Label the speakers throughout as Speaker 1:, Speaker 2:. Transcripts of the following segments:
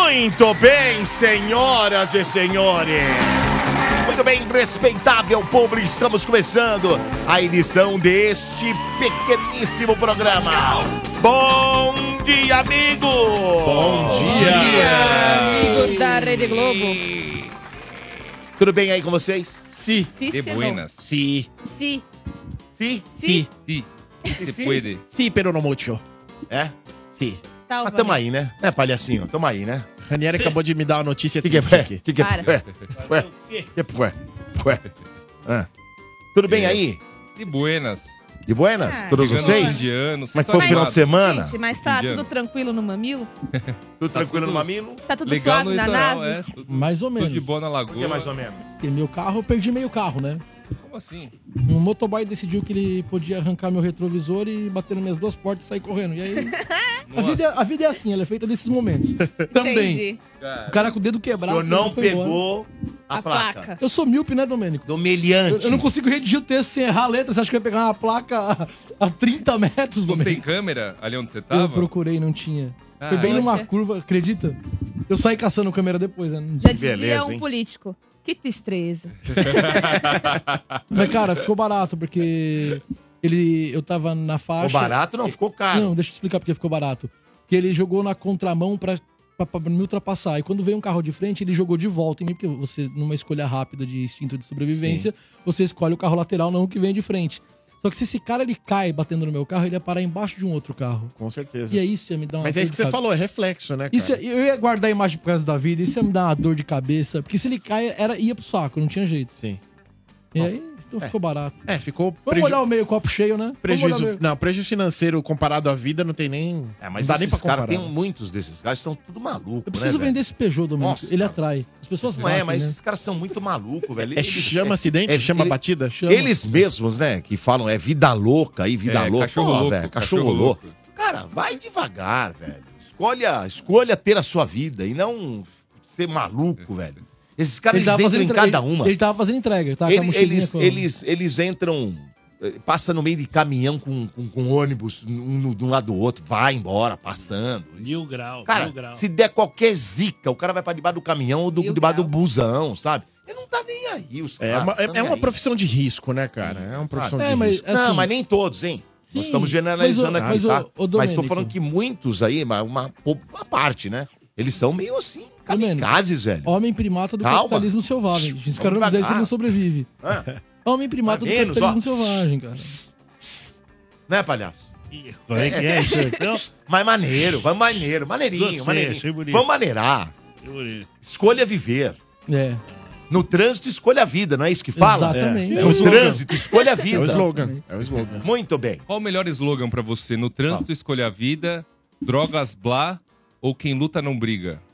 Speaker 1: Muito bem, senhoras e senhores. Muito bem, respeitável público, estamos começando a edição deste pequeníssimo programa. Bom dia, amigo!
Speaker 2: Bom dia.
Speaker 3: Amigos da Rede é Globo.
Speaker 1: Tudo bem aí com vocês?
Speaker 4: Sí,
Speaker 3: Sim,
Speaker 2: De
Speaker 3: sim,
Speaker 2: buenas.
Speaker 4: sí,
Speaker 3: não. Sim,
Speaker 1: Sim?
Speaker 3: sim,
Speaker 2: Sí, se
Speaker 1: Sí.
Speaker 2: puede.
Speaker 4: sí, pero no mucho.
Speaker 1: É?
Speaker 4: Sí.
Speaker 3: salva.
Speaker 1: Mas tamo aí, né? É, palhacinho, tamo aí, né?
Speaker 4: Ranieri acabou de me dar uma notícia
Speaker 1: O que, que é?
Speaker 4: triste
Speaker 1: O
Speaker 4: aqui.
Speaker 1: que, que é?
Speaker 3: Para.
Speaker 1: Ué, ué, que é? Ué, ué. Ah. Tudo
Speaker 2: É.
Speaker 1: bem aí?
Speaker 2: De buenas.
Speaker 1: De buenas?
Speaker 3: Ah,
Speaker 1: Todos
Speaker 2: Chegando ao fim
Speaker 1: vocês?
Speaker 2: de ano, vocês
Speaker 1: Mas
Speaker 2: estão
Speaker 1: foi o final de
Speaker 2: animados?
Speaker 1: semana?
Speaker 3: Gente, mas tá
Speaker 2: Indiano.
Speaker 3: tudo tranquilo no mamilo?
Speaker 1: Tudo tranquilo no
Speaker 2: tudo-
Speaker 1: mamilo?
Speaker 3: Tá tudo
Speaker 2: Legal no
Speaker 3: suave na
Speaker 2: litoral,
Speaker 3: nave?
Speaker 2: é. Tudo,
Speaker 5: Mais ou
Speaker 2: tudo de
Speaker 5: menos.
Speaker 2: boa na
Speaker 1: Por que
Speaker 2: lagoa.
Speaker 1: mais ou menos?
Speaker 5: Porque meu carro, eu perdi meio carro, né?
Speaker 2: Como assim?
Speaker 5: Um motoboy decidiu que ele podia arrancar meu retrovisor e bater nas minhas duas portas e sair correndo. E aí. A
Speaker 2: Nossa,
Speaker 5: vida, é- a vida é assim, ela é feita desses momentos. Também.
Speaker 3: Entendi.
Speaker 5: O
Speaker 2: cara.
Speaker 5: cara com o dedo
Speaker 1: O
Speaker 5: quebrado.
Speaker 1: senhor não
Speaker 5: ele foi embora.
Speaker 1: pegou a,
Speaker 3: A
Speaker 1: placa.
Speaker 3: placa.
Speaker 5: Eu sou míope, né, Domênico?
Speaker 1: Do
Speaker 5: Eu,
Speaker 1: meliante.
Speaker 5: eu não consigo redigir o texto sem errar a letra. Você acha que eu ia pegar uma placa a, a 30 metros,
Speaker 2: Não tem
Speaker 5: Domênico?
Speaker 2: câmera ali onde você
Speaker 5: Eu
Speaker 2: tava?
Speaker 5: procurei, não tinha.
Speaker 2: Ah,
Speaker 5: Foi bem
Speaker 3: poxa.
Speaker 5: numa curva, acredita? Eu saí caçando câmera depois, né? Não
Speaker 3: Já
Speaker 5: tinha.
Speaker 3: dizia
Speaker 1: beleza,
Speaker 3: um
Speaker 1: hein?
Speaker 3: político. Que tristeza.
Speaker 5: Mas, cara, ficou barato, porque ele. Eu tava na faixa.
Speaker 1: Ficou barato? Não, ficou caro.
Speaker 5: Não, deixa eu explicar porque ficou barato. Que ele jogou na contramão pra, pra, pra me ultrapassar. E quando veio um carro de frente, ele jogou de volta em mim, porque você, numa escolha rápida de instinto de sobrevivência, você escolhe o carro lateral, não o que vem de frente. Só que se esse cara ele cai batendo no meu carro, ele ia parar embaixo de um outro carro.
Speaker 4: Com certeza.
Speaker 5: E aí isso ia me dar uma.
Speaker 4: Mas é isso que você
Speaker 5: sabe?
Speaker 4: falou, é reflexo, né, cara?
Speaker 5: Isso, ia- eu ia guardar a imagem por causa da vida, isso ia me dar uma dor de cabeça. Porque se ele cai, era, ia pro saco, não tinha jeito.
Speaker 4: Sim.
Speaker 5: E aí, então ficou barato.
Speaker 4: É, ficou
Speaker 5: Vamos
Speaker 4: preju-
Speaker 5: olhar o meio copo cheio, né? Vamos olhar o
Speaker 4: prejuízo.
Speaker 5: meio-
Speaker 4: Não, prejuízo financeiro comparado à vida não tem nem.
Speaker 1: É, mas
Speaker 4: não
Speaker 1: esses caras, tem muitos desses caras, são tudo maluco,
Speaker 5: Eu
Speaker 1: né,
Speaker 5: preciso
Speaker 1: velho?
Speaker 5: vender esse Peugeot, Domingo.
Speaker 1: Nossa,
Speaker 5: ele
Speaker 1: cara.
Speaker 5: atrai. As pessoas
Speaker 1: Não é,
Speaker 5: batem,
Speaker 1: mas
Speaker 5: né?
Speaker 1: esses caras são muito malucos, velho.
Speaker 4: É
Speaker 1: Eles-
Speaker 4: chama acidente,
Speaker 1: é-
Speaker 4: chama
Speaker 1: ele-
Speaker 4: batida.
Speaker 5: Chama.
Speaker 1: Eles mesmos, né, que falam é vida louca aí, vida
Speaker 2: É,
Speaker 1: louca.
Speaker 2: cachorro
Speaker 1: Pô,
Speaker 2: louco,
Speaker 1: velho, cachorro,
Speaker 2: cachorro
Speaker 1: louco.
Speaker 2: louco.
Speaker 1: Cara, vai devagar, velho. Escolha, escolha ter a sua vida e não ser maluco, velho. Esses caras, eles entram em
Speaker 5: entre-
Speaker 1: cada
Speaker 5: ele-
Speaker 1: uma.
Speaker 5: Ele, tava fazendo entrega, tá?
Speaker 1: Ele- eles, eles, eles entram, eh, passa no meio de caminhão com, com, com ônibus, um no- de um lado do outro, vai embora, passando.
Speaker 4: Mil grau,
Speaker 1: Cara, se der qualquer zica, o cara vai pra debaixo do caminhão ou do,
Speaker 3: Mil
Speaker 1: debaixo do
Speaker 3: grau.
Speaker 1: busão, sabe? Ele não tá nem aí, os
Speaker 4: É
Speaker 1: caras.
Speaker 4: uma,
Speaker 1: não tá
Speaker 4: é, é
Speaker 1: nem
Speaker 4: uma
Speaker 1: aí.
Speaker 4: profissão de risco, né, cara? É uma profissão de
Speaker 5: É, mas
Speaker 4: risco.
Speaker 1: Não,
Speaker 5: assim,
Speaker 1: Ah, mas nem todos, hein? Nós
Speaker 5: Sim,
Speaker 1: estamos generalizando
Speaker 5: mas o-
Speaker 1: aqui,
Speaker 5: mas o-
Speaker 1: tá?
Speaker 5: o
Speaker 1: mas tô
Speaker 5: Domênico-
Speaker 1: falando que muitos aí, uma, uma, uma parte, né? Eles são meio assim,
Speaker 5: Domênico.
Speaker 1: kamikazes, velho.
Speaker 5: Homem primata do
Speaker 1: Calma.
Speaker 5: capitalismo selvagem. Se os caras não
Speaker 1: Vamos
Speaker 5: fizerem isso,
Speaker 1: devagar.
Speaker 5: ele não sobrevive.
Speaker 1: Hã?
Speaker 5: Homem primata
Speaker 1: Tá
Speaker 5: do
Speaker 1: menos,
Speaker 5: capitalismo
Speaker 1: ó.
Speaker 5: selvagem, cara.
Speaker 1: Né, palhaço?
Speaker 6: Como é que é isso? Então,
Speaker 1: Mas maneiro, vai maneiro, maneirinho,
Speaker 6: Gostei, achei
Speaker 1: maneirinho.
Speaker 6: bonito.
Speaker 1: Vamos maneirar.
Speaker 6: que bonito.
Speaker 1: Escolha viver.
Speaker 5: É.
Speaker 1: No trânsito, escolha a vida, não é isso que fala?
Speaker 5: Exatamente.
Speaker 1: É.
Speaker 5: É
Speaker 1: No
Speaker 5: o slogan.
Speaker 1: trânsito, escolha a
Speaker 4: É o
Speaker 1: vida.
Speaker 4: slogan. É o slogan.
Speaker 1: Muito bem.
Speaker 2: Qual o melhor slogan pra você? No
Speaker 1: Tá.
Speaker 2: trânsito, escolha a vida, drogas, blá, ou quem luta não briga?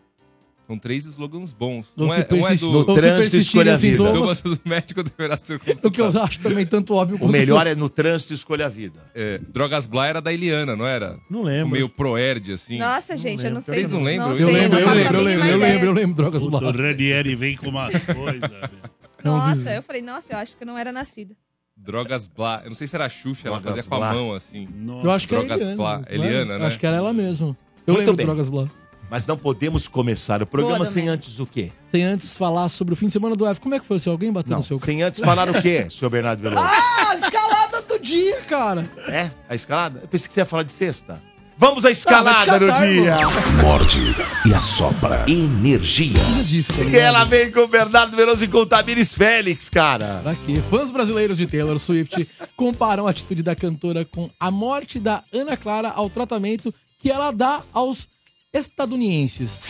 Speaker 2: São três slogans bons. Um
Speaker 5: Ou
Speaker 2: é,
Speaker 5: Então, se
Speaker 2: um é
Speaker 5: persistir-
Speaker 2: do...
Speaker 5: ou se
Speaker 1: trânsito,
Speaker 5: persistirem
Speaker 1: escolha a
Speaker 5: os
Speaker 1: vida. Então,
Speaker 5: sintomas,
Speaker 2: Thomas, o médico deverá ser
Speaker 5: O que
Speaker 2: consultado.
Speaker 5: eu acho também tanto óbvio
Speaker 1: O melhor é no trânsito, escolha a vida.
Speaker 2: É, drogas Blá era da Eliana, não era?
Speaker 4: Não
Speaker 2: O
Speaker 4: lembro.
Speaker 2: meio pro-erd, assim.
Speaker 3: Nossa, gente, eu não sei.
Speaker 2: Vocês não lembram?
Speaker 5: Eu
Speaker 2: Sim,
Speaker 5: lembro,
Speaker 2: não
Speaker 5: eu
Speaker 2: faço a
Speaker 5: lembro, eu
Speaker 2: mínima
Speaker 5: lembro, eu lembro, eu lembro, drogas
Speaker 6: Puta, o
Speaker 5: lá.
Speaker 6: Ranieri vem com umas coisas. velho.
Speaker 1: é um
Speaker 5: Não,
Speaker 3: Nossa,
Speaker 5: Zizi.
Speaker 3: eu falei, nossa, eu acho que eu não era nascida.
Speaker 2: Drogas Blá. Eu não sei se era a Xuxa, ela
Speaker 1: Drogas
Speaker 2: fazia com
Speaker 1: Blá.
Speaker 2: a mão, assim.
Speaker 6: Nossa.
Speaker 5: Eu acho que era
Speaker 2: Drogas
Speaker 5: Eliana.
Speaker 2: Blá.
Speaker 5: não é?
Speaker 2: Eliana, né?
Speaker 5: Acho que era ela mesmo. Eu
Speaker 1: Muito
Speaker 5: lembro
Speaker 1: bem.
Speaker 5: do Drogas Blá.
Speaker 1: Mas não podemos começar o programa
Speaker 3: Boa,
Speaker 1: sem
Speaker 3: Domênico.
Speaker 1: antes o quê?
Speaker 5: Sem antes falar sobre o fim de semana do F. Como é que foi o seu? Alguém bateu
Speaker 1: Não,
Speaker 5: no seu carro?
Speaker 1: sem antes falar o quê, senhor Bernardo Veloso?
Speaker 5: Ah, escalada do dia, cara.
Speaker 1: É? A escalada? Eu pensei que você ia falar de sexta. Vamos à escalada
Speaker 5: Ah,
Speaker 1: do
Speaker 5: mas catar,
Speaker 1: dia.
Speaker 2: Morde e assopra.
Speaker 1: Energia.
Speaker 5: Precisa disso, tá
Speaker 1: E ela
Speaker 5: ligado?
Speaker 1: vem com o Bernardo Veloso e com o Tamires Félix, cara.
Speaker 5: Pra quê? Fãs brasileiros de Taylor Swift comparam a atitude da cantora com a morte da Ana Clara ao tratamento que ela dá aos estadunidenses.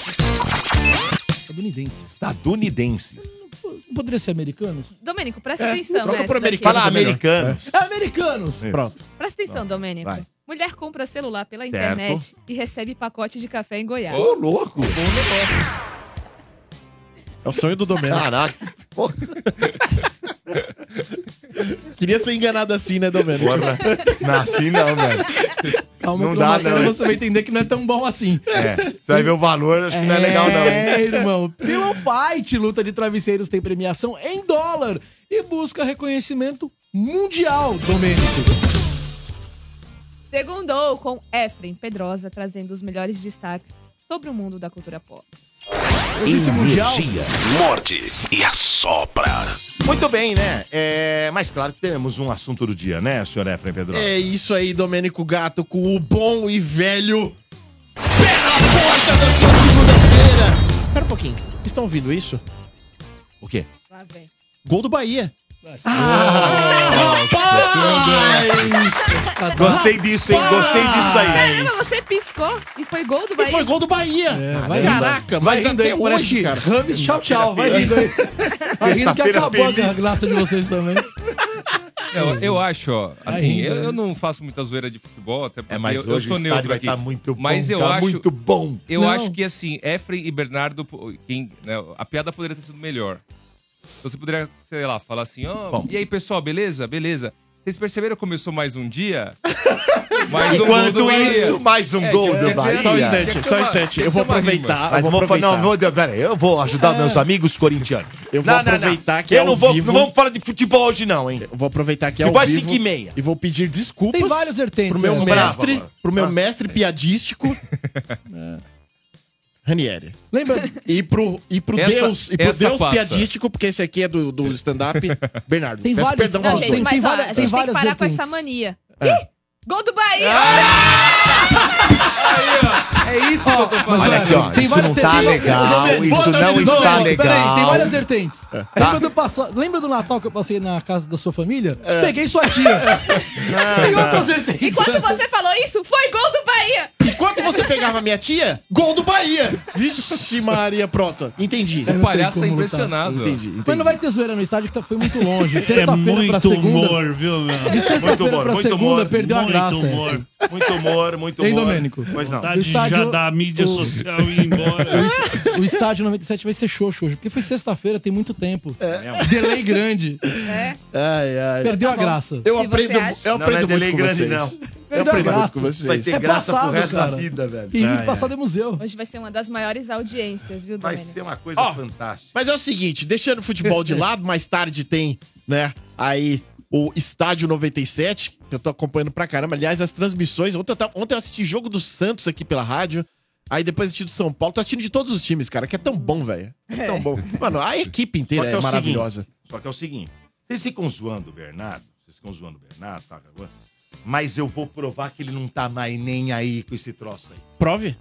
Speaker 5: Estadunidenses.
Speaker 1: Estadunidenses.
Speaker 5: Poderia ser americanos?
Speaker 3: Domênico, presta
Speaker 4: É,
Speaker 3: atenção.
Speaker 4: troca
Speaker 3: nessa
Speaker 4: pro
Speaker 3: daqui.
Speaker 4: americano.
Speaker 1: Fala
Speaker 4: Coisa melhor.
Speaker 1: americanos.
Speaker 5: É americanos!
Speaker 1: Isso.
Speaker 5: Pronto.
Speaker 3: Presta atenção, Domênico.
Speaker 1: Vai.
Speaker 3: Mulher compra celular pela
Speaker 1: Certo.
Speaker 3: internet e recebe pacote de café em Goiás.
Speaker 1: Ô, louco.
Speaker 4: É o sonho do Domênico.
Speaker 1: Caraca. Porra.
Speaker 4: Queria ser enganado assim, né, Domênico?
Speaker 1: Porra. Nasci não, velho.
Speaker 5: Calma,
Speaker 1: Não
Speaker 5: que eu
Speaker 1: dá,
Speaker 5: vou marcar,
Speaker 1: não.
Speaker 5: você vai entender que não é tão bom assim.
Speaker 1: É. Você vai ver o valor, acho que não é legal, não. hein?
Speaker 5: É, irmão. Pillow Fight, luta de travesseiros, tem premiação em dólar e busca reconhecimento mundial, Domênico.
Speaker 3: Segundou com Efren Pedrosa, trazendo os melhores destaques sobre o mundo da cultura pop.
Speaker 5: Eu disse
Speaker 6: é
Speaker 5: mundial.
Speaker 7: Morde e assopra.
Speaker 1: Muito bem, né? É, mas claro que teremos um assunto do dia, né, senhor Efraim Pedro?
Speaker 4: É isso aí, Domênico Gato, com o bom e velho. Pé na porta da sua segunda-feira! Espera um pouquinho. Vocês estão ouvindo isso?
Speaker 1: O quê?
Speaker 3: Lá vem. Ah!
Speaker 4: Gol do Bahia.
Speaker 1: Ah, Gostei disso, hein? Gostei disso aí.
Speaker 3: Ah, Caramba, você piscou e foi gol do
Speaker 4: E foi
Speaker 3: Bahia.
Speaker 4: gol do Bahia!
Speaker 5: É, vai
Speaker 4: Caraca, mas
Speaker 5: rindo
Speaker 4: até
Speaker 5: aí,
Speaker 4: hoje,
Speaker 5: Guaraxi.
Speaker 4: cara.
Speaker 5: Rames, tchau, tchau. Vai rindo aí. Vai rindo que
Speaker 1: Sexta-feira
Speaker 5: acabou a
Speaker 1: feliz.
Speaker 5: graça de vocês também.
Speaker 2: Eu, eu acho, ó, assim,
Speaker 5: Ainda,
Speaker 2: eu,
Speaker 5: né?
Speaker 2: eu não faço muita zoeira de futebol, até porque
Speaker 1: É, mas
Speaker 2: eu,
Speaker 1: hoje
Speaker 2: eu
Speaker 1: o
Speaker 2: sou
Speaker 1: estádio
Speaker 2: neutro
Speaker 1: vai
Speaker 2: aqui.
Speaker 1: estar muito bom.
Speaker 2: Mas eu
Speaker 1: tá
Speaker 2: acho-
Speaker 1: muito bom.
Speaker 2: Eu
Speaker 5: Não.
Speaker 2: acho que, assim, Efren e Bernardo, pô, quem, né, a piada poderia ter sido melhor. Você poderia, sei lá, falar assim, ó,
Speaker 1: Bom.
Speaker 2: e aí, pessoal, beleza? Beleza. Vocês perceberam que começou mais um dia? mais um gol do
Speaker 1: Enquanto
Speaker 2: Bahia.
Speaker 1: isso, mais um
Speaker 2: É,
Speaker 1: gol
Speaker 2: tinha-
Speaker 1: do
Speaker 2: tinha-
Speaker 1: Bahia.
Speaker 4: Só um
Speaker 2: Tem
Speaker 4: instante,
Speaker 2: que
Speaker 4: só um
Speaker 2: ter uma-
Speaker 4: instante.
Speaker 2: tem que
Speaker 4: Eu vou
Speaker 2: ter uma rima.
Speaker 4: aproveitar.
Speaker 1: Mas
Speaker 4: Eu
Speaker 1: eu
Speaker 4: vou
Speaker 1: vou falar,
Speaker 4: aproveitar.
Speaker 1: não, vou, peraí, eu vou ajudar meus amigos corintianos.
Speaker 4: Eu vou aproveitar que é
Speaker 1: eu não
Speaker 4: ao
Speaker 1: vou,
Speaker 4: vivo.
Speaker 1: Não vamos falar de futebol hoje, não, hein?
Speaker 4: Eu vou aproveitar que é ao
Speaker 1: Futebol é
Speaker 4: vivo
Speaker 1: 5 e meia.
Speaker 4: e vou pedir desculpas
Speaker 5: Tem vários vertentes.
Speaker 4: pro meu
Speaker 5: né?
Speaker 1: bravo
Speaker 4: mestre,
Speaker 1: agora.
Speaker 4: pro
Speaker 2: Ah.
Speaker 4: meu mestre piadístico,
Speaker 2: É.
Speaker 4: Ranieri.
Speaker 5: Lembra?
Speaker 4: E pro, e pro
Speaker 2: Essa-
Speaker 4: Deus, e pro
Speaker 2: essa
Speaker 4: Deus
Speaker 2: passa.
Speaker 4: piadístico, porque esse aqui é do, do stand-up, Bernardo.
Speaker 5: Tem
Speaker 4: peço
Speaker 5: vários-
Speaker 4: perdão
Speaker 5: Não,
Speaker 3: Não,
Speaker 4: aos
Speaker 5: tem-
Speaker 3: gente,
Speaker 4: dois.
Speaker 3: mas
Speaker 5: tem
Speaker 3: ó,
Speaker 5: várias-
Speaker 3: a
Speaker 5: tem
Speaker 3: gente tem que
Speaker 5: várias
Speaker 3: parar com
Speaker 5: vertentes.
Speaker 3: essa mania.
Speaker 4: É.
Speaker 3: Ih, gol do Bahia!
Speaker 4: Ah,
Speaker 2: É isso que eu tô falando.
Speaker 1: Olha aqui, ó.
Speaker 5: Tem
Speaker 1: Isso
Speaker 5: várias-
Speaker 1: não
Speaker 5: tem-
Speaker 1: tá
Speaker 5: tem-
Speaker 1: legal.
Speaker 5: tem-
Speaker 1: Isso
Speaker 5: Bota
Speaker 1: não
Speaker 5: eles-
Speaker 1: está
Speaker 5: Domênico,
Speaker 1: legal.
Speaker 5: Peraí, tem
Speaker 1: É, tá.
Speaker 5: várias vertentes. Aí quando eu passo- lembra do Natal que eu passei na casa da sua família?
Speaker 1: É.
Speaker 5: Peguei sua tia.
Speaker 1: Ah,
Speaker 5: tem
Speaker 1: tá.
Speaker 5: outras vertentes.
Speaker 3: Enquanto você falou isso, foi gol do Bahia!
Speaker 4: Enquanto você pegava minha tia, gol do Bahia! Vixe Maria, pronto. Entendi.
Speaker 2: O palhaço tá
Speaker 5: como lutar.
Speaker 2: impressionado.
Speaker 4: Entendi, entendi.
Speaker 5: Mas não vai ter zoeira no estádio que tá- foi muito longe.
Speaker 6: É
Speaker 5: Sexta-feira pra
Speaker 6: muito
Speaker 5: segunda.
Speaker 6: humor, viu, meu?
Speaker 5: De sexta-feira
Speaker 1: humor,
Speaker 5: pra
Speaker 1: muito
Speaker 5: segunda,
Speaker 1: humor,
Speaker 5: perdeu a
Speaker 6: muito
Speaker 5: graça.
Speaker 6: humor.
Speaker 5: é.
Speaker 1: Muito humor, muito humor.
Speaker 5: Hein, Domênico?
Speaker 1: Pois não.
Speaker 6: Vontade
Speaker 5: estádio-
Speaker 6: já da mídia
Speaker 5: o-
Speaker 6: social e ir embora.
Speaker 5: O estádio 97 vai ser xoxo hoje, porque foi sexta-feira, tem muito tempo.
Speaker 1: é
Speaker 5: Delay grande.
Speaker 3: É.
Speaker 4: É. Ai, ai.
Speaker 5: Perdeu a
Speaker 3: bom.
Speaker 5: graça.
Speaker 4: Eu
Speaker 3: Se você
Speaker 4: aprendo,
Speaker 3: acha-
Speaker 4: eu
Speaker 1: Não, não é
Speaker 4: aprendo
Speaker 1: delay
Speaker 4: muito com
Speaker 1: grande,
Speaker 4: vocês.
Speaker 1: não.
Speaker 4: Eu
Speaker 5: Perdeu a
Speaker 4: aprendo muito
Speaker 5: graça.
Speaker 4: com
Speaker 1: Vai
Speaker 4: vocês.
Speaker 1: ter
Speaker 5: é
Speaker 1: graça pro
Speaker 5: passado,
Speaker 1: resto da
Speaker 5: cara.
Speaker 1: vida, velho.
Speaker 5: E
Speaker 4: Ai,
Speaker 5: passado é museu.
Speaker 3: Hoje vai ser uma das maiores audiências, viu,
Speaker 1: Vai
Speaker 3: Domênico?
Speaker 1: ser uma coisa
Speaker 4: Ó,
Speaker 1: fantástica.
Speaker 4: Mas é o seguinte, deixando o futebol de lado, mais tarde tem, né, aí o Estádio 97, que eu tô acompanhando pra caramba. Aliás, as transmissões. Ontem eu, tava- ontem eu assisti jogo do Santos aqui pela rádio. Aí depois assisti do São Paulo. Tô assistindo de todos os times, cara, que é tão bom, velho. É tão bom. Mano, a equipe inteira
Speaker 1: Só
Speaker 4: é,
Speaker 1: que é o
Speaker 4: maravilhosa.
Speaker 1: Só que é o seguinte: vocês ficam zoando o Bernardo, vocês ficam zoando o Bernardo, tá? agora, Mas eu vou provar que ele não tá mais nem aí com esse troço aí.
Speaker 4: Prove?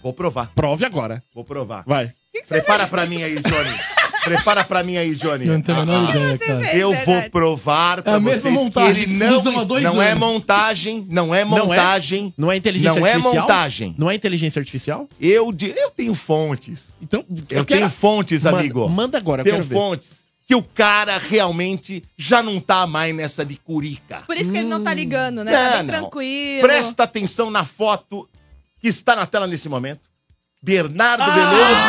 Speaker 1: Vou provar,
Speaker 4: Prove agora.
Speaker 1: vou provar.
Speaker 4: Vai.
Speaker 1: Prepara pra mim aí, Johnny. Prepara pra mim aí, Johnny. Ah,
Speaker 5: Não tenho a menor ideia, cara.
Speaker 3: fez,
Speaker 1: Eu vou
Speaker 3: verdade?
Speaker 4: É
Speaker 1: provar pra
Speaker 5: a mesma
Speaker 1: vocês que
Speaker 5: montagem
Speaker 1: ele
Speaker 5: que
Speaker 1: não,
Speaker 5: usam há dois
Speaker 1: não é
Speaker 5: anos.
Speaker 1: montagem, não é
Speaker 4: Não é?
Speaker 1: montagem,
Speaker 4: Não é inteligência
Speaker 1: não é
Speaker 4: artificial?
Speaker 1: montagem.
Speaker 4: Não é inteligência artificial?
Speaker 1: Eu, di- eu tenho fontes.
Speaker 4: Então,
Speaker 1: Eu, tenho fontes,
Speaker 4: Manda-
Speaker 1: amigo.
Speaker 4: Manda agora, eu
Speaker 1: tenho
Speaker 4: quero ver.
Speaker 1: fontes. Que o cara realmente já não tá mais nessa de curica.
Speaker 3: Por isso que ele não
Speaker 5: Hum.
Speaker 3: tá ligando, né?
Speaker 1: Não,
Speaker 3: Tá bem
Speaker 1: É, não.
Speaker 3: tranquilo.
Speaker 1: Presta atenção na foto que está na tela nesse momento. Bernardo Veloso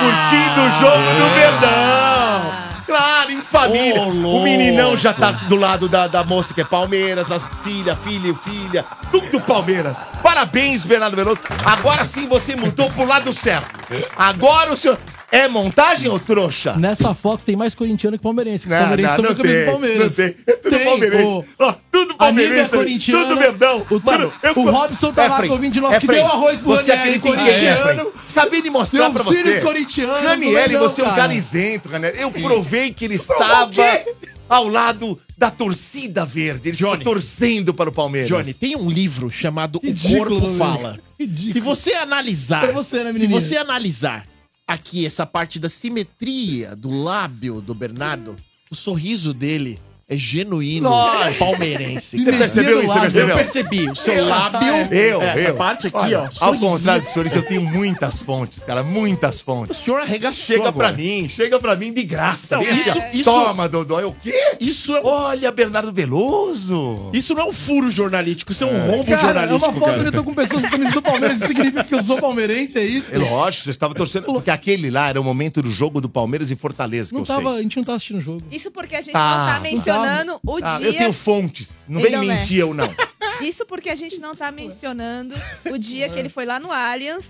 Speaker 1: curtindo o jogo do Verdão. Claro, em família.
Speaker 4: Ô,
Speaker 1: o meninão já tá do lado da, da moça que é Palmeiras, as filha, filho, filha, tudo Palmeiras. Parabéns, Bernardo Veloso. Agora sim você mudou pro lado certo. Agora o senhor. É montagem ou trouxa?
Speaker 5: Nessa foto tem mais corintiano que palmeirense. que Os
Speaker 1: Não,
Speaker 5: palmeirenses
Speaker 1: Ah, não,
Speaker 5: estão com a
Speaker 1: não
Speaker 5: camisa do
Speaker 1: tem,
Speaker 5: Palmeiras.
Speaker 1: não tem. É tudo palmeirense. Ó, tudo
Speaker 5: a Nívia
Speaker 1: palmeirense,
Speaker 5: é corintiana,
Speaker 1: tudo verdão.
Speaker 5: o-
Speaker 1: Mano, eu- É
Speaker 5: o Robson tá lá
Speaker 1: Efraim,
Speaker 5: com 29, que
Speaker 1: Efraim,
Speaker 5: deu arroz pro
Speaker 1: Você
Speaker 5: Ranieri,
Speaker 1: acredita em é quem,
Speaker 5: corintiano.
Speaker 1: Efraim? Acabei de mostrar
Speaker 5: Seu
Speaker 1: pra
Speaker 5: Sirius
Speaker 1: você.
Speaker 5: corintiano,
Speaker 1: Ranieri,
Speaker 5: não,
Speaker 1: você é um
Speaker 5: cara.
Speaker 1: cara isento, Ranieri. Eu provei que ele estava ao lado da torcida verde. Ele ficou
Speaker 4: Johnny.
Speaker 1: torcendo para o Palmeiras.
Speaker 4: Johnny, tem um livro chamado
Speaker 5: Ridículo, né?
Speaker 4: O Corpo
Speaker 5: meu.
Speaker 4: Fala.
Speaker 5: Ridículo.
Speaker 4: Se você analisar,
Speaker 5: É você, né,
Speaker 4: se
Speaker 5: menininha?
Speaker 4: você analisar aqui essa parte da simetria do lábio do Bernardo, o sorriso dele é genuíno
Speaker 1: Lógico.
Speaker 4: palmeirense.
Speaker 1: Você percebeu isso? Você
Speaker 4: Eu
Speaker 1: percebeu?
Speaker 4: percebi. O seu lábio.
Speaker 1: Eu,
Speaker 4: essa
Speaker 1: eu.
Speaker 4: parte aqui,
Speaker 1: Olha,
Speaker 4: ó.
Speaker 1: Ao
Speaker 4: sorrisinho.
Speaker 1: contrário do senhor, isso eu tenho muitas fontes, cara, muitas
Speaker 4: O
Speaker 1: fontes.
Speaker 4: senhor arregaçou.
Speaker 1: Chega
Speaker 4: agora.
Speaker 1: pra mim, chega pra mim de graça.
Speaker 4: Não,
Speaker 1: Deixa.
Speaker 4: isso- isso-
Speaker 1: Toma, Dodói. O quê?
Speaker 5: um-
Speaker 4: Isso é,
Speaker 1: Olha, Bernardo Veloso.
Speaker 4: isso não é um furo jornalístico, isso é um rombo
Speaker 5: Cara, é
Speaker 4: jornalístico.
Speaker 5: uma foto que
Speaker 4: cara.
Speaker 5: eu tô com pessoas com camisa do Palmeiras. Isso significa que eu sou palmeirense, é isso?
Speaker 1: É lógico, você estava torcendo. Porque aquele lá era o momento do jogo do Palmeiras e Fortaleza, que
Speaker 5: Não
Speaker 1: eu
Speaker 5: tava,
Speaker 1: sei.
Speaker 5: a gente não tava assistindo o jogo.
Speaker 3: Isso porque a gente
Speaker 1: Tá,
Speaker 3: não tá
Speaker 1: tá.
Speaker 3: mencionando o
Speaker 5: Tá.
Speaker 1: Ah,
Speaker 3: dia.
Speaker 1: eu tenho fontes. Não
Speaker 3: Ele
Speaker 1: vem
Speaker 3: não é.
Speaker 1: mentir eu, não.
Speaker 3: Isso porque a gente não tá mencionando o dia que ele foi lá no Allianz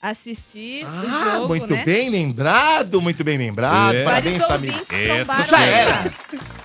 Speaker 3: assistir o
Speaker 1: Ah,
Speaker 3: jogo,
Speaker 1: muito
Speaker 3: né?
Speaker 1: bem lembrado, muito bem lembrado.
Speaker 2: É.
Speaker 1: Parabéns,
Speaker 3: Vários
Speaker 1: Tamir.
Speaker 3: ouvintes trombaram
Speaker 1: já
Speaker 3: ele
Speaker 1: era.
Speaker 3: lá.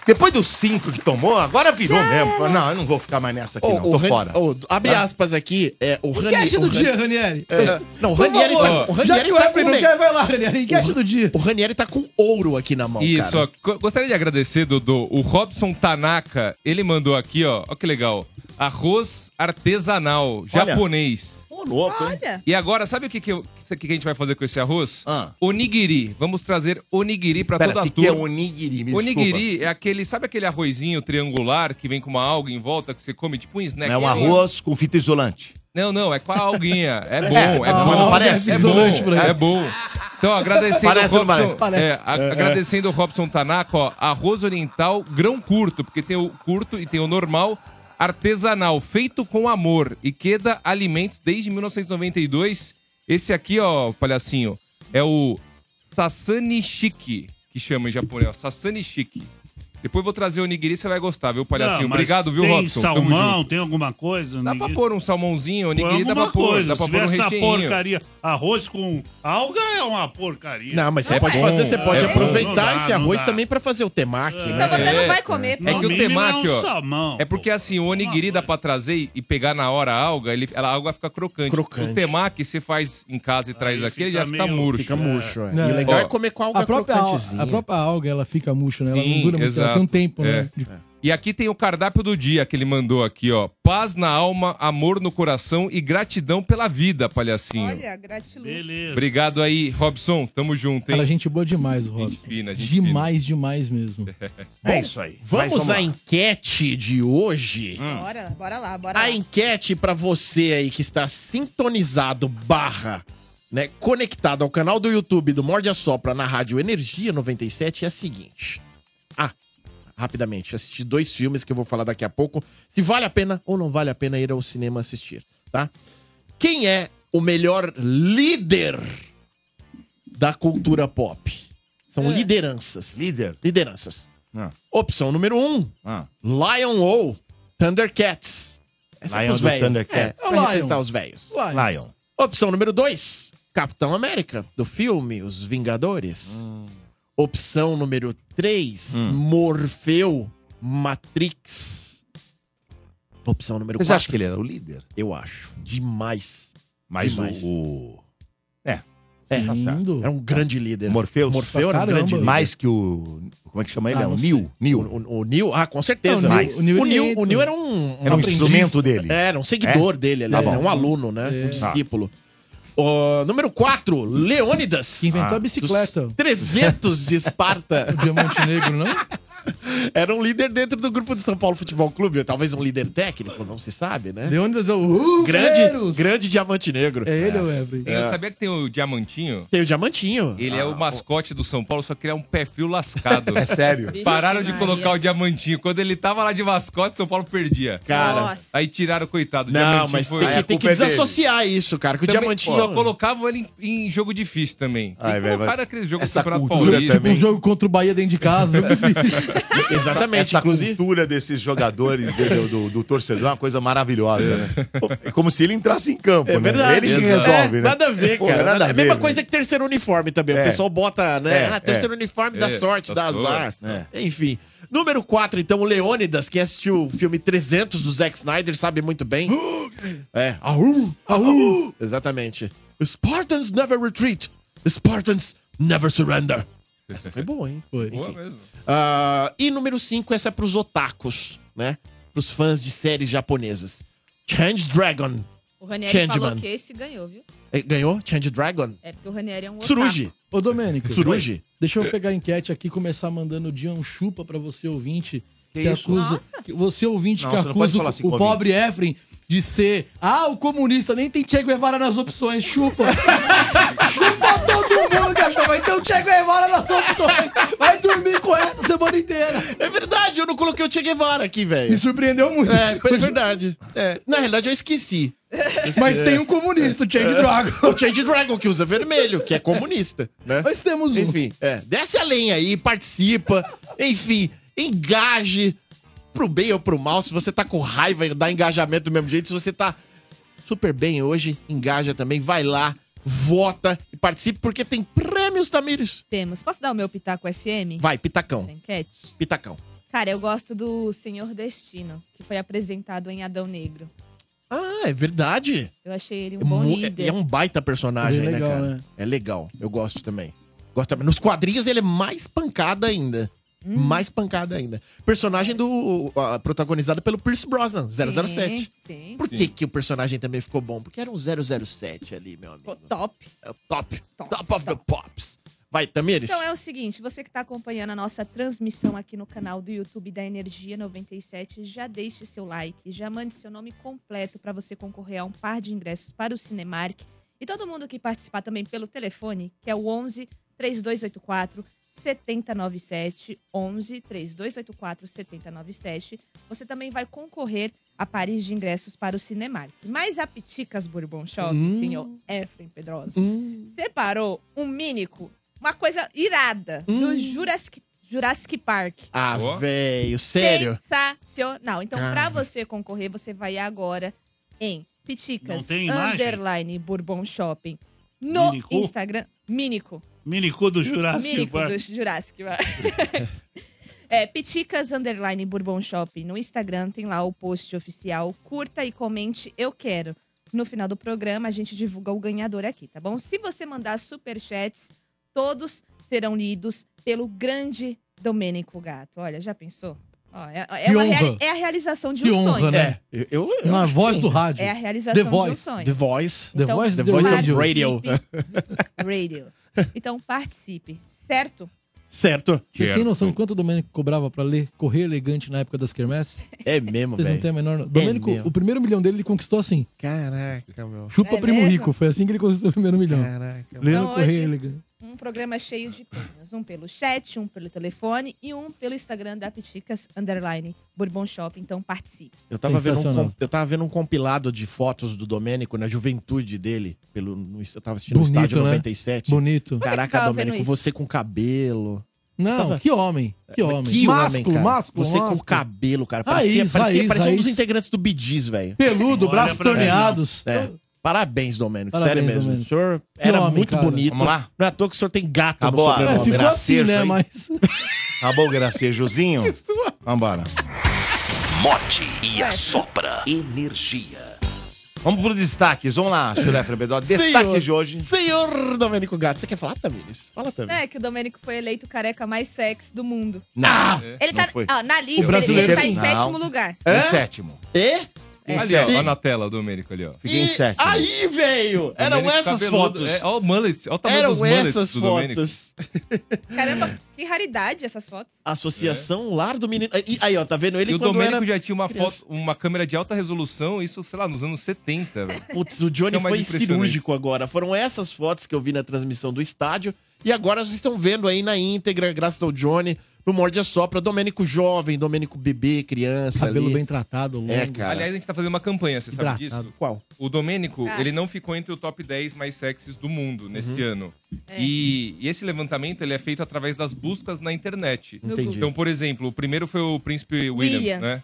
Speaker 1: Depois dos cinco que tomou, agora virou mesmo. Falou, não, eu não vou ficar mais nessa aqui,
Speaker 4: Ô,
Speaker 1: não.
Speaker 4: o
Speaker 1: Tô
Speaker 4: Ran-
Speaker 1: fora.
Speaker 4: ô, abre aspas aqui. É, o Rani-
Speaker 5: Enquete
Speaker 4: o
Speaker 5: do
Speaker 4: Ran-
Speaker 5: dia, Ranieri.
Speaker 4: É, não, o
Speaker 5: Por
Speaker 4: Ranieri
Speaker 5: favor,
Speaker 4: tá, o
Speaker 5: Já
Speaker 4: Ranieri
Speaker 5: que o
Speaker 4: tá
Speaker 5: Efraim
Speaker 4: com
Speaker 5: não
Speaker 4: ne-
Speaker 5: quer, vai lá, Ranieri. Enquete do dia.
Speaker 4: O Ranieri tá com ouro aqui na mão,
Speaker 2: Isso,
Speaker 4: cara.
Speaker 2: ó, co- gostaria de agradecer, Dodô. O Robson Tanaka, ele mandou aqui, ó. Ó que legal. Arroz artesanal, japonês.
Speaker 1: Ô, louco, hein?
Speaker 3: Olha,
Speaker 2: E agora, sabe o que, que, eu- o que que a gente vai fazer com esse arroz?
Speaker 1: Ah.
Speaker 2: Onigiri. Vamos trazer onigiri pra
Speaker 1: Pera,
Speaker 2: toda
Speaker 1: o
Speaker 2: a
Speaker 1: que, que é
Speaker 2: turma.
Speaker 1: onigiri? Me desculpa.
Speaker 2: Onigiri é aquele, sabe aquele arrozinho triangular que vem com uma alga em volta que você come, tipo um snack?
Speaker 1: É um arroz com fita isolante.
Speaker 2: Não, não, é com a alguinha. É bom, é,
Speaker 1: Ah,
Speaker 2: bom.
Speaker 1: não parece? Tipo, né?
Speaker 2: É
Speaker 5: Isolante por
Speaker 2: bom,
Speaker 5: aí.
Speaker 2: é bom. Então, agradecendo
Speaker 1: Parece ou
Speaker 2: o
Speaker 1: não
Speaker 2: Robson,
Speaker 5: parece?
Speaker 2: é, a- agradecendo o Robson Tanaka, ó, arroz oriental grão curto, porque tem o curto e tem o normal artesanal, feito com amor e queda alimentos desde 1992. Esse aqui, ó, palhacinho, é o Sasanishiki, que chama em japonês, ó, Sasanishiki. Depois eu vou trazer o onigiri, você vai gostar, viu, palhacinho?
Speaker 6: Não, mas
Speaker 2: assim, Obrigado, viu,
Speaker 6: tem
Speaker 2: Robson? Tamo
Speaker 6: salmão,
Speaker 2: junto.
Speaker 6: tem alguma coisa?
Speaker 2: Dá pra
Speaker 6: Ninguém-
Speaker 2: pôr um salmãozinho, onigiri, dá
Speaker 6: alguma
Speaker 2: pra pôr,
Speaker 6: coisa.
Speaker 2: dá pra
Speaker 6: Se
Speaker 2: pôr um
Speaker 6: essa
Speaker 2: recheinho.
Speaker 6: porcaria, arroz com alga é uma porcaria.
Speaker 4: Não, mas você pode
Speaker 2: bom.
Speaker 4: fazer, você
Speaker 6: É
Speaker 4: pode
Speaker 2: bom.
Speaker 4: aproveitar
Speaker 6: Não dá,
Speaker 4: esse
Speaker 6: não
Speaker 4: arroz
Speaker 6: dá.
Speaker 4: também pra fazer o temaki,
Speaker 3: então
Speaker 4: né?
Speaker 3: você
Speaker 2: É,
Speaker 3: não vai comer,
Speaker 2: é que
Speaker 3: pô.
Speaker 2: o temaki,
Speaker 6: é
Speaker 2: ó,
Speaker 6: um salmão.
Speaker 2: É porque
Speaker 6: pô.
Speaker 2: assim, o onigiri dá pra trazer e pegar na hora a alga, ele, ela- a alga fica crocante.
Speaker 4: Crocante.
Speaker 2: O temaki você faz em casa e traz
Speaker 6: Aí
Speaker 2: aqui, ele já
Speaker 6: fica
Speaker 2: fica
Speaker 6: meio-
Speaker 2: murcho.
Speaker 4: Fica murcho, é.
Speaker 5: Não,
Speaker 4: E o legal
Speaker 2: ó,
Speaker 4: é comer com alga
Speaker 5: A própria, al-
Speaker 4: crocantezinha.
Speaker 5: a própria alga, ela fica murcha, né? Ela
Speaker 2: Sim,
Speaker 5: não dura muito, ela
Speaker 2: exato.
Speaker 5: tem um tempo,
Speaker 2: É.
Speaker 5: né? De-
Speaker 2: E aqui tem o cardápio do dia que ele mandou aqui, ó. Paz na alma, amor no coração e gratidão pela vida, palhacinho.
Speaker 3: Olha, gratiluz.
Speaker 6: Beleza.
Speaker 2: Obrigado aí, Robson. Tamo junto,
Speaker 5: Cara,
Speaker 2: hein?
Speaker 5: gente boa demais, o
Speaker 2: Gente
Speaker 5: Robson.
Speaker 2: fina, gente fina.
Speaker 5: Demais, demais mesmo.
Speaker 1: É isso aí. Mas
Speaker 4: Vamos
Speaker 1: lá.
Speaker 4: à enquete de hoje.
Speaker 6: Hum.
Speaker 3: Bora, bora lá, bora lá.
Speaker 4: A enquete pra você aí que está sintonizado barra, né, conectado ao canal do YouTube do Morde a Sopra na Rádio Energia 97 é a seguinte. Ah, rapidamente, assisti dois filmes que eu vou falar daqui a pouco, se vale a pena ou não vale a pena ir ao cinema assistir, tá? Quem é o melhor líder da cultura pop? São
Speaker 3: É.
Speaker 4: lideranças.
Speaker 1: Líder.
Speaker 4: Lideranças.
Speaker 1: Ah.
Speaker 4: Opção número um,
Speaker 1: Ah.
Speaker 4: Lion ou Thundercats. Essa
Speaker 1: Lion
Speaker 4: é pros
Speaker 1: do
Speaker 4: velhos.
Speaker 1: Thundercats.
Speaker 4: É,
Speaker 5: Lion.
Speaker 4: pra representar os velhos.
Speaker 5: Vai.
Speaker 1: Lion.
Speaker 4: Opção número 2, Capitão América, do filme Os Vingadores. Opção número 3,
Speaker 1: Hum.
Speaker 4: Morfeu, Matrix. Opção número
Speaker 1: Vocês
Speaker 4: 4,
Speaker 1: acham que ele era o líder?
Speaker 4: eu acho demais.
Speaker 1: Mas
Speaker 4: Demais.
Speaker 1: o,
Speaker 4: É,
Speaker 1: tá certo.
Speaker 5: Lindo.
Speaker 4: era um grande líder.
Speaker 1: o Morpheus,
Speaker 4: Morfeu era um
Speaker 5: Caramba.
Speaker 4: grande líder.
Speaker 1: mais que o... Como é que chama ele?
Speaker 5: Ah,
Speaker 1: é o
Speaker 5: não
Speaker 1: Neil.
Speaker 4: o,
Speaker 1: Neil.
Speaker 4: o, o Neil, ah, com certeza.
Speaker 5: Não, o Neil-
Speaker 4: Mas
Speaker 5: o Neil,
Speaker 4: o
Speaker 5: ele é
Speaker 4: Neil,
Speaker 5: entra.
Speaker 4: o Neil era um,
Speaker 1: Era um instrumento dele.
Speaker 4: Era um seguidor dele, ali,
Speaker 1: Tá
Speaker 4: né?
Speaker 1: bom.
Speaker 4: um aluno, né?
Speaker 5: É.
Speaker 4: Um discípulo. Ó, número 4, Leônidas.
Speaker 5: Que inventou
Speaker 1: Ah,
Speaker 5: a bicicleta.
Speaker 4: Dos 300 de Esparta.
Speaker 5: O Diamante Negro, não?
Speaker 4: Era um líder dentro do grupo do São Paulo Futebol Clube, ou talvez um líder técnico, não se sabe, né?
Speaker 5: Leônidas é o... Uh,
Speaker 4: Grande,
Speaker 5: Guerreiros!
Speaker 4: grande diamante negro.
Speaker 5: É ele, o Every.
Speaker 2: Eu sabia que tem o diamantinho.
Speaker 4: Tem o diamantinho.
Speaker 2: Ele é o mascote do São Paulo, só que ele é um pé frio lascado.
Speaker 1: É sério.
Speaker 3: Vixe
Speaker 2: Pararam de
Speaker 3: Maria.
Speaker 2: colocar o diamantinho. Quando ele tava lá de mascote, São Paulo perdia.
Speaker 4: Cara.
Speaker 3: Nossa.
Speaker 2: Aí tiraram, coitado. o
Speaker 4: Não,
Speaker 2: diamantinho
Speaker 4: mas tem
Speaker 2: foi- Ah,
Speaker 4: que,
Speaker 1: a
Speaker 4: tem
Speaker 1: culpa
Speaker 4: que
Speaker 1: é dele.
Speaker 4: desassociar isso, cara, que o é um
Speaker 2: Também
Speaker 4: diamantinho.
Speaker 2: Só colocavam ele em, em jogo difícil também. Ai,
Speaker 1: Ai, velho,
Speaker 2: velho, colocaram aquele jogo
Speaker 1: essa
Speaker 2: do Campeonato
Speaker 1: cultura
Speaker 2: Paulista.
Speaker 1: também.
Speaker 5: Um jogo contra o Bahia dentro de casa. jogo difícil.
Speaker 4: Exatamente,
Speaker 1: Essa
Speaker 4: inclusive.
Speaker 1: cultura desses jogadores, do, do- do- do torcedor, é uma coisa maravilhosa, né? É como se ele entrasse em campo,
Speaker 4: É
Speaker 1: né?
Speaker 4: verdade.
Speaker 1: Ele que
Speaker 4: É,
Speaker 1: resolve, né?
Speaker 4: Nada a ver,
Speaker 1: Pô,
Speaker 4: cara.
Speaker 1: nada
Speaker 4: Nada-
Speaker 1: a
Speaker 4: é a
Speaker 1: ver,
Speaker 4: mesma
Speaker 1: né?
Speaker 4: coisa que terceiro uniforme também.
Speaker 1: É.
Speaker 4: O pessoal bota, né?
Speaker 1: É, né?
Speaker 4: ah, terceiro uniforme dá
Speaker 2: É,
Speaker 4: sorte, dá
Speaker 2: dá
Speaker 4: azar.
Speaker 1: sorte.
Speaker 4: Enfim. Número 4, então, o Leônidas, que assistiu o filme 300 do Zack Snyder, sabe muito bem. é. Aú, aú. Exatamente. Spartans never retreat. Spartans never surrender. Essa foi boa, hein?
Speaker 5: Foi.
Speaker 4: Enfim.
Speaker 2: Boa mesmo.
Speaker 4: Ah, e número 5, essa é pros otakus, né? Pros fãs de séries japonesas. Change Dragon.
Speaker 3: O Ranieri
Speaker 4: Changeman.
Speaker 3: falou que esse ganhou, viu?
Speaker 4: Eh, Ganhou? Change Dragon?
Speaker 3: É porque o Ranieri é um otaku.
Speaker 4: Tsurugi.
Speaker 5: Ô, Domênico.
Speaker 4: Tsurugi?
Speaker 5: Deixa eu pegar a enquete aqui e começar mandando o Dion Chupa pra você, ouvinte, que acusa. que Você ouvinte
Speaker 1: Não,
Speaker 5: que
Speaker 1: você não pode
Speaker 5: acusa o,
Speaker 1: falar assim
Speaker 5: o
Speaker 1: com o
Speaker 5: pobre Efren de ser. Ah, o comunista nem tem Che Guevara nas opções. Chupa! chupa todo mundo, cachorro! Então Che Guevara nas opções! Vai um dormir com essa semana inteira!
Speaker 4: É verdade, eu não coloquei o Che Guevara aqui,
Speaker 5: Me
Speaker 4: velho.
Speaker 5: surpreendeu muito.
Speaker 4: É, foi verdade. É, Na realidade, eu esqueci. é.
Speaker 5: Mas tem um comunista, o Che de Drago.
Speaker 4: O Change Dragon, que usa vermelho, que é comunista, né?
Speaker 5: Nós temos um.
Speaker 4: Enfim, é. Desce a lenha aí, participa. Enfim, engaje. Pro bem ou pro mal, se você tá com raiva, dá engajamento do mesmo jeito. Se você tá super bem hoje, engaja também. Vai lá, vota e participe, porque tem prêmios, Tamires.
Speaker 3: Temos. Posso dar o meu pitaco FM?
Speaker 4: Vai, pitacão,
Speaker 3: Essa enquete?
Speaker 4: pitacão.
Speaker 3: Cara, eu gosto do Senhor Destino, que foi apresentado em Adão Negro.
Speaker 4: Ah, é verdade.
Speaker 3: Eu achei ele um
Speaker 4: É
Speaker 3: bom
Speaker 4: mu-
Speaker 3: líder.
Speaker 4: é, é um baita personagem,
Speaker 5: Ele é
Speaker 4: né,
Speaker 5: legal,
Speaker 4: cara?
Speaker 5: né?
Speaker 4: É legal, eu gosto também. Gosto também. Nos quadrinhos ele é mais pancada ainda.
Speaker 3: Hum.
Speaker 4: Mais pancada ainda. Personagem do. ah, protagonizado pelo Pierce Brosnan, 007.
Speaker 3: Sim,
Speaker 4: Por que, que o personagem também ficou bom? Porque era um 007 ali, meu amigo.
Speaker 3: sim. Top.
Speaker 4: É o top.
Speaker 3: Top,
Speaker 4: Top of the pops. Vai, Tamires.
Speaker 3: Então é o seguinte, você que está acompanhando a nossa transmissão aqui no canal do YouTube da Energia 97, já deixe seu like, já mande seu nome completo para você concorrer a um par de ingressos para o Cinemark. E todo mundo que participar também pelo telefone, que é o 11 3284 7097, 11 3284 7097, você também vai concorrer a pares de ingressos para o Cinemark. Mas a Piticas Bourbon Shop,
Speaker 4: Hum.
Speaker 3: senhor Efraim Pedrosa,
Speaker 4: Hum,
Speaker 3: separou um mímico, uma coisa irada,
Speaker 4: Hum.
Speaker 3: do Jurassic, Jurassic Park.
Speaker 4: Ah,
Speaker 2: Ó.
Speaker 4: velho, sério?
Speaker 3: Sensacional. Então, pra
Speaker 4: Cara.
Speaker 3: você concorrer, você vai agora em
Speaker 6: Não
Speaker 3: Piticas,
Speaker 6: tem imagem?
Speaker 3: underline Bourbon Shopping, no
Speaker 6: Mínico?
Speaker 3: Instagram, Mínico.
Speaker 6: Minicu do Jurassic
Speaker 3: Mínico
Speaker 6: Park.
Speaker 3: do Jurassic Park. É, Piticas Underline Bourbon Shopping no Instagram, tem lá o post oficial. Curta e comente Eu Quero. No final do programa, a gente divulga o ganhador aqui, tá bom? Se você mandar superchats, todos serão lidos pelo grande Domênico Gato. Olha, já pensou? Ó, é, é
Speaker 5: Que
Speaker 3: uma
Speaker 5: honra.
Speaker 3: reali- é a realização de
Speaker 5: Que
Speaker 3: um
Speaker 5: honra,
Speaker 3: sonho.
Speaker 5: né?
Speaker 4: Eu, É. eu- eu
Speaker 5: Na
Speaker 4: acho que
Speaker 5: voz
Speaker 4: sim.
Speaker 5: do rádio.
Speaker 3: É a realização
Speaker 5: The
Speaker 3: de um
Speaker 5: Voice.
Speaker 3: sonho.
Speaker 4: The Voice.
Speaker 5: The
Speaker 3: Então,
Speaker 5: Voice,
Speaker 4: The
Speaker 5: The
Speaker 4: Voice
Speaker 5: Voice
Speaker 4: of
Speaker 5: Radio.
Speaker 4: Radio.
Speaker 3: Radio. Então participe, certo?
Speaker 4: Certo.
Speaker 5: Você tem noção de quanto o Domênico cobrava pra ler Correr Elegante na época das quermesses?
Speaker 4: É mesmo,
Speaker 5: Vocês não
Speaker 4: velho. É
Speaker 5: têm a menor... Domênico,
Speaker 4: mesmo.
Speaker 5: o primeiro milhão dele ele conquistou assim.
Speaker 4: Caraca, meu.
Speaker 5: Chupa
Speaker 3: É
Speaker 5: Primo
Speaker 3: mesmo?
Speaker 5: Rico. Foi assim que ele conquistou o primeiro milhão.
Speaker 4: Caraca. meu.
Speaker 5: Lendo
Speaker 3: Então,
Speaker 5: Correr
Speaker 3: hoje-
Speaker 5: Elegante.
Speaker 3: um programa cheio de prêmios. Um pelo chat, um pelo telefone e um pelo Instagram da Piticas Underline Bourbon Shop. Então participe.
Speaker 4: Eu tava, vendo um,
Speaker 5: Sensacional.
Speaker 4: com- eu tava vendo um compilado de fotos do Domênico na juventude dele. Pelo, no- eu tava assistindo
Speaker 5: Bonito,
Speaker 4: o estádio
Speaker 5: né?
Speaker 4: 97.
Speaker 5: Bonito.
Speaker 3: é que você
Speaker 4: Caraca,
Speaker 3: tava
Speaker 4: Domênico,
Speaker 3: vendo isso?
Speaker 4: você com cabelo.
Speaker 5: Não,
Speaker 4: Tava-
Speaker 5: que homem. Que homem.
Speaker 4: É, Que homem,
Speaker 5: Másculo,
Speaker 4: cara.
Speaker 5: másculo,
Speaker 4: Você com
Speaker 5: másculo.
Speaker 4: cabelo, cara.
Speaker 5: Raiz,
Speaker 4: Parecia, parecia,
Speaker 5: raiz,
Speaker 4: parecia um dos
Speaker 5: raiz.
Speaker 4: integrantes do Bidiz, velho.
Speaker 5: Peludo,
Speaker 6: Olha
Speaker 5: braços
Speaker 6: pra ele.
Speaker 5: torneados.
Speaker 4: É. Parabéns, Domênico.
Speaker 5: Parabéns,
Speaker 4: Sério mesmo.
Speaker 5: Domênico.
Speaker 4: O senhor era
Speaker 5: homem,
Speaker 4: muito
Speaker 5: cara.
Speaker 4: bonito.
Speaker 1: Vamos lá?
Speaker 4: Não é à toa que o senhor tem gato
Speaker 1: Acabou a-
Speaker 4: no
Speaker 5: É,
Speaker 2: um
Speaker 4: sobrenome.
Speaker 5: ficou assim,
Speaker 1: gracejo
Speaker 5: né?
Speaker 1: aí.
Speaker 5: Mas.
Speaker 1: Acabou o gracejozinho? Vambora.
Speaker 7: Morte e assopra. Energia.
Speaker 1: Vamos pro destaques. Vamos lá, Chulefra Bedó. Destaque de hoje.
Speaker 4: Senhor Domênico Gato, você quer falar, Tamires? Fala,
Speaker 3: Não
Speaker 4: Tamires.
Speaker 3: é que o Domênico foi eleito o careca mais sexy do mundo.
Speaker 1: Ah!
Speaker 3: Ele tá
Speaker 1: foi.
Speaker 3: ó, na lista, ele,
Speaker 1: brasileiro-
Speaker 3: ele tá em
Speaker 1: Não.
Speaker 3: sétimo lugar.
Speaker 1: Em
Speaker 4: É?
Speaker 1: sétimo.
Speaker 4: E?
Speaker 2: Ali, ó, ó na tela, Domênico, ali, ó.
Speaker 1: Fiquei em
Speaker 4: E
Speaker 1: sétimo.
Speaker 4: Aí, velho! Eram
Speaker 2: Domênico
Speaker 4: essas
Speaker 2: cabeludo,
Speaker 4: fotos.
Speaker 2: É, ó o mullet, ó o tamanho dos
Speaker 4: Eram
Speaker 2: mullets
Speaker 4: essas
Speaker 2: do Domênico.
Speaker 4: fotos.
Speaker 3: Caramba, que raridade essas fotos.
Speaker 4: Associação Lar do Menino. E- Aí, ó, tá vendo?
Speaker 2: É. E
Speaker 4: Ele
Speaker 2: o
Speaker 4: quando
Speaker 2: Domênico
Speaker 4: era...
Speaker 2: já tinha uma
Speaker 4: criança.
Speaker 2: foto, uma câmera de alta resolução, isso, sei lá, nos anos 70, velho.
Speaker 4: Putz, o Johnny
Speaker 2: É o mais
Speaker 4: foi
Speaker 2: impressionante.
Speaker 4: cirúrgico agora. Foram essas fotos que eu vi na transmissão do estádio. E agora vocês estão vendo aí na íntegra, graças ao Johnny, no Morde a Sopra, Domênico jovem, Domênico bebê, criança
Speaker 5: Cabelo
Speaker 4: ali.
Speaker 5: bem tratado, longo.
Speaker 4: É, cara.
Speaker 2: Aliás, a gente tá fazendo uma campanha, você sabe
Speaker 5: Hidratado.
Speaker 2: disso?
Speaker 4: ah, Qual?
Speaker 2: O Domênico,
Speaker 3: Ah.
Speaker 2: ele não ficou entre o top 10 mais sexys do mundo nesse
Speaker 4: Uhum.
Speaker 2: ano.
Speaker 3: É.
Speaker 2: E, e esse levantamento, ele é feito através das buscas na internet.
Speaker 3: No
Speaker 4: Entendi.
Speaker 2: Então, por exemplo, o primeiro foi o Príncipe Williams,
Speaker 3: William.
Speaker 2: né?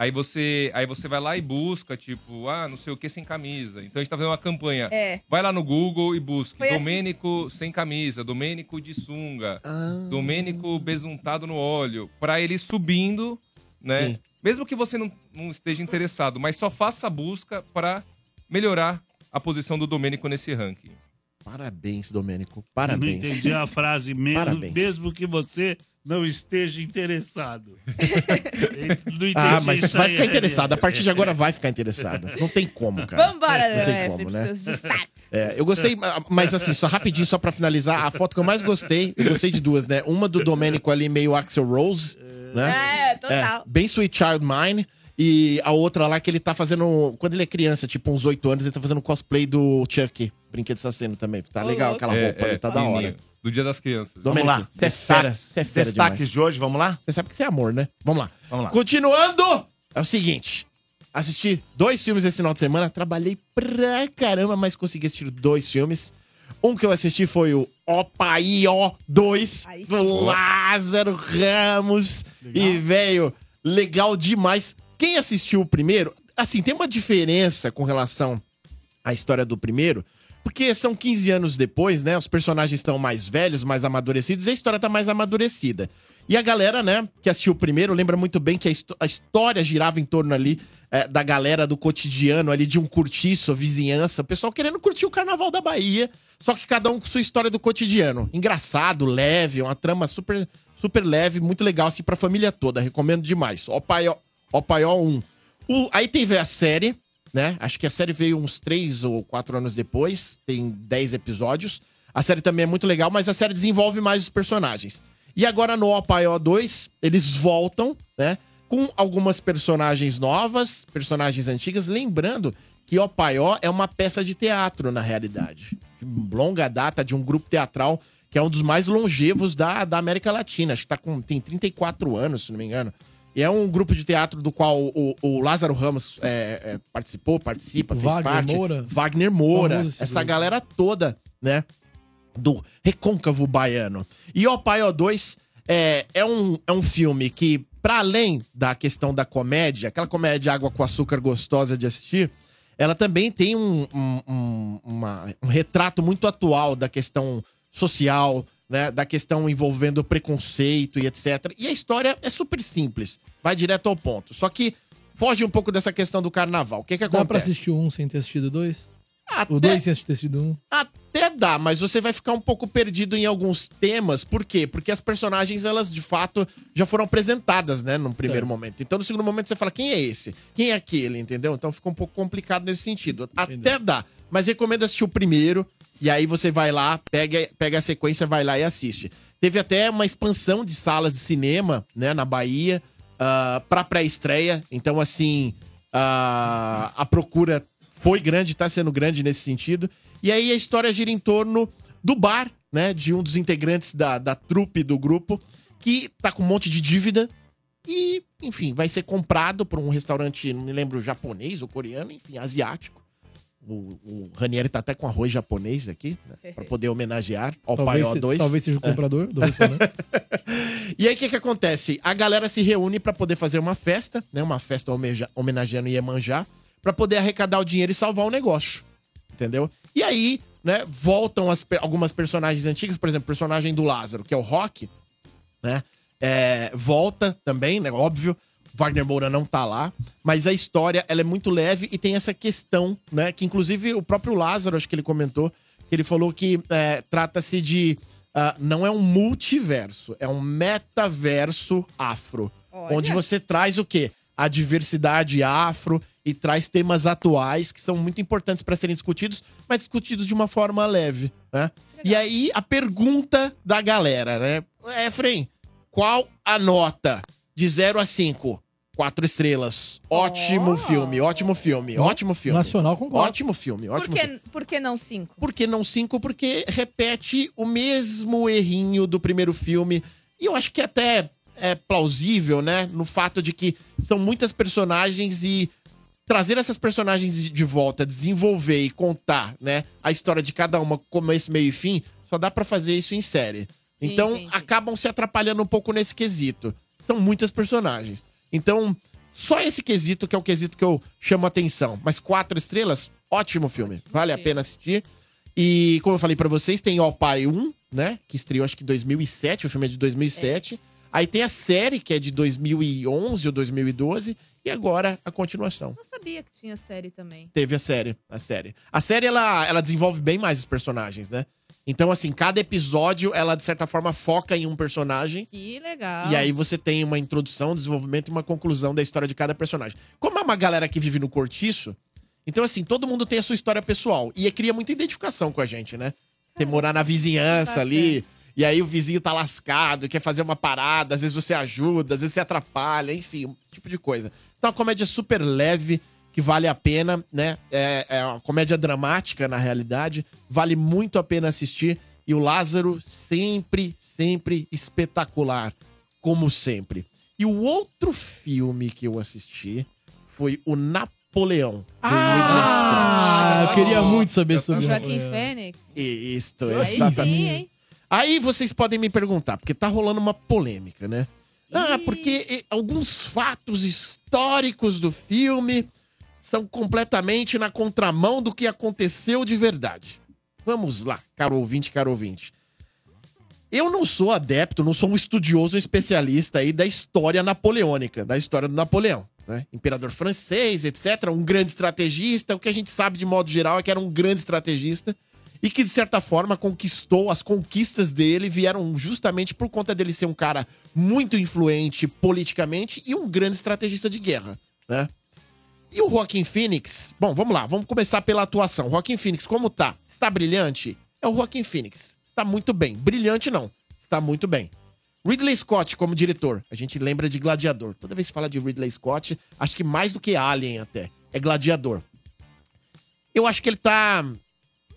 Speaker 2: Aí você, aí você vai lá e busca, tipo, ah, não sei o que sem camisa. Então a gente tá fazendo uma campanha.
Speaker 3: É.
Speaker 2: Vai lá no Google e busque
Speaker 3: Foi assim.
Speaker 2: Domênico sem camisa, Domênico de sunga,
Speaker 4: Ah,
Speaker 2: Domênico besuntado no óleo, pra ele ir subindo, né?
Speaker 4: Sim.
Speaker 2: Mesmo que você não, não esteja interessado, mas só faça a busca pra melhorar a posição do Domênico nesse ranking.
Speaker 4: Parabéns, Domênico.
Speaker 6: Eu Não
Speaker 4: Parabéns.
Speaker 6: entendi a frase mesmo,
Speaker 4: Parabéns.
Speaker 6: mesmo que você não esteja interessado. Eu não entendi
Speaker 4: Ah, mas
Speaker 6: isso
Speaker 4: vai
Speaker 6: aí,
Speaker 4: ficar
Speaker 6: né?
Speaker 4: interessado. A partir de agora vai ficar interessado. Não tem como, cara.
Speaker 3: Vambora,
Speaker 4: Não tem
Speaker 3: Efraim,
Speaker 4: como,
Speaker 3: pros
Speaker 4: né?
Speaker 3: seus destaques.
Speaker 4: É, eu gostei, ma- mas assim, só rapidinho, só pra finalizar, a foto que eu mais gostei, eu gostei de duas, né? Uma do Domênico ali, meio Axel Rose, né?
Speaker 3: É, total.
Speaker 4: É, bem Sweet Child Mine. E a outra lá que ele tá fazendo. Quando ele é criança, tipo uns 8 anos, ele tá fazendo cosplay do Chuck, brinquedo assassino também. Tá
Speaker 3: Ô,
Speaker 4: legal
Speaker 3: louco.
Speaker 4: aquela roupa ali, tá da hora.
Speaker 2: pequenininho, É, Do Dia das Crianças.
Speaker 4: Domenico,
Speaker 1: Vamos lá.
Speaker 4: Você é fera,
Speaker 1: Destaques.
Speaker 4: você é fera demais.
Speaker 1: Destaques de hoje, vamos lá?
Speaker 4: Você sabe que você é amor, né? Vamos lá.
Speaker 1: Vamos lá.
Speaker 4: Continuando, é o seguinte. Assisti dois filmes esse final de semana, trabalhei pra caramba, mas consegui assistir dois filmes. Um que eu assisti foi o Opaió 2,
Speaker 3: Aí sim.
Speaker 4: do Lázaro Ramos. E, velho, legal demais. Quem assistiu o primeiro, assim, tem uma diferença com relação à história do primeiro, porque são 15 anos depois, né? Os personagens estão mais velhos, mais amadurecidos, e a história tá mais amadurecida. E a galera, né, que assistiu o primeiro, lembra muito bem que a, histó- a história girava em torno ali eh, da galera do cotidiano, ali de um curtiço, a vizinhança, o pessoal querendo curtir o carnaval da Bahia, só que cada um com sua história do cotidiano. Engraçado, leve, uma trama super, super leve, muito legal, assim, pra família toda. Recomendo demais. Ó, Paió ó, um. Paió 1. O- aí teve a série, né? Acho que a série veio uns três ou quatro anos depois, tem 10 episódios. A série também é muito legal, mas a série desenvolve mais os personagens. E agora no Opaió 2, eles voltam, né? Com algumas personagens novas, personagens antigas. Lembrando que Opaió é uma peça de teatro, na realidade. De longa data, de um grupo teatral que é um dos mais longevos da, da América Latina. Acho que tá com, tem 34 anos, se não me engano. E é um grupo de teatro do qual o, o Lázaro Ramos é, é, participou, participa, fez
Speaker 5: Tipo Wagner
Speaker 4: parte.
Speaker 5: Moura.
Speaker 4: Wagner Moura.
Speaker 5: Famoso esse
Speaker 4: Essa
Speaker 5: grupo.
Speaker 4: galera toda, né? do recôncavo baiano. E O Pai O 2 é, é, um, é um filme que, para além da questão da comédia, aquela comédia água com açúcar gostosa de assistir, ela também tem um, um- um- uma- um retrato muito atual da questão social, né, da questão envolvendo preconceito e etc. E a história é super simples, vai direto ao ponto. Só que foge um pouco dessa questão do carnaval. O que, que
Speaker 5: Dá pra
Speaker 4: acontece?
Speaker 5: assistir um sem ter assistido dois? O
Speaker 4: Até-
Speaker 5: dois sem ter assistido um?
Speaker 4: até dá, mas você vai ficar um pouco perdido em alguns temas. Por quê? Porque as personagens, elas de fato já foram apresentadas, né, num primeiro momento. Então, no segundo momento, você fala: quem é esse? Quem é aquele? Entendeu? Então, fica um pouco complicado nesse sentido. Até dá, mas recomendo assistir o primeiro. E aí você vai lá, pega, pega a sequência, vai lá e assiste. Teve até uma expansão de salas de cinema, né, na Bahia, ah, pra pré-estreia. Então, assim, ah, a procura foi grande, tá sendo grande nesse sentido. E aí a história gira em torno do bar, né? De um dos integrantes da, da trupe do grupo, que tá com um monte de dívida. E, enfim, vai ser comprado por um restaurante, não me lembro, japonês ou coreano, enfim, asiático. O, o Ranieri tá até com arroz japonês aqui, né? Pra poder homenagear. Ó, o
Speaker 5: Talvez,
Speaker 4: Paió
Speaker 5: se-
Speaker 4: 2.
Speaker 5: talvez seja o comprador do restaurante.
Speaker 4: E aí, o que que acontece? A galera se reúne pra poder fazer uma festa, né? Uma festa homeja- homenageando Iemanjá, pra poder arrecadar o dinheiro e salvar o negócio. Entendeu? E aí, né, voltam as pe- algumas personagens antigas, por exemplo, o personagem do Lázaro, que é o Rock, né? É, volta também, né? Óbvio, Wagner Moura não tá lá, mas a história ela é muito leve e tem essa questão, né? Que inclusive o próprio Lázaro, acho que ele comentou, que ele falou que é, trata-se de. ah, não é um multiverso, é um metaverso afro.
Speaker 3: Olha.
Speaker 4: Onde você traz o quê? A diversidade afro e traz temas atuais que são muito importantes para serem discutidos, mas discutidos de uma forma leve, né? E aí, a pergunta da galera, né? É, Efraim, qual a nota de 0 a 5? Quatro estrelas. Ótimo
Speaker 3: Oh.
Speaker 4: filme, ótimo filme, ótimo filme.
Speaker 5: Nacional com quatro.
Speaker 4: Ótimo filme, ótimo
Speaker 3: Por
Speaker 4: filme.
Speaker 3: que, por que não cinco?
Speaker 4: Por que não cinco? Porque repete o mesmo errinho do primeiro filme. E eu acho que até é plausível, né? No fato de que são muitas personagens e trazer essas personagens de volta, desenvolver e contar, né? A história de cada uma, começo, meio e fim, só dá pra fazer isso em série.
Speaker 3: Sim,
Speaker 4: Então,
Speaker 3: sim, sim.
Speaker 4: acabam se atrapalhando um pouco nesse quesito. São muitas personagens. Então, só esse quesito que é o quesito que eu chamo a atenção. Mas quatro estrelas, ótimo filme. Vale a
Speaker 3: filme.
Speaker 4: pena assistir. E, como eu falei pra vocês, tem Ó Pai 1, né? Que estreou acho que em 2007, o filme é de 2007. Aí tem a série, que é de 2011 ou 2012. E agora, a continuação.
Speaker 3: Não sabia que tinha série também.
Speaker 4: Teve a série, a série. A série, ela, ela desenvolve bem mais os personagens, né? Então, assim, cada episódio, ela, de certa forma, foca em um personagem.
Speaker 3: Que legal.
Speaker 4: E aí você tem uma introdução, um desenvolvimento e uma conclusão da história de cada personagem. Como é uma galera que vive no cortiço, então assim, todo mundo tem a é, sua história pessoal. E cria muita identificação com a gente, né? Você morar na vizinhança
Speaker 3: bacana.
Speaker 4: ali. E aí o vizinho tá lascado, quer fazer uma parada, às vezes você ajuda, às vezes você atrapalha, enfim, um tipo de coisa. Então, é uma comédia super leve, que vale a pena, né? É, é uma comédia dramática, na realidade. Vale muito a pena assistir. E o Lázaro sempre, sempre espetacular, como sempre. E o outro filme que eu assisti foi o Napoleão. do Ridley Scott.
Speaker 5: Ah, eu queria muito saber sobre
Speaker 3: Joaquim Fênix.
Speaker 4: E- Isto,
Speaker 3: Aí
Speaker 4: exatamente.
Speaker 3: sim, hein?
Speaker 4: Aí vocês podem me perguntar, porque tá rolando uma polêmica, né? Ah, porque eh, alguns fatos históricos do filme são completamente na contramão do que aconteceu de verdade. Vamos lá, caro ouvinte, caro ouvinte. Eu não sou adepto, não sou um estudioso, um especialista aí da história napoleônica, da história do Napoleão, né? Imperador francês, etc. Um grande estrategista. O que a gente sabe de modo geral é que era um grande estrategista e que de certa forma conquistou as conquistas dele vieram justamente por conta dele ser um cara muito influente politicamente e um grande estrategista de guerra, né? E o Joaquim Phoenix, bom, vamos lá, vamos começar pela atuação. Joaquim Phoenix, como tá? Está brilhante? É o Joaquim Phoenix. Está muito bem. Brilhante não. Está muito bem. Ridley Scott como diretor. A gente lembra de Gladiador. Toda vez que fala de Ridley Scott, acho que mais do que Alien até. É Gladiador. Eu acho que ele tá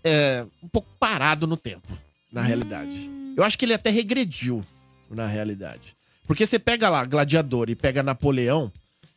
Speaker 4: é, um pouco parado no tempo, na realidade. Eu acho que ele até regrediu, na realidade. Porque você pega lá Gladiador e pega Napoleão,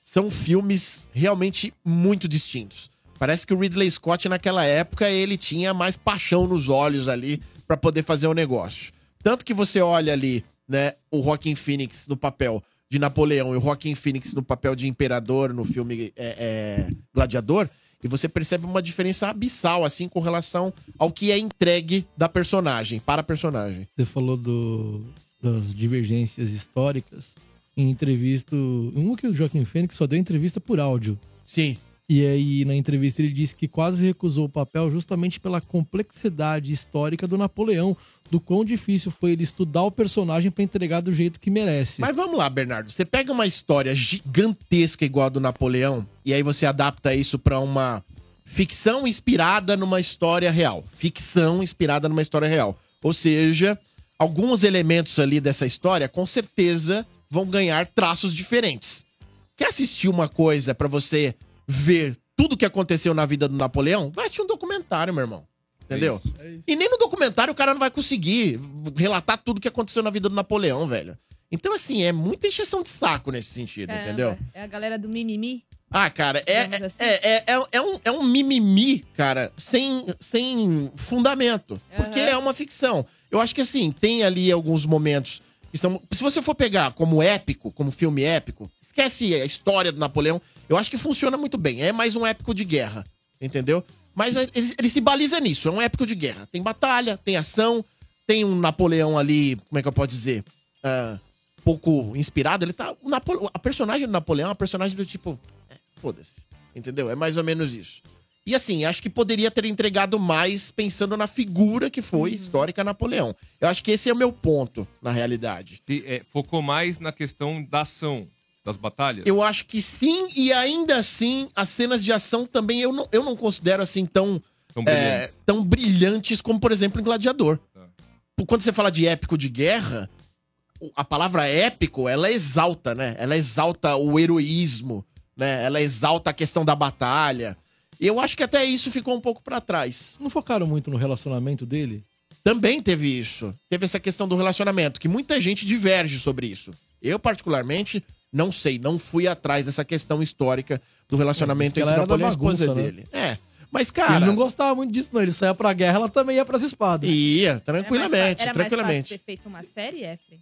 Speaker 4: são filmes realmente muito distintos. Parece que o Ridley Scott, naquela época, ele tinha mais paixão nos olhos ali pra poder fazer o negócio. Tanto que você olha ali, né, o Joaquin Phoenix no papel de Napoleão e o Joaquin Phoenix no papel de Imperador no filme é, é, Gladiador, e você percebe uma diferença abissal, assim, com relação ao que é entregue da personagem, para a personagem.
Speaker 5: Você falou do- das divergências históricas. Em entrevista. Um que o Joaquim Fênix só deu entrevista por áudio.
Speaker 4: Sim.
Speaker 5: E aí, na entrevista, ele disse que quase recusou o papel justamente pela complexidade histórica do Napoleão, do quão difícil foi ele estudar o personagem pra entregar do jeito que merece.
Speaker 4: Mas vamos lá, Bernardo. Você pega uma história gigantesca igual a do Napoleão e aí você adapta isso pra uma ficção inspirada numa história real. Ficção inspirada numa história real. Ou seja, alguns elementos ali dessa história com certeza vão ganhar traços diferentes. Quer assistir uma coisa pra você ver tudo que aconteceu na vida do Napoleão? Vai assistir um documentário, meu irmão. Entendeu? E nem no documentário o cara não vai conseguir relatar tudo que aconteceu na vida do Napoleão, velho. Então, assim, é muita encheção de saco nesse sentido,
Speaker 3: Caramba,
Speaker 4: entendeu?
Speaker 3: É a galera do mimimi.
Speaker 4: Ah, cara, é,
Speaker 3: Digamos
Speaker 4: é,
Speaker 3: assim.
Speaker 4: é, é, é um, é um mimimi, cara, sem, sem fundamento. Porque
Speaker 3: Aham.
Speaker 4: é uma ficção. Eu acho que, assim, tem ali alguns momentos que são. Se você for pegar como épico, como filme épico, esquece a história do Napoleão. Eu acho que funciona muito bem. É mais um épico de guerra, entendeu? Mas é- ele, ele se baliza nisso. É um épico de guerra. Tem batalha, tem ação, tem um Napoleão ali, como é que eu posso dizer? Ah, pouco inspirado. Ele tá. o Napo- a personagem do Napoleão é uma personagem do tipo. é, Foda-se. Entendeu? É mais ou menos isso. E assim, acho que poderia ter entregado mais pensando na figura que foi histórica Napoleão. Eu acho que esse é o meu ponto, na realidade.
Speaker 2: Que, é, focou mais na questão da ação, das batalhas.
Speaker 4: Eu acho que sim, e ainda assim, as cenas de ação também eu não, eu não considero assim tão,
Speaker 2: Então,
Speaker 4: é,
Speaker 2: brilhantes.
Speaker 4: tão brilhantes como, por exemplo, em Gladiador.
Speaker 2: Tá.
Speaker 4: Por- Quando você fala de épico de guerra, o- a palavra épico, ela exalta, né? Ela exalta o heroísmo, né? Ela exalta a questão da batalha. Eu acho que até isso ficou um pouco pra trás.
Speaker 5: Não focaram muito no relacionamento dele?
Speaker 4: também teve isso. Teve essa questão do relacionamento, que muita gente diverge sobre isso. Eu, particularmente, não sei, não fui atrás dessa questão histórica do
Speaker 5: É, diz que
Speaker 4: relacionamento
Speaker 5: ela
Speaker 4: entre
Speaker 5: era da
Speaker 4: Napoleão e a esposa
Speaker 5: bagunça, né?
Speaker 4: dele. É. Mas,
Speaker 5: ele
Speaker 4: cara.
Speaker 5: não gostava muito disso, não. Ele saía pra guerra, ela também ia pras espadas.
Speaker 4: Ia,
Speaker 3: Era mais fa-
Speaker 4: tranquilamente,
Speaker 3: era mais
Speaker 4: tranquilamente.
Speaker 3: fácil ter feito uma série, é? Efren?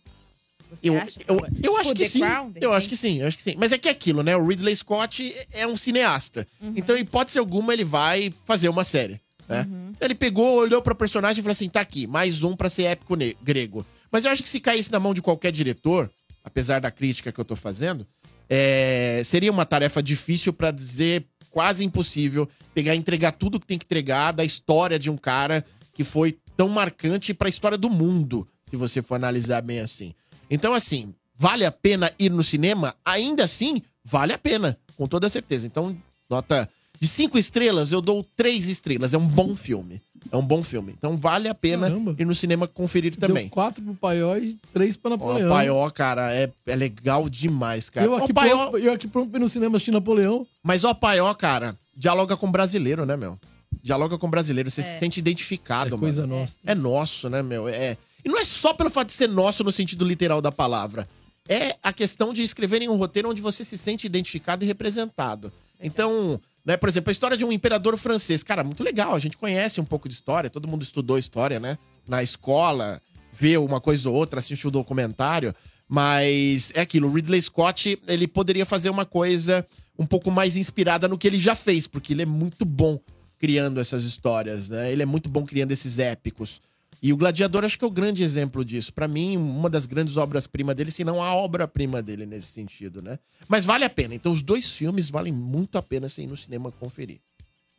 Speaker 3: Você
Speaker 4: Eu,
Speaker 3: acha?
Speaker 4: eu,
Speaker 3: pô?
Speaker 4: eu acho
Speaker 3: Tipo,
Speaker 4: que
Speaker 3: The
Speaker 4: sim.
Speaker 3: Crown, de
Speaker 4: Eu acho que
Speaker 3: repente?
Speaker 4: sim, eu acho que sim. Mas é que é aquilo, né? O Ridley Scott é um cineasta.
Speaker 3: Uhum.
Speaker 4: Então, em hipótese alguma, ele vai fazer uma série. Né?
Speaker 3: Uhum.
Speaker 4: Então, Ele pegou, olhou pra personagem e falou assim: tá aqui, mais um pra ser épico ne- grego. Mas eu acho que se caísse na mão de qualquer diretor, apesar da crítica que eu tô fazendo, é, seria uma tarefa difícil pra dizer quase impossível pegar e entregar tudo que tem que entregar da história de um cara que foi tão marcante pra história do mundo, se você for analisar bem assim. Então, assim, vale a pena ir no cinema? Ainda assim, vale a pena, com toda certeza. Então, nota de cinco estrelas, eu dou três estrelas. É um bom filme. É um bom filme. Então vale a pena
Speaker 5: Caramba.
Speaker 4: ir no cinema conferir também.
Speaker 5: Deu quatro pro Paió e três pra
Speaker 4: Ó,
Speaker 5: Napoleão.
Speaker 4: o Paió, cara, é, é legal demais, cara.
Speaker 5: eu,
Speaker 4: Ó,
Speaker 5: aqui
Speaker 4: o Paió-
Speaker 5: pronto, eu aqui pronto pra ir no cinema assistir Napoleão.
Speaker 4: Mas o Paió, cara, dialoga com brasileiro, né, meu? Dialoga com brasileiro, você
Speaker 3: É.
Speaker 4: se sente
Speaker 5: É
Speaker 4: identificado, mano.
Speaker 5: coisa nossa.
Speaker 4: É nosso, né, meu? É. E não é só pelo fato de ser nosso no sentido literal da palavra. É a questão de escreverem um roteiro onde você se sente identificado e representado. Então, né, por exemplo, a história de um imperador francês. Cara, muito legal, a gente conhece um pouco de história, todo mundo estudou história, né? Na escola, vê uma coisa ou outra, assiste o documentário. Mas é aquilo, o Ridley Scott, ele poderia fazer uma coisa um pouco mais inspirada no que ele já fez, porque ele é muito bom criando essas histórias, né? Ele é muito bom criando esses épicos. E o Gladiador acho que é o grande exemplo disso. Pra mim, uma das grandes obras-prima dele, se não a obra-prima dele nesse sentido, né? Mas vale a pena. Então os dois filmes valem muito a pena você ir no cinema conferir.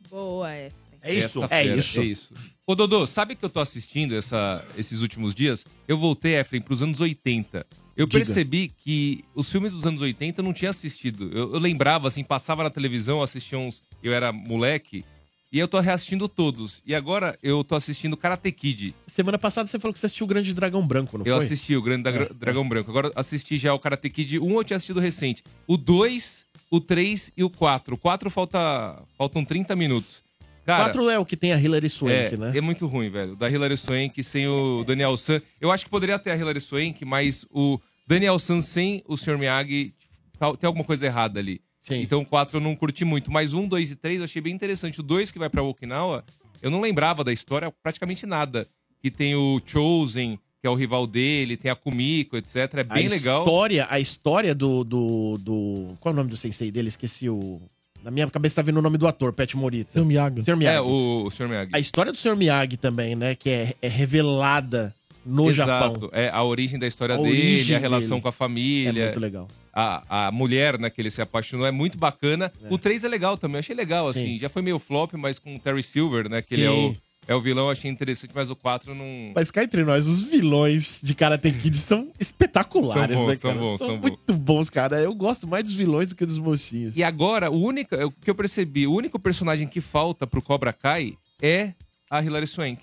Speaker 3: Boa, é.
Speaker 1: É isso.
Speaker 2: Essa
Speaker 4: é
Speaker 2: fera,
Speaker 4: isso.
Speaker 2: É isso. Ô, Dodô, sabe que eu tô assistindo essa- esses últimos dias? Eu voltei, Efraim, pros anos 80. Eu
Speaker 4: Diga.
Speaker 2: percebi que os filmes dos anos 80 eu não tinha assistido. Eu, eu lembrava, assim, passava na televisão, assistia uns... Eu era moleque. E eu tô reassistindo todos. E agora eu tô assistindo Karate Kid.
Speaker 4: Semana passada você falou que você assistiu o Grande Dragão Branco, não
Speaker 2: Eu
Speaker 4: foi? É,
Speaker 2: assisti o Grande Dagra- Dragão Branco. Agora assisti já o Karate Kid 1, eu tinha assistido recente. O 2, o 3 e o 4. O 4 falta, faltam 30 minutos. Cara,
Speaker 4: Quatro é o que tem a Hilary Swank,
Speaker 2: é,
Speaker 4: né?
Speaker 2: é muito ruim, velho. Da Hilary Swank sem o Daniel San. Eu acho que poderia ter a Hilary Swank, mas o Daniel San sem o Sr. Miyagi tal- tem alguma coisa errada ali.
Speaker 4: Sim.
Speaker 2: Então o 4 eu não curti muito, mas um, dois e três eu achei bem interessante. O 2 que vai pra Okinawa, eu não lembrava da história praticamente nada. Que tem o Chosen, que é o rival dele, tem a Kumiko, etc. É
Speaker 4: A
Speaker 2: bem legal.
Speaker 4: História, a história do, do, do- Qual é o nome do sensei dele? Esqueci o... Na minha cabeça tá vindo o nome do ator, Pat Morita.
Speaker 5: Seu Miyaga.
Speaker 4: Sr. Miyagi.
Speaker 2: É, o, o Sr. Miyagi.
Speaker 4: A história do Sr. Miyagi também, né? Que é, é revelada no Japão.
Speaker 2: É a origem da história
Speaker 4: A
Speaker 2: dele,
Speaker 4: origem
Speaker 2: a relação
Speaker 4: dele.
Speaker 2: com a
Speaker 4: É
Speaker 2: família.
Speaker 4: muito legal.
Speaker 2: a, a mulher, né, que ele se apaixonou, é muito bacana.
Speaker 4: É.
Speaker 2: O 3 é legal também, eu achei legal,
Speaker 4: Sim.
Speaker 2: assim. Já foi meio flop, mas com o Terry Silver, né, que ele é o,
Speaker 4: Sim.
Speaker 2: é o vilão, eu achei interessante, mas o 4 não...
Speaker 4: Mas cá entre nós, os vilões de Karate Kid são espetaculares,
Speaker 2: São bons,
Speaker 4: né,
Speaker 2: são
Speaker 4: cara?
Speaker 2: bons, são bons.
Speaker 4: muito bons, cara. Eu gosto mais dos vilões do que dos mocinhos.
Speaker 2: E agora, o único, o que eu percebi, o único personagem que falta pro Cobra Kai é a Hilary Swank.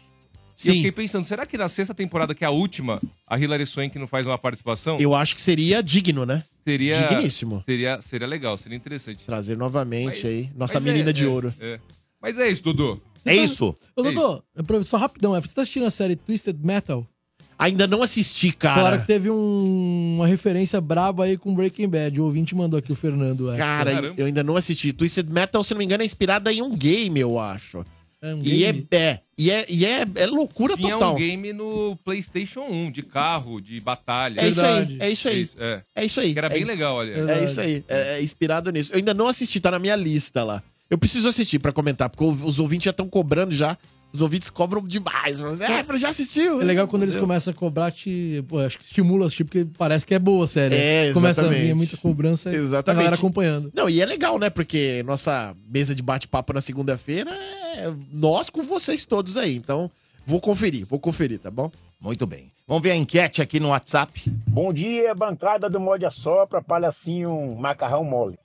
Speaker 2: E eu
Speaker 4: Sim.
Speaker 2: fiquei pensando, será que na sexta temporada, que é a última, a Hilary Swank não faz uma participação?
Speaker 4: Eu acho que seria digno, né?
Speaker 2: Seria,
Speaker 4: Digníssimo.
Speaker 2: seria, seria legal, seria interessante.
Speaker 4: Trazer novamente
Speaker 2: Mas-
Speaker 4: aí nossa
Speaker 2: Mas é-
Speaker 4: menina de
Speaker 2: é,
Speaker 4: ouro.
Speaker 2: é. Mas é isso, Dudu.
Speaker 1: É isso.
Speaker 2: É
Speaker 5: Ô, Dodô, pra- só rapidão, F, você tá assistindo a série Twisted Metal?
Speaker 4: Ainda não assisti,
Speaker 5: Claro que
Speaker 4: cara.
Speaker 5: teve um- uma referência braba aí com Breaking Bad. O ouvinte mandou aqui o Fernando. é.
Speaker 4: né?
Speaker 5: F.
Speaker 4: Cara,
Speaker 2: Caramba.
Speaker 4: eu ainda não assisti. Twisted Metal, se não me engano, é inspirada em um game, eu acho.
Speaker 5: É um
Speaker 4: E é,
Speaker 5: game.
Speaker 4: é, e é, e é, é loucura
Speaker 2: Tinha
Speaker 4: total.
Speaker 2: um game no PlayStation 1, de carro, de batalha.
Speaker 4: É isso aí,
Speaker 5: Verdade.
Speaker 4: é isso
Speaker 2: É
Speaker 4: aí,
Speaker 2: isso, é.
Speaker 4: é isso aí.
Speaker 2: Que era
Speaker 4: É-
Speaker 2: bem legal, olha.
Speaker 4: É isso aí, é, é inspirado nisso. Eu ainda não assisti, tá na minha lista lá. Eu preciso assistir pra comentar, porque o- os ouvintes já estão cobrando já. Os ouvintes cobram demais. Mas, é, mas já assistiu.
Speaker 5: É legal quando eles começam a cobrar, te, pô, acho que estimula assistir, porque parece que é boa a série.
Speaker 4: É,
Speaker 5: Começa a
Speaker 4: exatamente.
Speaker 5: vir muita cobrança e a
Speaker 4: Exatamente.
Speaker 5: galera acompanhando.
Speaker 4: Não, e é legal, né? Porque nossa mesa de bate-papo na segunda-feira é nós com vocês todos aí. Então, vou conferir, vou conferir, tá bom?
Speaker 1: Muito bem. Vamos ver a enquete aqui no WhatsApp.
Speaker 8: Bom dia, bancada do Morde a Sopra, palhacinho macarrão mole.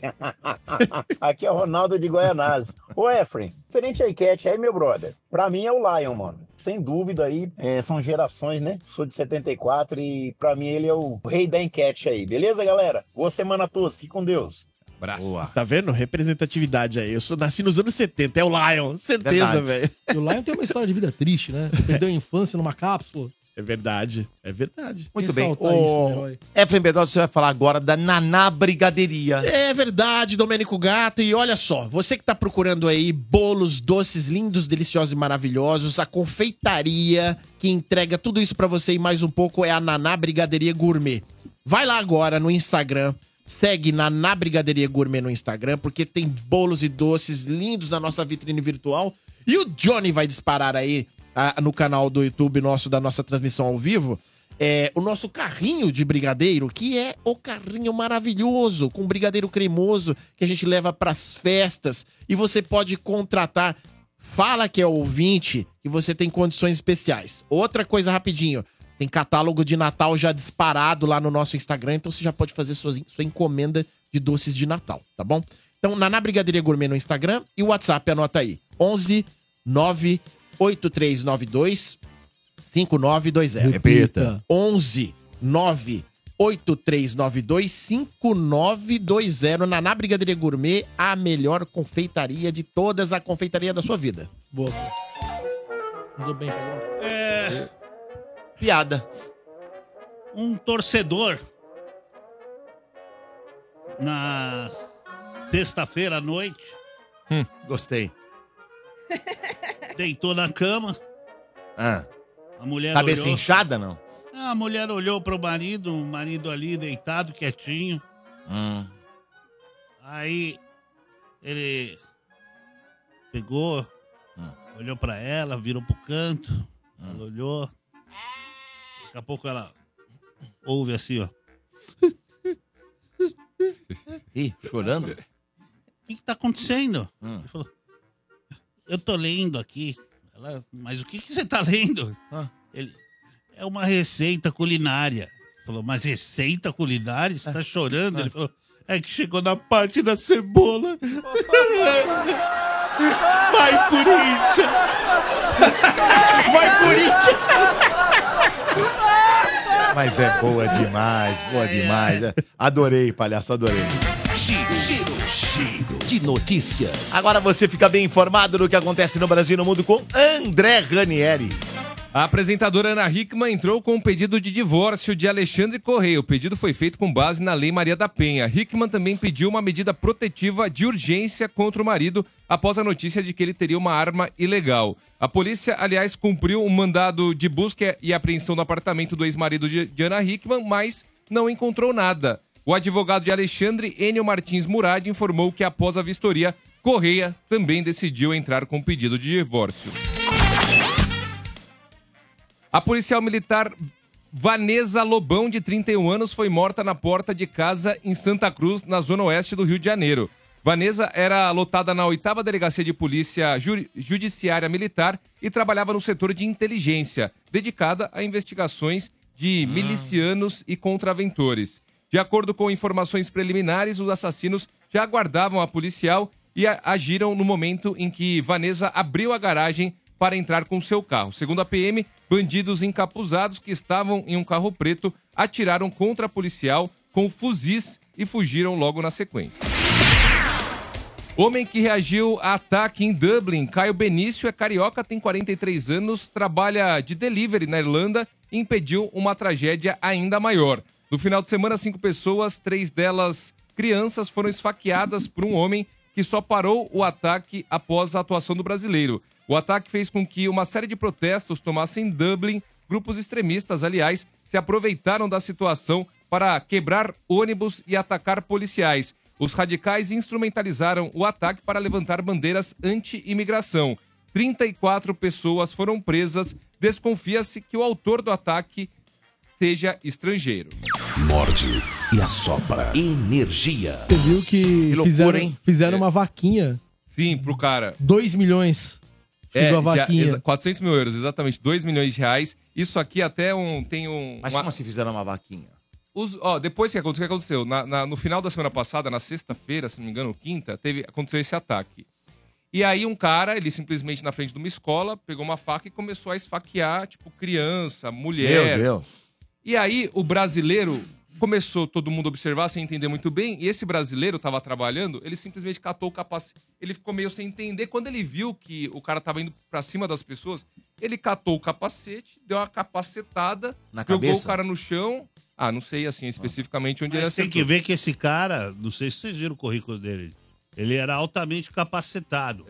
Speaker 8: Aqui é o Ronaldo de Goianás. Ô, Efren, diferente a enquete aí, meu brother. Pra mim é o Lion, mano. Sem dúvida aí, é, são gerações, né? Sou de 74 e pra mim ele é o rei da enquete aí. Beleza, galera? Boa semana a todos. Fique com Deus.
Speaker 2: Abraço.
Speaker 1: Boa.
Speaker 4: Tá vendo? Representatividade aí. Eu sou, nasci nos anos 70, é o Lion, certeza,
Speaker 1: Verdade.
Speaker 4: velho.
Speaker 5: E o Lion tem uma história de vida triste, né? Perdeu a infância numa cápsula.
Speaker 4: É verdade, é verdade.
Speaker 1: Muito bem.
Speaker 5: Ressaltar isso, né,
Speaker 1: O
Speaker 5: herói?
Speaker 1: Efraim Bedosa, você vai falar agora da Naná Brigadeiria.
Speaker 4: É verdade, Domênico Gato. E olha só, você que tá procurando aí bolos, doces lindos, deliciosos e maravilhosos, a confeitaria que entrega tudo isso pra você e mais um pouco é a Naná Brigadeiria Gourmet. Vai lá agora no Instagram, segue Naná Brigadeiria Gourmet no Instagram, porque tem bolos e doces lindos na nossa vitrine virtual. E o Johnny vai disparar aí ah, no canal do YouTube nosso, da nossa transmissão ao vivo, é, o nosso carrinho de brigadeiro, que é o carrinho maravilhoso, com brigadeiro cremoso que a gente leva pras festas. E você pode contratar. Fala que é ouvinte e você tem condições especiais. Outra coisa rapidinho. Tem catálogo de Natal já disparado lá no nosso Instagram, então você já pode fazer suas- sua encomenda de doces de Natal, tá bom? Então, Naná Brigadeira Gourmet no Instagram e o WhatsApp, anota aí. 11 9 8392 5920.
Speaker 5: Repita.
Speaker 4: 11 9 8392 5920 na Na Brigadeira Gourmet, a melhor confeitaria de todas, a confeitaria da sua vida.
Speaker 5: Boa. Mandou bem, pegou.
Speaker 6: É,
Speaker 4: Piada.
Speaker 6: um torcedor na sexta-feira à noite
Speaker 1: Gostei.
Speaker 6: deitou na cama.
Speaker 1: Ah,
Speaker 6: A mulher
Speaker 1: cabeça
Speaker 6: olhou.
Speaker 1: inchada, não?
Speaker 6: A mulher olhou pro marido, o marido ali deitado, quietinho.
Speaker 1: Hum.
Speaker 6: Aí ele pegou,
Speaker 1: Hum.
Speaker 6: olhou pra ela, virou pro canto, ela olhou. Daqui a pouco ela ouve assim, ó. O
Speaker 1: Ih, chorando?
Speaker 6: que, que tá acontecendo?
Speaker 1: Hum.
Speaker 6: Ele falou, eu tô lendo aqui. Ela, mas o que, que você tá lendo?
Speaker 1: Ah.
Speaker 6: Ele, é uma receita culinária. Ele Falou, mas receita culinária? Você tá chorando? Ele falou, é que chegou na parte da cebola. Vai, Corinthians!
Speaker 1: Vai, Corinthians! Mas é boa demais, boa demais. é. Adorei, palhaço, adorei.
Speaker 7: Giro, giro, giro de notícias.
Speaker 1: Agora você fica bem informado do que acontece no Brasil e no mundo com André Ranieri.
Speaker 2: A apresentadora Ana Hickman entrou com um pedido de divórcio de Alexandre Correia. O pedido foi feito com base na Lei Maria da Penha. Hickman também pediu uma medida protetiva de urgência contra o marido após a notícia de que ele teria uma arma ilegal. A polícia, aliás, cumpriu um mandado de busca e apreensão no apartamento do ex-marido de de Ana Hickman, mas não encontrou nada. O advogado de Alexandre, Enio Martins Murad, informou que após a vistoria, Correia também decidiu entrar com pedido de divórcio. A policial militar Vanessa Lobão, de 31 anos, foi morta na porta de casa em Santa Cruz, na zona oeste do Rio de Janeiro. Vanessa era lotada na 8 Delegacia de Polícia Ju- Judiciária Militar e trabalhava no setor de inteligência, dedicada a investigações de milicianos e contraventores. De acordo com informações preliminares, os assassinos já aguardavam a policial e a- agiram no momento em que Vanessa abriu a garagem para entrar com seu carro. Segundo a PM, bandidos encapuzados que estavam em um carro preto atiraram contra a policial com fuzis e fugiram logo na sequência. Homem que reagiu a ataque em Dublin, Caio Benício é carioca, tem 43 anos, trabalha de delivery na Irlanda e impediu uma tragédia ainda maior. No final de semana, cinco pessoas, três delas crianças, foram esfaqueadas por um homem que só parou o ataque após a atuação do brasileiro. O ataque fez com que uma série de protestos tomassem Dublin. Grupos extremistas, aliás, se aproveitaram da situação para quebrar ônibus e atacar policiais. Os radicais instrumentalizaram o ataque para levantar bandeiras anti-imigração. 34 pessoas foram presas. Desconfia-se que o autor do ataque seja estrangeiro.
Speaker 7: Morde e assopra. Energia.
Speaker 5: Você viu que,
Speaker 1: loucura,
Speaker 5: fizeram,
Speaker 1: hein?
Speaker 5: fizeram uma vaquinha.
Speaker 2: Sim, pro cara.
Speaker 5: 2 milhões.
Speaker 2: É,
Speaker 5: Ficou a
Speaker 2: já-
Speaker 5: vaquinha.
Speaker 2: exa- 400 mil euros, exatamente. 2 milhões de reais. Isso aqui até um, tem um...
Speaker 1: Mas
Speaker 2: uma-
Speaker 1: como assim fizeram uma vaquinha?
Speaker 2: os- ó, depois que aconteceu, o que aconteceu? Na- na- no final da semana passada, na sexta-feira, se não me engano, ou quinta, teve, aconteceu esse ataque. E aí um cara, ele simplesmente na frente de uma escola, pegou uma faca e começou a esfaquear, tipo, criança, mulher.
Speaker 1: Meu Deus.
Speaker 2: E aí o brasileiro começou todo mundo a observar sem entender muito bem, e esse brasileiro tava trabalhando, ele simplesmente catou o capacete, ele ficou meio sem entender quando ele viu que o cara tava indo pra cima das pessoas, ele catou o capacete, deu uma capacetada,
Speaker 1: Na
Speaker 2: jogou
Speaker 1: cabeça?
Speaker 2: o cara no chão. Ah, não sei assim especificamente onde ele
Speaker 6: Mas tem
Speaker 2: acertou.
Speaker 6: que ver que esse cara, não sei se vocês viram o currículo dele, ele era altamente capacitado.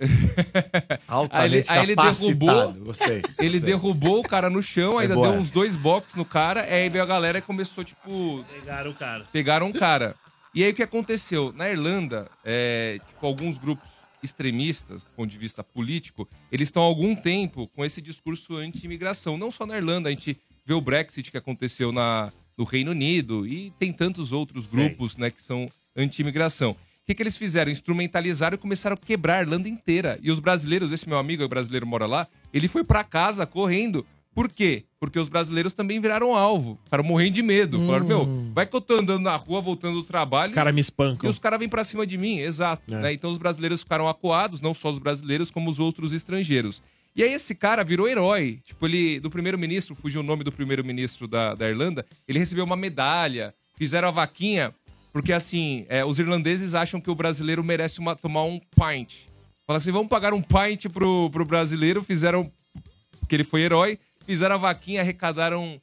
Speaker 1: Altamente
Speaker 2: Aí ele- aí ele
Speaker 1: capacitado.
Speaker 2: derrubou.
Speaker 1: Gostei.
Speaker 2: Ele
Speaker 1: gostei.
Speaker 2: derrubou o cara no chão, ainda
Speaker 1: boa
Speaker 2: deu uns
Speaker 1: essa.
Speaker 2: dois box no cara, é, aí veio a galera e começou tipo
Speaker 6: Pegaram o cara.
Speaker 2: pegaram um cara. E aí o que aconteceu? Na Irlanda, é, tipo, alguns grupos extremistas, do ponto de vista político, eles estão há algum tempo com esse discurso anti-imigração. Não só na Irlanda, a gente vê o Brexit que aconteceu na, no Reino Unido e tem tantos outros grupos né, que são anti-imigração. O que, que eles fizeram? Instrumentalizaram e começaram a quebrar a Irlanda inteira. E os brasileiros, esse meu amigo é brasileiro mora lá, ele foi pra casa correndo. Por quê? Porque os brasileiros também viraram alvo. Ficaram morrendo de medo. Falaram,
Speaker 5: Hum.
Speaker 2: meu, Vai que eu tô andando na rua, voltando do trabalho,
Speaker 4: Os caras me
Speaker 2: e
Speaker 4: espancam.
Speaker 2: os caras vêm pra cima de mim, exato.
Speaker 4: É.
Speaker 2: né? Então os brasileiros ficaram acuados, não só os brasileiros, como os outros estrangeiros. E aí esse cara virou herói. Tipo, ele, do primeiro-ministro, fugiu o nome do primeiro-ministro da, da Irlanda, ele recebeu uma medalha, fizeram a vaquinha, porque assim, é, os irlandeses acham que o brasileiro merece uma- tomar um pint. Fala assim, vamos pagar um pint pro, pro brasileiro, fizeram, porque ele foi herói, fizeram a vaquinha, arrecadaram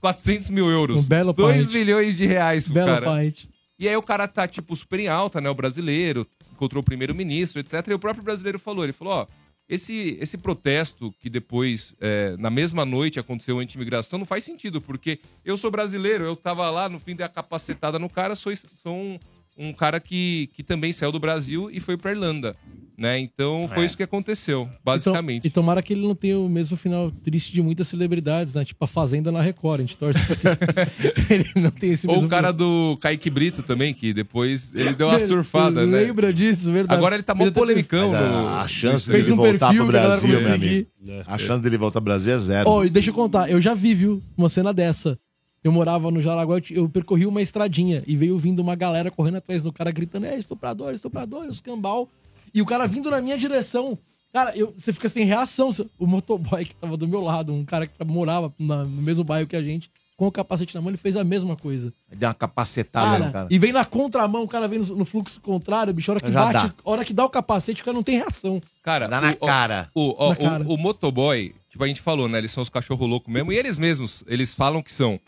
Speaker 2: 400 mil euros.
Speaker 5: Um belo
Speaker 2: 2
Speaker 5: pint.
Speaker 2: milhões de reais, pro
Speaker 5: Belo
Speaker 2: cara.
Speaker 5: Paint.
Speaker 2: E aí o cara tá, tipo, super em alta, né? O brasileiro, encontrou o primeiro-ministro, etc. E o próprio brasileiro falou, ele falou, ó, esse, esse protesto que depois, é, na mesma noite, aconteceu anti-imigração, não faz sentido, porque eu sou brasileiro, eu tava lá, no fim da capacetada no cara, sou, es- sou um, um cara que, que também saiu do Brasil e foi pra Irlanda, né? Então,
Speaker 5: É.
Speaker 2: foi isso que aconteceu, basicamente.
Speaker 5: Então- e tomara que ele não tenha o mesmo final triste de muitas celebridades, né? Tipo a Fazenda na Record. A gente torce pra que ele Então, não tenha esse
Speaker 2: Ou
Speaker 5: mesmo
Speaker 2: o cara do Kaique Brito também, que depois ele deu uma
Speaker 5: Ele-
Speaker 2: surfada, né?
Speaker 5: Lembra disso, verdade.
Speaker 2: Agora ele tá mó
Speaker 5: Ele tá-
Speaker 2: polemicão.
Speaker 9: Mas
Speaker 2: no-
Speaker 9: a, a chance
Speaker 5: Fez
Speaker 9: dele
Speaker 5: um
Speaker 9: voltar
Speaker 5: perfil
Speaker 9: pro
Speaker 5: que a galera
Speaker 9: Brasil, meu
Speaker 5: começou a
Speaker 9: amigo.
Speaker 5: seguir.
Speaker 9: A chance dele voltar pro Brasil é zero.
Speaker 5: Ó, e deixa eu contar, eu já vi, viu, uma cena dessa. Eu morava no Jaraguá, eu ti- eu percorri uma estradinha e veio vindo uma galera correndo atrás do cara, gritando: é estuprador, estuprador, os cambal. E o cara vindo na minha direção. Cara, eu- você fica sem reação. Você- O motoboy que tava do meu lado, um cara que tra- morava na- no mesmo bairro que a gente, com o capacete na mão, ele fez a mesma coisa.
Speaker 1: Deu uma capacetada
Speaker 5: Cara,
Speaker 1: no Tá cara.
Speaker 5: e vem na contramão, o cara vem no, no fluxo contrário, bicho. A hora que
Speaker 1: Já
Speaker 5: bate, a hora que dá o capacete, o cara não tem reação.
Speaker 2: Cara,
Speaker 1: Dá na
Speaker 2: o- o-
Speaker 1: cara.
Speaker 2: O, ó,
Speaker 5: Na cara.
Speaker 2: o, o motoboy, tipo, a gente falou, né? Eles são os cachorro louco mesmo. E eles mesmos, eles falam que são.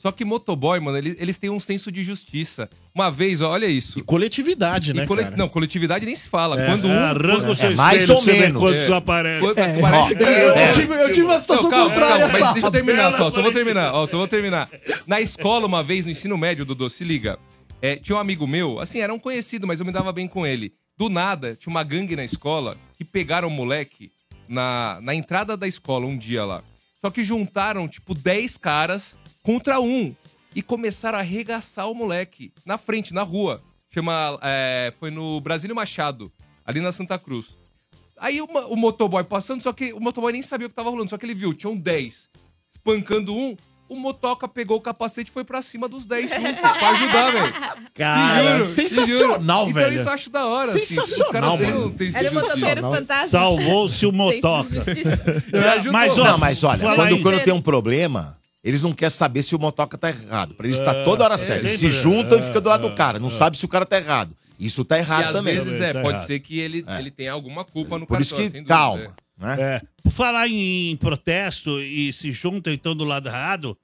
Speaker 2: Só que motoboy, mano, eles, eles têm um senso de justiça. Uma vez, ó, olha isso.
Speaker 4: E coletividade,
Speaker 2: E
Speaker 4: né,
Speaker 2: cole-
Speaker 4: cara?
Speaker 2: Não, coletividade nem se fala.
Speaker 4: É,
Speaker 2: Quando um...
Speaker 6: Arranca o seu
Speaker 1: É mais
Speaker 6: espelho,
Speaker 1: ou
Speaker 6: você vê
Speaker 1: menos.
Speaker 6: Quando isso
Speaker 2: É.
Speaker 6: aparece.
Speaker 2: quando-
Speaker 5: É.
Speaker 2: parece que-
Speaker 5: Eu, eu tive,
Speaker 1: é.
Speaker 5: eu tive uma situação
Speaker 2: Não, calma,
Speaker 5: contrária,
Speaker 2: calma, mas deixa eu
Speaker 5: sabe?
Speaker 2: terminar só,
Speaker 6: Bela
Speaker 2: só vou terminar, ó, só vou terminar. Na escola, uma vez, no ensino médio, Dudu, se liga, é, tinha um amigo meu, assim, era um conhecido, mas eu me dava bem com ele. Do nada, tinha uma gangue na escola que pegaram o moleque na, na entrada da escola um dia lá. Só que juntaram, tipo, 10 caras contra um e começaram a arregaçar o moleque na frente, na rua. Chama, é, foi no Brasílio Machado, ali na Santa Cruz. Aí uma- o motoboy passando, só que o motoboy nem sabia o que tava rolando, só que ele viu, tinham 10. Espancando um, o motoca pegou o capacete e foi pra cima dos 10 junto, pra ajudar, velho. Te
Speaker 4: Cara,
Speaker 2: juro,
Speaker 4: sensacional,
Speaker 2: te juro. Então
Speaker 4: velho.
Speaker 2: isso eu acho da hora, assim. Os
Speaker 4: Sensacional,
Speaker 2: caras têm
Speaker 4: mano.
Speaker 2: um senso de
Speaker 3: Era o
Speaker 2: justiça.
Speaker 3: motoqueiro
Speaker 1: é?
Speaker 3: fantasma.
Speaker 6: Salvou-se o
Speaker 3: Sem
Speaker 6: motoca.
Speaker 3: justiça.
Speaker 2: ajudou.
Speaker 6: Mas, ó,
Speaker 2: Não,
Speaker 1: Não, mas olha,
Speaker 6: fala
Speaker 1: quando,
Speaker 6: aí.
Speaker 1: quando tem um problema, eles não querem saber se o motoca tá errado. Pra eles tá toda hora certo. Eles se
Speaker 6: É, sempre. É,
Speaker 1: juntam e ficam do lado do cara. Não sabe se o cara tá errado. Isso tá
Speaker 2: E
Speaker 1: errado
Speaker 2: às
Speaker 1: também.
Speaker 2: vezes, é,
Speaker 6: Tá
Speaker 2: pode
Speaker 6: errado.
Speaker 2: ser que ele, ele tenha alguma culpa no
Speaker 1: É. Por isso
Speaker 2: cartório,
Speaker 1: que,
Speaker 2: sem dúvida.
Speaker 1: calma. Né?
Speaker 6: É, por falar em protesto e se juntam então do lado errado,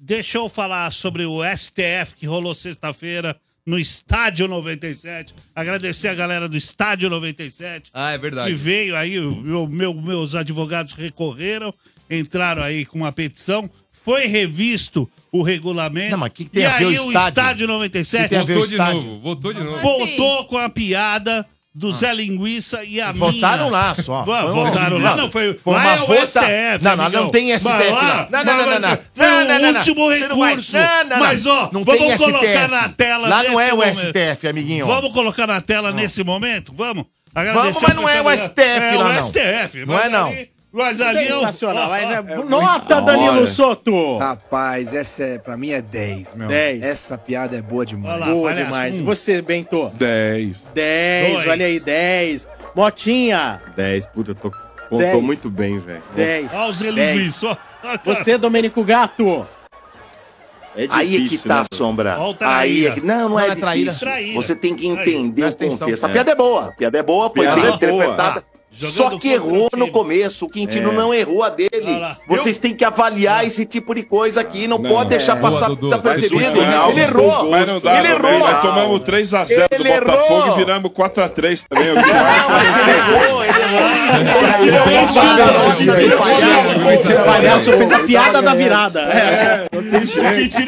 Speaker 6: deixa eu falar sobre o STF que rolou sexta-feira no Estádio 97. Agradecer a galera do Estádio 97
Speaker 2: Ah, é
Speaker 6: que
Speaker 2: verdade.
Speaker 6: veio aí, o meu- meu- meus advogados recorreram, entraram aí com uma petição, foi revisto o regulamento.
Speaker 1: Não, mas o que que tem
Speaker 6: e
Speaker 1: a ver
Speaker 6: aí
Speaker 1: o estádio?
Speaker 6: estádio
Speaker 1: Que tem
Speaker 6: 97
Speaker 1: a ver
Speaker 2: Voltou
Speaker 1: o
Speaker 2: de
Speaker 1: estádio.
Speaker 2: novo, voltou de novo. Ah.
Speaker 6: voltou com a piada do Zé Linguiça e a
Speaker 1: Votaram
Speaker 6: minha.
Speaker 1: lá só.
Speaker 6: Ué,
Speaker 1: Foi um-
Speaker 6: votaram lá, não foi.
Speaker 1: Foi
Speaker 6: lá
Speaker 1: uma
Speaker 6: é o
Speaker 1: vota.
Speaker 6: STF,
Speaker 1: não, não,
Speaker 6: amigão.
Speaker 1: não tem STF
Speaker 6: Mas lá-
Speaker 1: lá. Não, não, não, não, não.
Speaker 6: Foi
Speaker 1: Não, não, não,
Speaker 6: o
Speaker 1: não.
Speaker 6: último
Speaker 1: Você não vai-
Speaker 6: recurso.
Speaker 1: Não, não, não.
Speaker 6: Mas, ó,
Speaker 1: Não
Speaker 6: vamos
Speaker 1: tem
Speaker 6: colocar
Speaker 1: STF.
Speaker 6: na tela
Speaker 1: Lá não
Speaker 6: nesse
Speaker 1: é o
Speaker 6: momento.
Speaker 1: STF, amiguinho.
Speaker 6: Vamos colocar na tela nesse momento? Vamos?
Speaker 1: Vamos, mas não é o STF
Speaker 6: é
Speaker 1: lá,
Speaker 6: o
Speaker 1: não.
Speaker 6: STF.
Speaker 1: Não é, não.
Speaker 6: ali- Mas ali eu...
Speaker 9: Sensacional, mas é
Speaker 1: Tá, Danilo
Speaker 9: Soto!
Speaker 7: Rapaz, essa é, pra mim é 10, meu.
Speaker 9: 10.
Speaker 7: Essa piada é boa demais.
Speaker 6: Olha lá, palhaço. Um,
Speaker 9: Você, Bento? 10. 10,
Speaker 6: Dois. olha
Speaker 9: aí, 10. Motinha? 10, puta, tô... contou
Speaker 7: Dez.
Speaker 9: muito bem, velho. 10.
Speaker 6: Olha o Zé Linguiça. ó.
Speaker 9: Domênico Gato? É difícil, aí é que tá, Sombra.
Speaker 6: Ó, o traíra.
Speaker 9: Aí é que... Não, não
Speaker 1: Não
Speaker 9: é,
Speaker 1: é traíra.
Speaker 9: difícil.
Speaker 6: Traíra.
Speaker 9: Você tem que entender
Speaker 1: Presta
Speaker 9: o
Speaker 1: atenção.
Speaker 9: contexto. A
Speaker 1: É.
Speaker 9: piada é boa. A piada é boa, foi
Speaker 1: Piada
Speaker 9: bem
Speaker 1: é
Speaker 9: interpretada.
Speaker 6: Jogando
Speaker 9: Só
Speaker 6: contra
Speaker 9: que
Speaker 6: o
Speaker 9: errou no
Speaker 6: time.
Speaker 9: começo, o
Speaker 2: É.
Speaker 9: Quintino não errou a dele.
Speaker 6: Olha lá.
Speaker 9: Vocês têm que avaliar esse tipo de coisa aqui, não, pode deixar
Speaker 2: é. Boa,
Speaker 9: passar
Speaker 2: Dudu.
Speaker 9: tá
Speaker 2: Vai
Speaker 9: percebido?
Speaker 2: pro final,
Speaker 9: Ele errou, ele errou. Nós tomamos 3x0 do Botafogo e viramos 4x3 também. Ele errou, ele errou.
Speaker 1: Palhaço, palhaço fez a
Speaker 9: piada
Speaker 2: É.
Speaker 9: da virada. é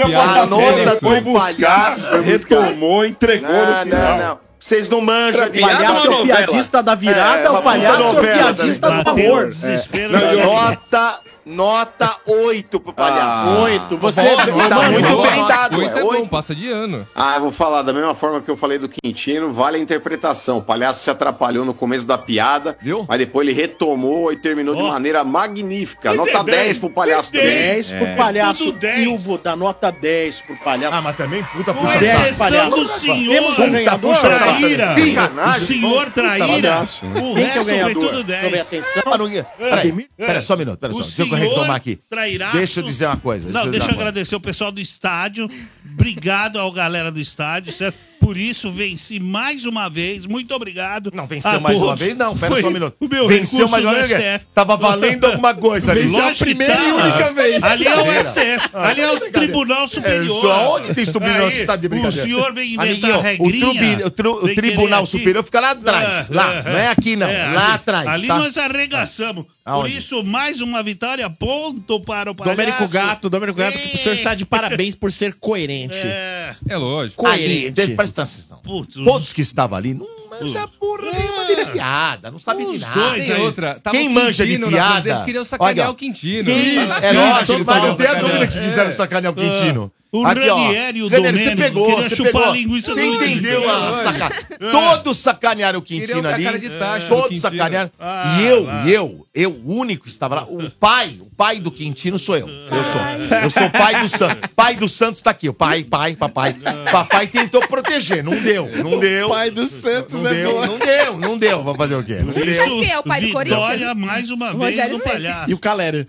Speaker 2: Piada
Speaker 9: A nota
Speaker 2: sem
Speaker 9: do palhaço. Retomou, entregou no final. Vocês não manjam de palhaço é o piadista da virada, o palhaço é o piadista
Speaker 6: Bateu o desespero. da-
Speaker 9: Nota,
Speaker 10: Nota 8 pro palhaço.
Speaker 2: Ah, bom,
Speaker 1: Tá
Speaker 2: nota oito, boa.
Speaker 10: tá?
Speaker 2: Oito é bom,
Speaker 10: Oito.
Speaker 2: passa de ano.
Speaker 10: Ah, eu vou falar da mesma forma que eu falei do Quintino, vale a interpretação. O palhaço se atrapalhou no começo da piada, mas depois ele retomou e terminou de maneira magnífica.
Speaker 11: Pois é,
Speaker 10: Nota 10
Speaker 11: dez,
Speaker 10: pro palhaço
Speaker 11: dez,
Speaker 10: também.
Speaker 11: dez pro
Speaker 10: É.
Speaker 11: palhaço. E eu vou dar nota 10 pro palhaço. Ah,
Speaker 1: mas também puta
Speaker 11: puxa
Speaker 10: puxa saco.
Speaker 11: palhaço.
Speaker 10: Exceção do senhor.
Speaker 11: Temos um
Speaker 10: Puta
Speaker 11: ganhador.
Speaker 10: puxa saco Traíra. também.
Speaker 11: Sacanagem.
Speaker 10: O senhor
Speaker 11: Puta
Speaker 10: traíra.
Speaker 11: palhaço.
Speaker 10: O
Speaker 11: Quem que é
Speaker 10: resto
Speaker 11: o
Speaker 10: foi
Speaker 11: ganhador?
Speaker 10: tudo dez.
Speaker 11: Tomei atenção.
Speaker 1: Ah, não ia- Peraí, peraí, só um minuto, peraí
Speaker 6: O
Speaker 1: só. Deixa eu
Speaker 6: senhor
Speaker 1: retomar aqui.
Speaker 6: trairaço-
Speaker 1: Deixa eu dizer uma coisa.
Speaker 6: Não, deixa,
Speaker 1: dizer
Speaker 6: eu
Speaker 1: uma coisa.
Speaker 6: agradecer o pessoal do estádio. Obrigado ao galera do estádio, certo? Por isso, venci mais uma vez. Muito obrigado. Não,
Speaker 1: Venceu mais uma vez? Não, pera
Speaker 6: Foi
Speaker 1: só um minuto.
Speaker 6: o meu
Speaker 1: Venceu
Speaker 6: recurso
Speaker 1: mais uma
Speaker 6: do
Speaker 1: vez?
Speaker 6: STF.
Speaker 1: Tava valendo alguma coisa ali.
Speaker 6: Venceu a
Speaker 1: Lógico que
Speaker 6: primeira e
Speaker 1: tá.
Speaker 6: única vez. Ali é o
Speaker 1: Brincadeira. Ah,
Speaker 6: STF, ali é o
Speaker 1: brincadeira.
Speaker 6: Tribunal Superior.
Speaker 1: É, só onde tem Tribunal
Speaker 6: Aí,
Speaker 1: Superior? Tá de
Speaker 6: o
Speaker 1: brincadeira.
Speaker 6: senhor vem inventar regrinha,
Speaker 1: o, trubi- o tru- o
Speaker 6: vem querer
Speaker 1: Tribunal
Speaker 6: aqui.
Speaker 1: Superior fica lá atrás.
Speaker 6: É,
Speaker 1: lá.
Speaker 6: é,
Speaker 1: não é aqui, não.
Speaker 6: é,
Speaker 1: lá
Speaker 6: ali-
Speaker 1: atrás.
Speaker 6: Ali
Speaker 1: tá?
Speaker 6: nós arregaçamos. Por
Speaker 1: Aonde?
Speaker 6: isso, mais uma vitória, ponto para o palhaço.
Speaker 4: Domênico Gato, Domênico Gato, o senhor está de parabéns por ser coerente.
Speaker 6: É.
Speaker 2: É lógico.
Speaker 1: Ali, de- presta atenção. Todos que estavam ali não manjam porra
Speaker 4: é
Speaker 6: Ah.
Speaker 1: nenhuma de piada, não sabe de nada.
Speaker 2: dois aí. outra, tava
Speaker 1: Quem
Speaker 2: o
Speaker 1: manja de
Speaker 2: Quintino na coisa,
Speaker 1: piada.
Speaker 2: eles queriam sacanear
Speaker 1: Olha,
Speaker 2: o Quintino.
Speaker 1: Sim,
Speaker 2: Fala
Speaker 1: é
Speaker 2: assim,
Speaker 1: lógico,
Speaker 2: total
Speaker 1: mas não tem a
Speaker 2: sacanear.
Speaker 1: dúvida que quiseram
Speaker 2: É.
Speaker 1: sacanear o
Speaker 2: Ah.
Speaker 1: Quintino.
Speaker 2: O
Speaker 6: Ranieri e o
Speaker 1: Ranieri, você
Speaker 6: Domênico
Speaker 1: pegou,
Speaker 6: queriam
Speaker 1: você
Speaker 6: chupar
Speaker 1: pegou.
Speaker 6: a linguiça
Speaker 1: Você
Speaker 6: do Domênico.
Speaker 1: entendeu a
Speaker 6: É.
Speaker 1: sacada. Todos sacanearam o
Speaker 6: Queriam
Speaker 1: Quintino
Speaker 6: dar
Speaker 1: ali.
Speaker 6: cara de tacho no
Speaker 1: Todos
Speaker 6: Quintino.
Speaker 1: sacanearam.
Speaker 6: Ah,
Speaker 1: E eu,
Speaker 6: lá.
Speaker 1: e eu, eu, o único que estava lá, o pai, o pai do Quintino sou eu. Eu sou. Eu sou o pai do Santos. Pai do Santos tá aqui. O pai, pai, papai.
Speaker 6: Ah.
Speaker 1: Papai tentou proteger, não deu, não deu. O pai do Santos não
Speaker 6: é
Speaker 1: deu,
Speaker 6: boa.
Speaker 1: não deu, não deu. Vou fazer o quê? Não deu.
Speaker 3: Sabe quem é o pai do Corinthians?
Speaker 6: Vitória mais uma
Speaker 3: O
Speaker 6: vez
Speaker 3: Rogério
Speaker 6: do
Speaker 3: Ceni.
Speaker 6: palhaço.
Speaker 4: E o Calério.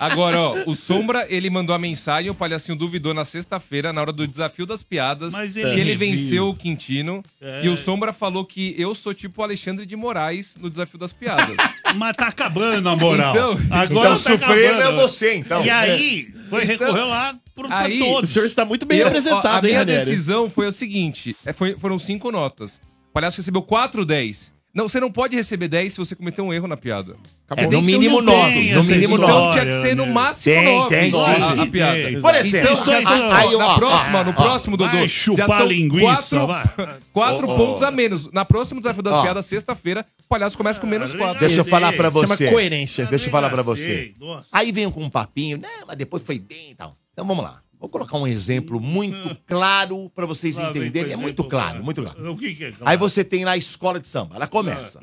Speaker 2: Agora, ó, o Sombra, ele mandou a mensagem, o Palhacinho duvidou na sexta-feira, na hora do desafio das piadas,
Speaker 6: Mas
Speaker 2: e
Speaker 6: ele
Speaker 2: ele
Speaker 6: reviu.
Speaker 2: venceu o Quintino,
Speaker 6: É.
Speaker 2: e o Sombra falou que eu sou tipo o Alexandre de Moraes no desafio das piadas.
Speaker 6: Mas tá acabando a moral.
Speaker 2: Então- Então
Speaker 6: tá
Speaker 2: o Supremo
Speaker 6: acabando.
Speaker 2: é você, então.
Speaker 6: E aí, foi
Speaker 2: Então-
Speaker 6: recorrer lá pro, pra
Speaker 2: Aí-
Speaker 6: todos.
Speaker 2: Eu- ó, A minha
Speaker 6: Ranieri?
Speaker 2: decisão foi o seguinte: é, foi- foram cinco notas. O palhaço recebeu 4, 10. Não, você não pode receber 10 se você cometeu um erro na piada.
Speaker 1: É, no mínimo
Speaker 2: Então,
Speaker 1: nove,
Speaker 2: tem
Speaker 1: no
Speaker 2: essa
Speaker 1: mínimo
Speaker 2: história,
Speaker 1: nove.
Speaker 2: Tinha que ser no
Speaker 1: Ranieri.
Speaker 2: máximo
Speaker 1: Tem,
Speaker 2: 9
Speaker 1: tem, sim.
Speaker 2: a, a piada.
Speaker 1: Tem. Por exemplo,
Speaker 2: então, já
Speaker 1: aí,
Speaker 2: são-
Speaker 1: aí,
Speaker 2: na
Speaker 1: ó,
Speaker 2: próxima,
Speaker 1: ó,
Speaker 2: no
Speaker 1: ó.
Speaker 2: próximo,
Speaker 1: Vai
Speaker 2: Dodô,
Speaker 1: chupar
Speaker 2: já são
Speaker 1: linguiça,
Speaker 2: quatro-
Speaker 1: vai.
Speaker 2: quatro
Speaker 1: Ó, ó.
Speaker 2: pontos a menos. Na próxima desafio das
Speaker 1: Ó.
Speaker 2: piadas, sexta-feira, o palhaço começa com menos 4.
Speaker 1: Deixa eu falar pra você.
Speaker 4: Chama coerência.
Speaker 1: Deixa eu falar pra você.
Speaker 4: Arregacei,
Speaker 1: Aí vem com um papinho, né? Mas depois foi bem e tal. Então vamos lá. Vou colocar um exemplo muito claro pra vocês
Speaker 6: Hum. Lá vem com
Speaker 1: entenderem. É muito
Speaker 6: exemplo,
Speaker 1: claro,
Speaker 6: cara.
Speaker 1: muito claro.
Speaker 6: O que que é Ah, claro?
Speaker 1: Aí você tem lá a escola de samba. Ela começa.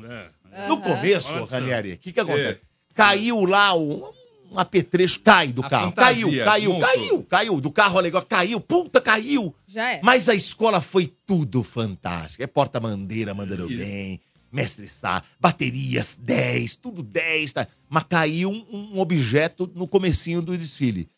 Speaker 1: No começo,
Speaker 6: Olha só.
Speaker 1: Ranieri, o que que
Speaker 6: É.
Speaker 1: acontece? Caiu lá um, um apetrecho, cai do carro.
Speaker 6: fantasia,
Speaker 1: Caiu, caiu,
Speaker 6: montou.
Speaker 1: caiu, caiu. Do carro alegórico, caiu, puta, caiu.
Speaker 3: Já é.
Speaker 1: Mas a escola foi tudo fantástico. É porta-bandeira mandando bem, mestre Sá, baterias 10, tudo 10. Tá? Mas caiu um, um objeto no comecinho do desfile.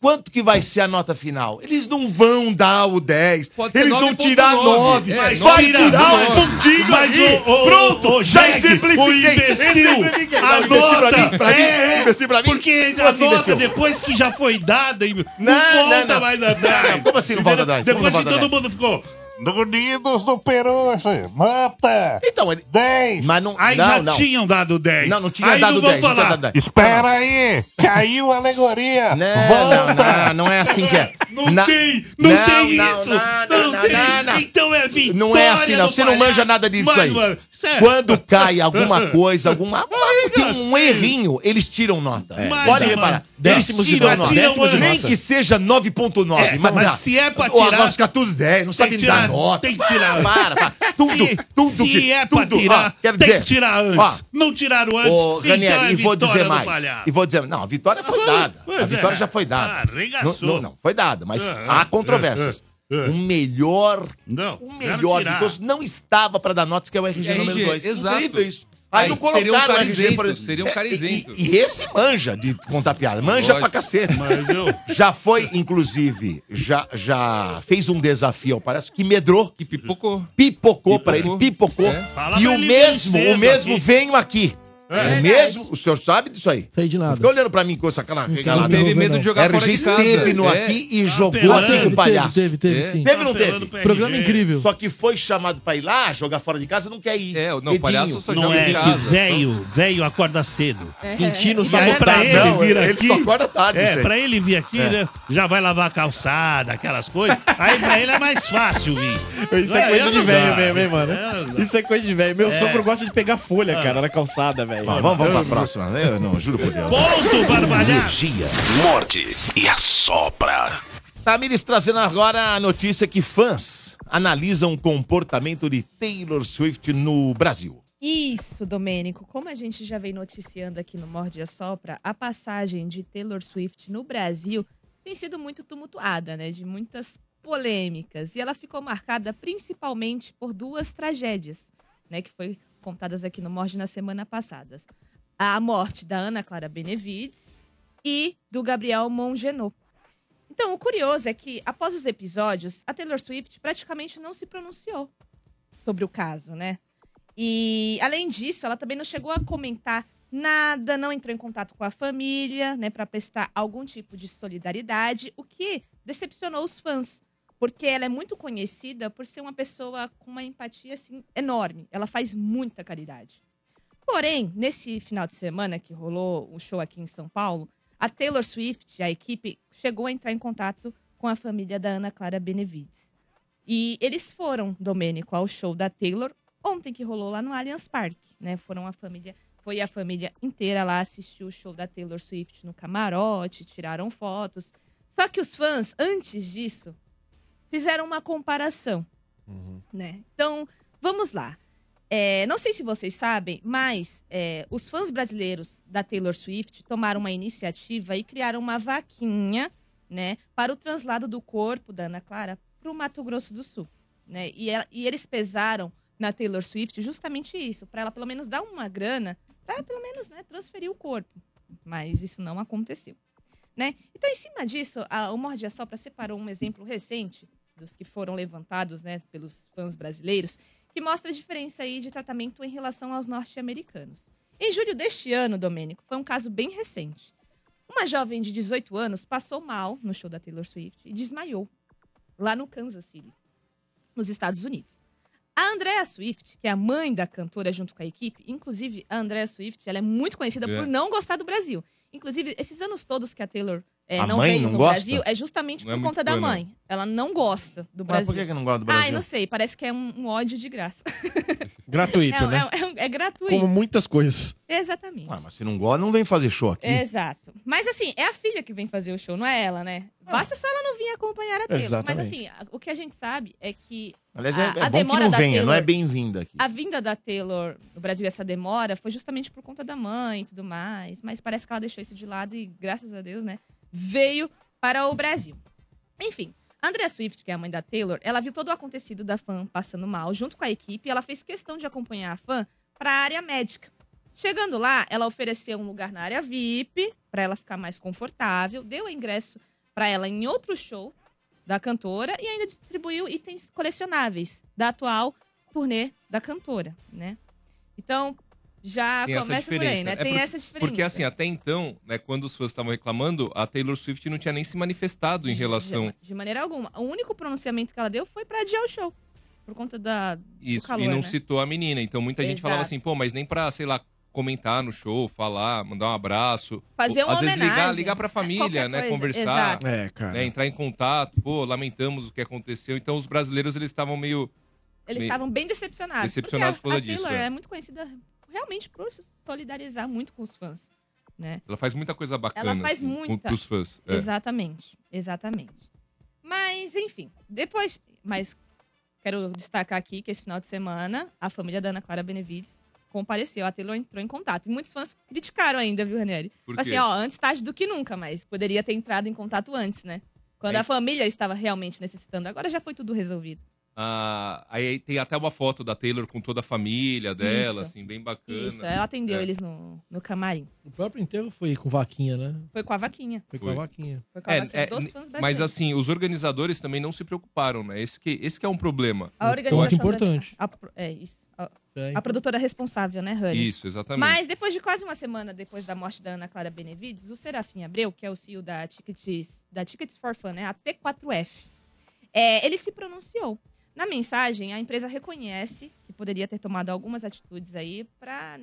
Speaker 1: Quanto que vai ser a nota final? Eles não vão dar o 10.
Speaker 6: Pode ser
Speaker 1: Eles vão
Speaker 6: 9.9.
Speaker 1: tirar 9.
Speaker 6: É,
Speaker 1: vai
Speaker 6: 9.9.
Speaker 1: tirar um pontinho
Speaker 6: Mas
Speaker 1: aí.
Speaker 6: o- o-
Speaker 1: Pronto,
Speaker 6: o
Speaker 1: já
Speaker 6: Jack, o
Speaker 1: exemplifiquei.
Speaker 6: imbecil,
Speaker 1: Exemplifiquei.
Speaker 6: a
Speaker 1: Não, imbecil pra
Speaker 6: nota,
Speaker 1: mim, pra mim,
Speaker 6: é, é.
Speaker 1: imbecil pra mim.
Speaker 6: Porque
Speaker 1: Como
Speaker 6: a
Speaker 1: assim,
Speaker 6: nota,
Speaker 1: imbecil?
Speaker 6: depois que já foi dada, não,
Speaker 1: Não,
Speaker 6: volta
Speaker 1: não, não.
Speaker 6: mais atrás.
Speaker 1: Não, como assim não volta atrás? Como
Speaker 6: Depois
Speaker 1: não
Speaker 6: que
Speaker 1: volta
Speaker 6: todo
Speaker 1: atrás?
Speaker 6: mundo ficou...
Speaker 1: Unidos do Peru, mata! Então, ele... 10! Mas não,
Speaker 6: Aí
Speaker 1: não,
Speaker 6: já
Speaker 1: não.
Speaker 6: tinham dado 10.
Speaker 1: Não, não tinha
Speaker 6: Aí
Speaker 1: dado
Speaker 6: não vão
Speaker 1: 10, não tinha
Speaker 6: falar.
Speaker 1: dado 10.
Speaker 6: Espera
Speaker 1: aí,
Speaker 6: caiu
Speaker 1: a alegoria. É. Não,
Speaker 6: Volta.
Speaker 1: não, não, não é assim que é.
Speaker 6: Né? Não
Speaker 1: Na-
Speaker 6: tem, não, tem isso. Não, tem. Então é vitória
Speaker 1: Não é assim, não.
Speaker 6: do
Speaker 1: Você não
Speaker 6: palhaço.
Speaker 1: manja nada disso
Speaker 6: Mais
Speaker 1: aí.
Speaker 6: uma vez. Sério. assim.
Speaker 1: Quando cai alguma coisa, alguma. Tem um errinho, eles tiram nota.
Speaker 6: É. Mas,
Speaker 1: Pode
Speaker 6: mano,
Speaker 1: reparar. Eles
Speaker 6: décimos de
Speaker 1: tiram
Speaker 6: nota,
Speaker 1: nota.
Speaker 6: décimos de
Speaker 1: Nem
Speaker 6: nota.
Speaker 1: que seja 9,9.
Speaker 6: É,
Speaker 1: mas,
Speaker 6: mas
Speaker 1: dá.
Speaker 6: se é pra
Speaker 1: Ou
Speaker 6: tirar-
Speaker 1: Agora fica tudo 10,
Speaker 6: Tem
Speaker 1: não sabe
Speaker 6: que
Speaker 1: dar
Speaker 6: tirar,
Speaker 1: nota.
Speaker 6: tem que tirar.
Speaker 1: Para, para. Tudo,
Speaker 6: Se-
Speaker 1: tudo
Speaker 6: se
Speaker 1: que.
Speaker 6: é pra
Speaker 1: tudo. ó,
Speaker 6: tirar,
Speaker 1: quero
Speaker 6: tem
Speaker 1: dizer,
Speaker 6: que tirar antes.
Speaker 1: ó,
Speaker 6: Não tiraram antes,
Speaker 1: Ô,
Speaker 6: então
Speaker 1: Ranieri,
Speaker 6: é
Speaker 1: e vou
Speaker 6: vitória
Speaker 1: dizer
Speaker 6: do
Speaker 1: mais.
Speaker 6: palhaço.
Speaker 1: E vou dizer, não, a vitória foi
Speaker 6: Ah,
Speaker 1: dada.
Speaker 6: pois
Speaker 1: A vitória
Speaker 6: é.
Speaker 1: já foi dada. Não,
Speaker 6: Arregaçou.
Speaker 1: não, não, foi dada, mas
Speaker 6: Ah, ah,
Speaker 1: há controvérsias.
Speaker 6: ah, ah,
Speaker 1: O melhor,
Speaker 6: Não,
Speaker 1: o melhor de
Speaker 6: tirar.
Speaker 1: todos não estava para dar notas, que é o RG, número
Speaker 2: RG,
Speaker 1: 2.
Speaker 2: exato.
Speaker 1: Incrível isso. Aí,
Speaker 2: Aí
Speaker 1: não
Speaker 2: seria um
Speaker 1: colocaram o RG,
Speaker 2: carizento,
Speaker 1: por exemplo.
Speaker 2: seria um
Speaker 1: É, e-
Speaker 2: carizento.
Speaker 1: E, e esse manja de contar piada. Manja
Speaker 2: Lógico.
Speaker 1: pra cacete.
Speaker 6: Mas eu-
Speaker 1: Já foi, inclusive, já, já fez um desafio, parece, que medrou.
Speaker 2: Que pipocou.
Speaker 1: Pipocou pra ele, pipocou.
Speaker 6: Fala
Speaker 1: E
Speaker 6: pra
Speaker 1: o
Speaker 6: ele
Speaker 1: mesmo,
Speaker 6: vencer
Speaker 1: o mesmo
Speaker 6: daqui.
Speaker 1: venho aqui.
Speaker 6: É.
Speaker 1: O mesmo, o senhor sabe disso aí.
Speaker 5: Sei de nada.
Speaker 1: Fica olhando pra mim com essa cara.
Speaker 5: Não quero me envolver, não.
Speaker 1: RG esteve no
Speaker 6: É.
Speaker 1: aqui e jogou
Speaker 5: apelando.
Speaker 1: aqui com
Speaker 5: Teve,
Speaker 1: o palhaço.
Speaker 5: teve, teve,
Speaker 1: Tá É.
Speaker 5: sim.
Speaker 1: Teve ou não
Speaker 5: Apelando
Speaker 1: teve?
Speaker 5: pro RG.
Speaker 6: É.
Speaker 5: Programa incrível.
Speaker 1: Só que foi chamado pra ir lá, jogar fora de casa, não quer ir. É,
Speaker 6: Não, palhaço só não é que velho, velho acorda cedo.
Speaker 1: É.
Speaker 6: Quintino
Speaker 1: E
Speaker 6: sabe
Speaker 1: aí,
Speaker 6: pra
Speaker 1: não,
Speaker 6: ele vir
Speaker 1: ele
Speaker 6: aqui.
Speaker 1: só acorda tarde,
Speaker 6: É,
Speaker 1: isso aí.
Speaker 6: pra ele vir aqui,
Speaker 1: É.
Speaker 6: né? Já vai lavar a calçada, aquelas coisas. Aí pra ele é mais fácil vir.
Speaker 4: Isso é
Speaker 6: Eu
Speaker 4: coisa de
Speaker 6: não
Speaker 4: velho
Speaker 6: dá.
Speaker 4: mesmo, hein, mano?
Speaker 6: Eu não dá.
Speaker 4: Isso é coisa de velho. Meu
Speaker 6: É.
Speaker 4: sogro gosta de pegar folha,
Speaker 6: Ah.
Speaker 4: cara, na calçada, velho.
Speaker 1: Vamos, vamos pra próxima, né? Eu não, juro por Deus.
Speaker 6: Ponto, barbalhar!
Speaker 1: Energia, morde e assopra. Tamires trazendo agora a notícia que fãs analisam o comportamento de Taylor Swift no Brasil.
Speaker 3: Isso, Domênico. Como a gente já vem noticiando aqui no Morde e Assopra, a passagem de Taylor Swift no Brasil tem sido muito tumultuada, né? De muitas polêmicas. E ela ficou marcada principalmente por duas tragédias, né? Que foi contadas aqui no Morde na semana passada. A morte da Ana Clara Benevides e do Gabriel Mongenot. Então, o curioso é que, após os episódios, a Taylor Swift praticamente não se pronunciou sobre o caso, né? E além disso, ela também não chegou a comentar nada, não entrou em contato com a família, né, para prestar algum tipo de solidariedade, o que decepcionou os fãs, porque ela é muito conhecida por ser uma pessoa com uma empatia assim enorme. Ela faz muita caridade. Porém, nesse final de semana que rolou o show aqui em São Paulo, a Taylor Swift, a equipe, chegou a entrar em contato com a família da Ana Clara Benevides. E eles foram, Domênico, ao show da Taylor ontem que rolou lá no Allianz Parque, né? Foram a família, foi a família inteira lá assistir o show da Taylor Swift no camarote, tiraram fotos. Só que os fãs, antes disso, fizeram uma comparação, né? Então, vamos lá. É, não sei se vocês sabem, mas é, os fãs brasileiros da Taylor Swift tomaram uma iniciativa e criaram uma vaquinha, né, para o translado do corpo da Ana Clara para o Mato Grosso do Sul, né? E, ela- e eles pesaram na Taylor Swift justamente isso, para ela pelo menos dar uma grana, para pelo menos né, transferir o corpo. Mas isso não aconteceu. Né? Então, em cima disso, a, o Morde a Sopra separou um exemplo recente dos que foram levantados né, pelos fãs brasileiros, que mostra a diferença aí de tratamento em relação aos norte-americanos. Em julho deste ano, Domênico, foi um caso bem recente. Uma jovem de 18 anos passou mal no show da Taylor Swift e desmaiou lá no Kansas City, nos Estados Unidos. A Andrea Swift, que é a mãe da cantora junto com a equipe, inclusive a Andrea Swift, ela é muito conhecida
Speaker 12: É.
Speaker 3: por não gostar do Brasil. Inclusive, esses anos todos que a Taylor é,
Speaker 1: A
Speaker 3: não
Speaker 1: mãe
Speaker 3: veio
Speaker 1: não
Speaker 3: no
Speaker 1: gosta?
Speaker 3: Brasil é justamente
Speaker 1: Não é
Speaker 3: por
Speaker 1: muito
Speaker 3: conta da
Speaker 1: fã, não.
Speaker 3: mãe. Ela não gosta do
Speaker 1: Mas
Speaker 3: Brasil.
Speaker 1: por que que não gosta do Brasil?
Speaker 3: Ai, não sei. Parece que é um, um ódio de graça.
Speaker 4: Gratuito,
Speaker 3: é,
Speaker 4: né?
Speaker 3: é, é, é gratuito.
Speaker 4: Como muitas coisas.
Speaker 3: Exatamente.
Speaker 1: Ah, mas se não gosta, não vem fazer show
Speaker 3: É.
Speaker 1: aqui.
Speaker 3: Exato. Mas assim, é a filha que vem fazer o show, não é ela, né? Basta só ela não vir acompanhar a Taylor. Mas
Speaker 1: Exatamente.
Speaker 3: assim, a- o que a gente sabe é que.
Speaker 1: Aliás,
Speaker 3: a,
Speaker 1: é, é
Speaker 3: a
Speaker 1: bom que
Speaker 3: demora
Speaker 1: não
Speaker 3: da
Speaker 1: venha, não é
Speaker 3: Taylor-
Speaker 1: bem-vinda aqui.
Speaker 3: A vinda da Taylor no Brasil, essa demora, foi justamente por conta da mãe e tudo mais. Mas parece que ela deixou isso de lado e, graças a Deus, né? Veio para o Brasil. Enfim, a Andrea Swift, que é a mãe da Taylor, ela viu todo o acontecido da fã passando mal junto com a equipe e ela fez questão de acompanhar a fã para a área médica. Chegando lá, ela ofereceu um lugar na área VIP para ela ficar mais confortável, deu ingresso para ela em outro show da cantora e ainda distribuiu itens colecionáveis da atual turnê da cantora, né? Então, já
Speaker 2: Tem essa
Speaker 3: começa por
Speaker 2: diferença.
Speaker 3: aí, né?
Speaker 2: É
Speaker 3: Tem
Speaker 2: por-
Speaker 3: essa diferença.
Speaker 2: Porque, assim, até então, né, quando os fãs estavam reclamando, a Taylor Swift não tinha nem se manifestado em relação.
Speaker 3: De maneira alguma. O único pronunciamento que ela deu foi para adiar o show. Por conta da,
Speaker 2: Isso,
Speaker 3: do calor,
Speaker 2: e não
Speaker 3: né?
Speaker 2: citou a menina. Então muita gente
Speaker 3: Exato.
Speaker 2: falava assim, pô, mas nem pra, sei lá, comentar no show, falar, mandar um abraço.
Speaker 3: Fazer
Speaker 2: Ou,
Speaker 3: uma
Speaker 2: Às vezes ligar,
Speaker 3: homenagem.
Speaker 2: ligar pra família,
Speaker 3: Qualquer
Speaker 2: né?
Speaker 3: coisa,
Speaker 2: Conversar.
Speaker 3: exato. É,
Speaker 4: cara.
Speaker 2: né, entrar em contato, pô, lamentamos o que aconteceu. Então os brasileiros, eles estavam meio.
Speaker 3: Eles
Speaker 2: meio-
Speaker 3: estavam bem decepcionados.
Speaker 2: Decepcionados
Speaker 3: porque a,
Speaker 2: por causa
Speaker 3: a Taylor
Speaker 2: disso, é.
Speaker 3: é muito conhecida realmente por se solidarizar muito com os fãs, né?
Speaker 2: Ela faz muita coisa bacana.
Speaker 3: Ela faz
Speaker 2: assim, com-
Speaker 3: muita.
Speaker 2: Pros fãs. é.
Speaker 3: Exatamente, exatamente. Mas, enfim, depois. Mas quero destacar aqui que esse final de semana a família da Ana Clara Benevides compareceu. A Taylor entrou em contato. E muitos fãs criticaram ainda, viu, Ranieri?
Speaker 12: Por
Speaker 3: Assim,
Speaker 12: quê?
Speaker 3: ó, antes tarde do que nunca, mas poderia ter entrado em contato antes, né? Quando
Speaker 2: É.
Speaker 3: a família estava realmente necessitando. Agora já foi tudo resolvido.
Speaker 2: Ah, aí tem até uma foto da Taylor com toda a família
Speaker 3: Isso.
Speaker 2: dela, assim, bem bacana.
Speaker 3: Isso, ela atendeu
Speaker 2: É.
Speaker 3: eles no, no camarim.
Speaker 5: O próprio enterro foi com vaquinha, né?
Speaker 3: Foi com a vaquinha.
Speaker 5: Foi com a vaquinha.
Speaker 3: Foi com a
Speaker 2: É,
Speaker 3: vaquinha
Speaker 2: é,
Speaker 3: dos
Speaker 2: n-
Speaker 3: fãs
Speaker 2: mas
Speaker 3: brasileiros.
Speaker 2: assim, os organizadores também não se preocuparam, né? Esse que, esse que é um problema.
Speaker 3: A organização
Speaker 2: Eu acho-
Speaker 3: da- a pro- é isso. A, a produtora responsável, né, Rani?
Speaker 2: Isso, exatamente.
Speaker 3: Mas depois de quase uma semana depois da morte da Ana Clara Benevides, o Serafim Abreu, que é o CEO da Tickets, da Tickets for Fun, né, a T4F, é, ele se pronunciou. Na mensagem, a empresa reconhece que poderia ter tomado algumas atitudes aí para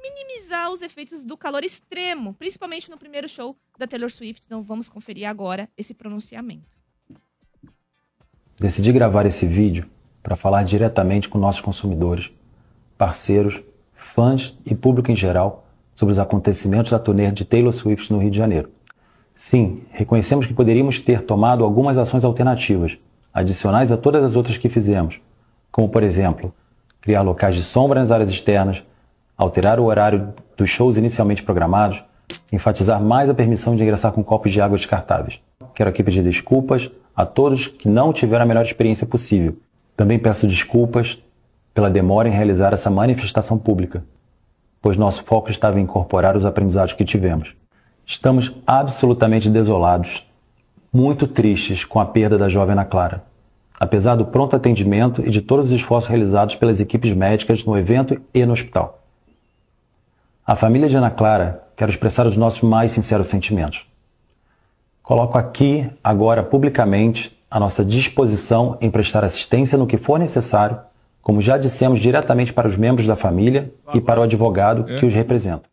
Speaker 3: minimizar os efeitos do calor extremo, principalmente no primeiro show da Taylor Swift. Então vamos conferir agora esse pronunciamento.
Speaker 13: Decidi gravar esse vídeo para falar diretamente com nossos consumidores, parceiros,
Speaker 12: fãs e público em geral sobre os acontecimentos da turnê de Taylor Swift no Rio de Janeiro. Sim, reconhecemos que poderíamos ter tomado algumas ações alternativas, adicionais a todas as outras que fizemos, como, por exemplo, criar locais de sombra nas áreas externas, alterar o horário dos shows inicialmente programados, enfatizar mais a permissão de ingressar com copos de água descartáveis. Quero aqui pedir desculpas a todos que não tiveram a melhor experiência possível. Também peço desculpas pela demora em realizar essa manifestação pública, pois nosso foco estava em incorporar os aprendizados que tivemos. Estamos absolutamente desolados, muito tristes com a perda da jovem Ana Clara. Apesar do pronto atendimento e de todos os esforços realizados pelas equipes médicas no evento e no hospital. À família de Ana Clara, quero expressar os nossos mais sinceros sentimentos. Coloco aqui, agora publicamente, a nossa disposição em prestar assistência no que for necessário, como já dissemos diretamente para os membros da família e para o advogado que os representa.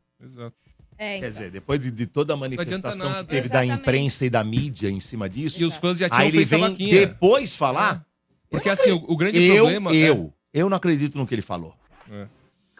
Speaker 3: É, então.
Speaker 1: Quer dizer, depois de, de toda a manifestação que teve da
Speaker 2: Exatamente.
Speaker 1: imprensa e da mídia em cima disso,
Speaker 2: E os fãs já tinham
Speaker 1: aí ele
Speaker 2: feito a
Speaker 1: vem
Speaker 2: vaquinha.
Speaker 1: depois falar.
Speaker 2: Porque, assim, o- o grande
Speaker 1: eu,
Speaker 2: problema é-
Speaker 1: Eu, eu não acredito no que ele falou.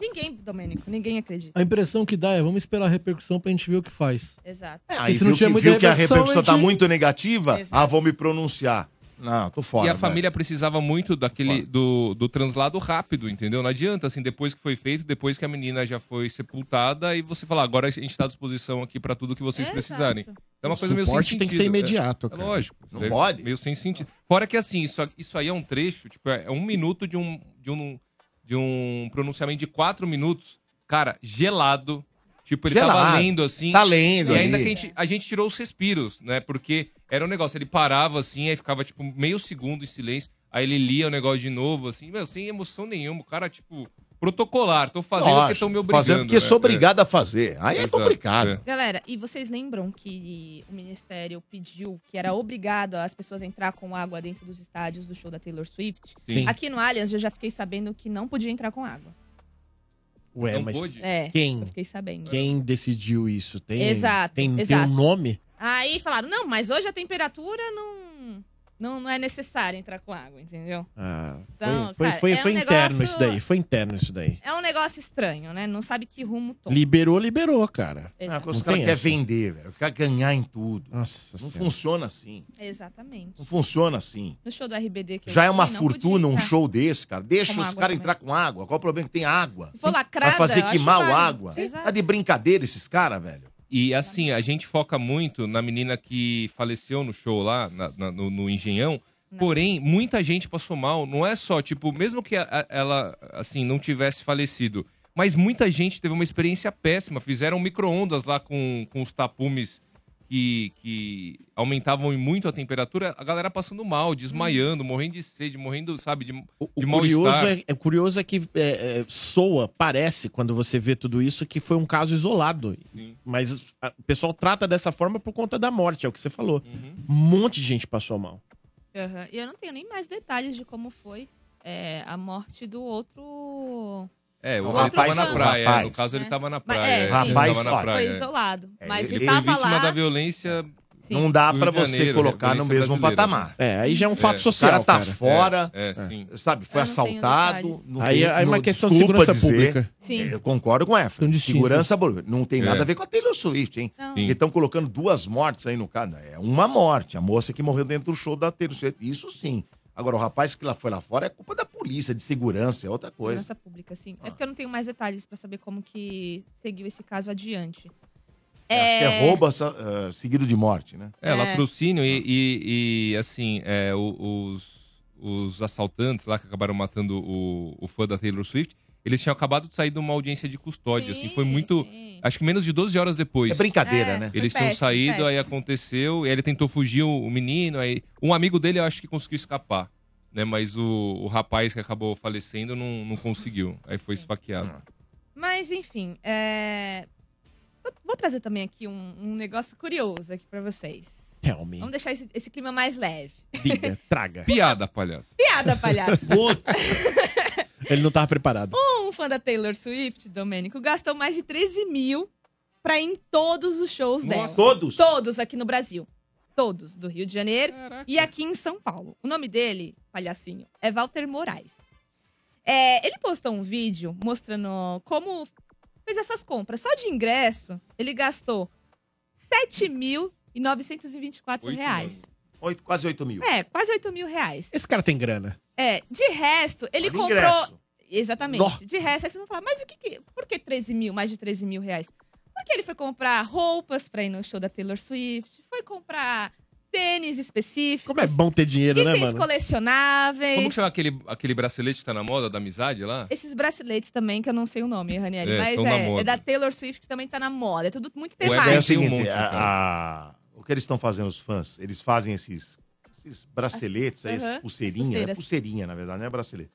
Speaker 3: Ninguém, Domênico, ninguém acredita.
Speaker 5: A impressão que dá é vamos esperar a repercussão pra gente ver o que faz. É,
Speaker 3: Exato.
Speaker 1: Aí
Speaker 5: se
Speaker 1: viu,
Speaker 5: não
Speaker 1: que,
Speaker 5: tiver muita
Speaker 1: viu que a
Speaker 5: repercussão,
Speaker 1: repercussão tá
Speaker 5: a gente-
Speaker 1: muito negativa,
Speaker 3: Exato.
Speaker 1: ah, vou me pronunciar. Não, tô fora.
Speaker 2: e a
Speaker 1: velho.
Speaker 2: família precisava muito daquele do, do translado rápido, entendeu? Não adianta, assim, depois que foi feito, depois que a menina já foi sepultada, e você falar, agora a gente está à disposição aqui para tudo que vocês precisarem. Então é uma
Speaker 4: O
Speaker 2: coisa meio sem
Speaker 4: suporte
Speaker 2: sentido.
Speaker 4: tem que ser imediato,
Speaker 2: É, é
Speaker 4: cara.
Speaker 2: lógico.
Speaker 4: Não
Speaker 2: é
Speaker 4: pode.
Speaker 2: Meio sem sentido. Fora que, assim, isso, isso aí é um trecho, tipo, é um minuto de um, de um, de um pronunciamento de quatro minutos, cara, gelado. Tipo, ele tava
Speaker 1: Gelado.
Speaker 2: lendo assim.
Speaker 1: Tá lendo
Speaker 2: E ainda
Speaker 1: ali.
Speaker 2: que a gente, a gente tirou os respiros, né? Porque era um negócio, ele parava assim, aí ficava tipo meio segundo em silêncio, aí ele lia o negócio de novo, assim, meu, sem emoção nenhuma, o cara, tipo, protocolar, tô fazendo porque
Speaker 1: Lógico,
Speaker 2: estão me obrigando.
Speaker 1: fazendo porque
Speaker 2: né?
Speaker 1: sou obrigado a fazer. Aí é
Speaker 2: Exato,
Speaker 1: complicado.
Speaker 2: é.
Speaker 3: Galera, e vocês lembram que o Ministério pediu que era obrigado as pessoas a entrar com água dentro dos estádios do show da Taylor Swift?
Speaker 4: Sim.
Speaker 3: Aqui no Allianz eu já fiquei sabendo que não podia entrar com água.
Speaker 4: Ué,
Speaker 3: Não
Speaker 4: mas
Speaker 3: pôde? É,
Speaker 4: quem,
Speaker 3: eu fiquei sabendo.
Speaker 4: quem decidiu isso? Tem,
Speaker 3: Exato,
Speaker 4: tem, tem
Speaker 3: exato.
Speaker 4: um nome?
Speaker 3: Aí falaram, não, mas hoje a temperatura não, não, não é necessário entrar com água, entendeu?
Speaker 4: Ah,
Speaker 3: Então,
Speaker 4: foi
Speaker 3: cara,
Speaker 4: foi,
Speaker 3: é
Speaker 4: foi
Speaker 3: um
Speaker 4: interno
Speaker 3: negócio-
Speaker 4: isso daí, foi interno isso daí.
Speaker 3: É um negócio estranho, né? Não sabe que rumo toma.
Speaker 4: Liberou, liberou, cara.
Speaker 3: Exato.
Speaker 1: Os caras querem vender, velho. Quer ganhar em tudo.
Speaker 4: não
Speaker 1: funciona assim.
Speaker 3: Exatamente.
Speaker 1: Não funciona assim.
Speaker 3: No show do RBD que eu
Speaker 1: Já é
Speaker 3: fui,
Speaker 1: uma
Speaker 3: não
Speaker 1: fortuna
Speaker 3: podia
Speaker 1: um
Speaker 3: entrar.
Speaker 1: show desse, cara. Deixa
Speaker 3: Com
Speaker 1: os
Speaker 3: água
Speaker 1: caras
Speaker 3: também.
Speaker 1: entrar com água. Qual o problema é que tem água?
Speaker 3: Se for lacrada,
Speaker 1: Vai fazer
Speaker 3: eu acho
Speaker 1: queimar o
Speaker 3: válido.
Speaker 1: água.
Speaker 3: Exato.
Speaker 1: Tá de brincadeira esses caras, velho.
Speaker 2: E assim, a gente foca muito na menina que faleceu no show lá, na- na- no, no Engenhão. Porém, muita gente passou mal. Não é só, tipo, mesmo que a- a- ela, assim, não tivesse falecido. Mas muita gente teve uma experiência péssima. Fizeram micro-ondas lá com, com os tapumes que, que aumentavam em muito a temperatura. A galera passando mal, desmaiando, morrendo de sede, morrendo, sabe, de, de
Speaker 4: O curioso
Speaker 2: mal-estar.
Speaker 4: é, é curioso é que é, é, soa, parece, quando você vê tudo isso, que foi um caso isolado. Mas a- o pessoal trata dessa forma por conta da morte, é o que você falou. Um monte de gente passou mal.
Speaker 3: Aham. E eu não tenho nem mais detalhes de como foi é, a morte do outro.
Speaker 2: É, o
Speaker 3: do
Speaker 2: ele
Speaker 3: outro
Speaker 2: tava na
Speaker 3: fã.
Speaker 2: praia. No caso, ele tava na
Speaker 3: Mas-
Speaker 2: praia.
Speaker 3: é,
Speaker 2: ele
Speaker 3: sim,
Speaker 2: tava
Speaker 3: foi
Speaker 2: na praia, é.
Speaker 3: isolado. mas
Speaker 2: ele foi
Speaker 3: estava
Speaker 2: vítima
Speaker 3: lá.
Speaker 2: da violência.
Speaker 1: Não dá
Speaker 2: do
Speaker 1: pra
Speaker 2: Rio de
Speaker 1: você
Speaker 2: Janeiro,
Speaker 1: colocar
Speaker 2: né?
Speaker 1: no
Speaker 2: Violência
Speaker 1: mesmo
Speaker 2: brasileira,
Speaker 1: patamar.
Speaker 2: né?
Speaker 4: É, aí já é um fato social,
Speaker 1: O cara tá
Speaker 4: cara.
Speaker 1: fora,
Speaker 2: É, é, sim.
Speaker 1: sabe, foi assaltado. não
Speaker 4: Aí-
Speaker 1: tem-
Speaker 4: aí é uma
Speaker 1: não-
Speaker 4: questão de
Speaker 1: desculpa é,
Speaker 4: segurança pública.
Speaker 3: Sim.
Speaker 1: Eu concordo com essa. Segurança pública. Não tem
Speaker 4: É.
Speaker 1: nada a ver com a Taylor Swift, hein?
Speaker 3: Não.
Speaker 1: Porque estão colocando duas mortes aí no caso. É uma morte, a moça que morreu dentro do show da Taylor Swift. Isso sim. Agora, o rapaz que lá foi lá fora é culpa da polícia, de segurança, é outra coisa.
Speaker 3: Segurança pública, sim. É porque eu não tenho mais detalhes pra saber como que seguiu esse caso adiante.
Speaker 1: Acho que é roubo essa- ah, seguido de morte, né?
Speaker 2: É,
Speaker 3: É.
Speaker 2: latrocínio e, e- e, assim, é, o- os, os assaltantes lá que acabaram matando o, o fã da Taylor Swift, eles tinham acabado de sair de uma audiência de custódia, assim, foi muito... Acho que menos de 12 horas depois. É
Speaker 1: brincadeira, É, né? foi
Speaker 2: Eles tinham
Speaker 1: péssimo,
Speaker 2: saído,
Speaker 1: péssimo.
Speaker 2: aí aconteceu, e aí ele tentou fugir o, o menino, aí... Um amigo dele, eu acho que conseguiu escapar, né? Mas o, o rapaz que acabou falecendo não, não conseguiu, aí foi esfaqueado.
Speaker 3: Mas, enfim, é, eu vou trazer também aqui um, um negócio curioso aqui pra vocês.
Speaker 4: Realmente.
Speaker 3: Vamos deixar esse, esse clima mais leve.
Speaker 4: Diga, É traga.
Speaker 2: Piada, palhaço.
Speaker 3: Piada, palhaço.
Speaker 4: Ele não tava preparado.
Speaker 3: Um fã da Taylor Swift, Domênico, gastou mais de 13 mil pra ir em todos os shows
Speaker 1: Nossa.
Speaker 3: dela.
Speaker 1: Todos?
Speaker 3: Todos aqui no Brasil. Todos, do Rio de Janeiro e aqui em São Paulo. O nome dele, palhacinho, é Walter Moraes. É, ele postou um vídeo mostrando como fez essas compras. Só de ingresso, ele gastou R$ 7.924. reais.
Speaker 1: Oito, quase 8 mil.
Speaker 3: É, quase 8 mil reais.
Speaker 4: Esse cara tem grana.
Speaker 3: É, de resto, ele
Speaker 1: Olha o
Speaker 3: comprou.
Speaker 1: ingresso.
Speaker 3: Exatamente.
Speaker 4: Nó.
Speaker 3: De resto, aí vocês vão falar, mas o que, que. Por que 13 mil, mais de 13 mil reais? Porque ele foi comprar roupas pra ir no show da Taylor Swift, foi comprar tênis específicos.
Speaker 4: Como é bom ter dinheiro, né,
Speaker 3: itens
Speaker 4: mano?
Speaker 3: colecionáveis.
Speaker 2: Como que chama aquele, aquele bracelete que tá na moda, da amizade lá?
Speaker 3: Esses braceletes também, que eu não sei o nome, Ranieri.
Speaker 2: É,
Speaker 3: mas
Speaker 2: tão na
Speaker 3: é,
Speaker 2: moda.
Speaker 3: é da Taylor Swift, que também tá na moda. É tudo muito
Speaker 1: O é o
Speaker 3: temático.
Speaker 1: seguinte,
Speaker 2: um monte, né,
Speaker 1: a- a- o que eles estão fazendo, os fãs, eles fazem esses, esses braceletes,
Speaker 3: As-
Speaker 1: aí,
Speaker 3: aham,
Speaker 1: essas
Speaker 3: as
Speaker 1: pulseirinhas, né?
Speaker 3: pulseiras.
Speaker 1: pulseirinha, na verdade, não é bracelete.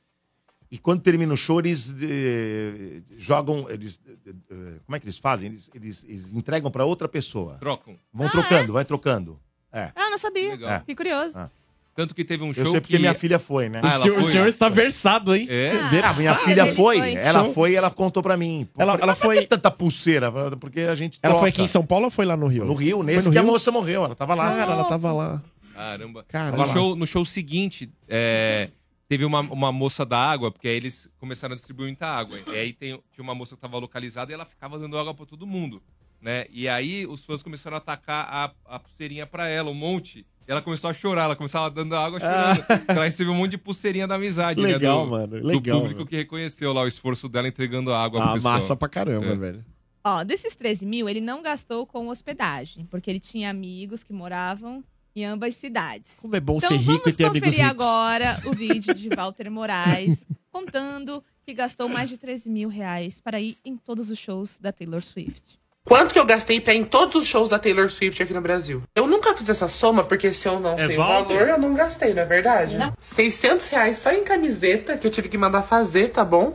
Speaker 1: E quando termina o show, eles eh, jogam, eles, eh, eh, como é que eles fazem? Eles, eles- eles entregam para outra pessoa.
Speaker 2: Trocam.
Speaker 1: Vão trocando, vai trocando. É.
Speaker 3: Ah, não sabia.
Speaker 1: Legal.
Speaker 3: Fiquei curioso.
Speaker 1: Ah.
Speaker 2: Tanto que teve um show
Speaker 1: Eu sei porque
Speaker 2: que...
Speaker 1: minha filha foi, né?
Speaker 2: Ah, ela foi?
Speaker 4: está versado, hein?
Speaker 2: É.
Speaker 1: Ah, minha filha
Speaker 4: Ele
Speaker 1: foi,
Speaker 4: foi.
Speaker 1: ela
Speaker 4: Show.
Speaker 1: foi e ela contou pra mim.
Speaker 4: Ela- ela
Speaker 1: foi tanta pulseira, porque a gente
Speaker 4: Ela foi
Speaker 1: troca.
Speaker 4: aqui em São Paulo ou foi lá no Rio?
Speaker 1: No Rio,
Speaker 4: Foi
Speaker 1: nesse
Speaker 4: no
Speaker 1: que a
Speaker 4: Rio?
Speaker 1: moça morreu, ela tava lá.
Speaker 4: Cara, ela tava lá.
Speaker 2: Caramba.
Speaker 4: Cara,
Speaker 2: no,
Speaker 4: lá.
Speaker 2: show, no show seguinte, é, teve uma, uma moça da água, porque aí eles começaram a distribuir muita água. E aí tem, tinha uma moça que estava localizada e ela ficava dando água para todo mundo. Né? E aí os fãs começaram a atacar a, a pulseirinha para ela, um monte. E ela começou a chorar, ela começava dando água chorando. Ela recebeu um monte de pulseirinha da amizade,
Speaker 4: Ah. Legal,
Speaker 2: né? Do,
Speaker 4: mano,
Speaker 2: do
Speaker 4: legal,
Speaker 2: público
Speaker 4: mano.
Speaker 2: que reconheceu lá o esforço dela entregando água pro
Speaker 4: Ah,
Speaker 2: pessoal.
Speaker 4: massa pra caramba,
Speaker 2: É.
Speaker 4: velho.
Speaker 3: Ó, desses 13 mil, ele não gastou com hospedagem, porque ele tinha amigos que moravam em ambas cidades.
Speaker 4: Como é bom
Speaker 3: então
Speaker 4: ser rico e
Speaker 3: vamos
Speaker 4: ter amigos
Speaker 3: conferir
Speaker 4: ricos.
Speaker 3: agora o vídeo de Walter Moraes contando que gastou mais de 13 mil reais para ir em todos os shows da Taylor Swift.
Speaker 13: Quanto que eu gastei pra ir em todos os shows da Taylor Swift aqui no Brasil? Eu nunca fiz essa soma, porque se eu não
Speaker 14: É
Speaker 13: sei
Speaker 14: Walter?
Speaker 13: o valor, eu não gastei, não é verdade?
Speaker 14: Não.
Speaker 13: 600 reais só em camiseta, que eu tive que mandar fazer, tá bom?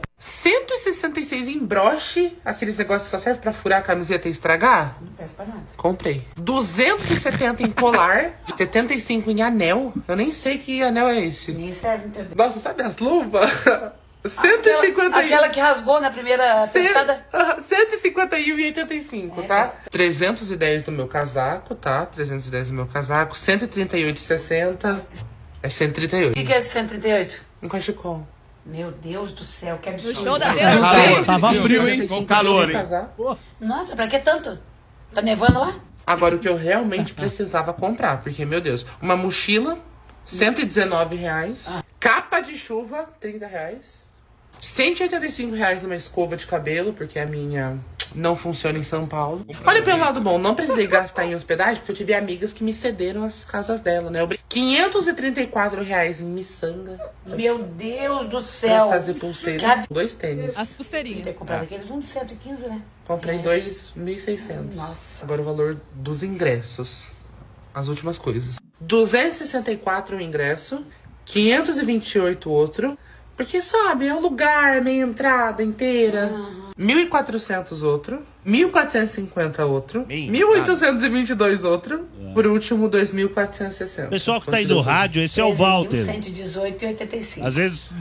Speaker 13: 166 em broche, aqueles negócios que só servem pra furar a camiseta e estragar?
Speaker 14: Não peço pra nada.
Speaker 13: Comprei. 270 em colar, 75 em anel. Eu nem sei que anel é esse. Nem serve também. Nossa, sabe as luvas? 151.
Speaker 14: Aquela, aquela que rasgou na primeira
Speaker 13: Cem-
Speaker 14: testada.
Speaker 13: Aham, 151,85, tá? 310 do meu casaco, tá? 310 do meu casaco, 138,60. É 138.
Speaker 14: O que, que é esse 138?
Speaker 13: Um cachecol.
Speaker 14: Meu Deus do céu, que absurdo.
Speaker 13: show da Taylor Calor, Swift. tava frio, hein? Com calor, hein?
Speaker 14: Nossa, pra que tanto? Tá nevando lá?
Speaker 13: Agora, o que eu realmente precisava comprar, porque, meu Deus, uma mochila, 119 reais.
Speaker 14: Ah.
Speaker 13: Capa de chuva, 30 reais. 185 reais numa escova de cabelo, porque a minha não funciona em São Paulo. Olha pelo lado bom, não precisei gastar em hospedagem, porque eu tive amigas que me cederam as casas dela, né? Eu brin- 534 reais em miçanga.
Speaker 14: Meu Deus do céu.
Speaker 13: Pra fazer pulseira.
Speaker 14: Que
Speaker 13: Dois tênis.
Speaker 3: As pulseirinhas.
Speaker 14: Ter
Speaker 4: Ah.
Speaker 14: comprado aqueles um de 115, né?
Speaker 13: Comprei dois 1.600. Nossa. Agora o valor dos ingressos. As últimas coisas. 264 um ingresso, 528 outro. Porque, sabe, é o lugar, meia entrada inteira. 1.400 outro, 1.450 outro, 1.822 outro,
Speaker 2: É.
Speaker 13: por último 2.460.
Speaker 6: Pessoal que tá aí do rádio, esse é
Speaker 3: um
Speaker 6: o Walter.
Speaker 14: 118,85.
Speaker 6: Às vezes,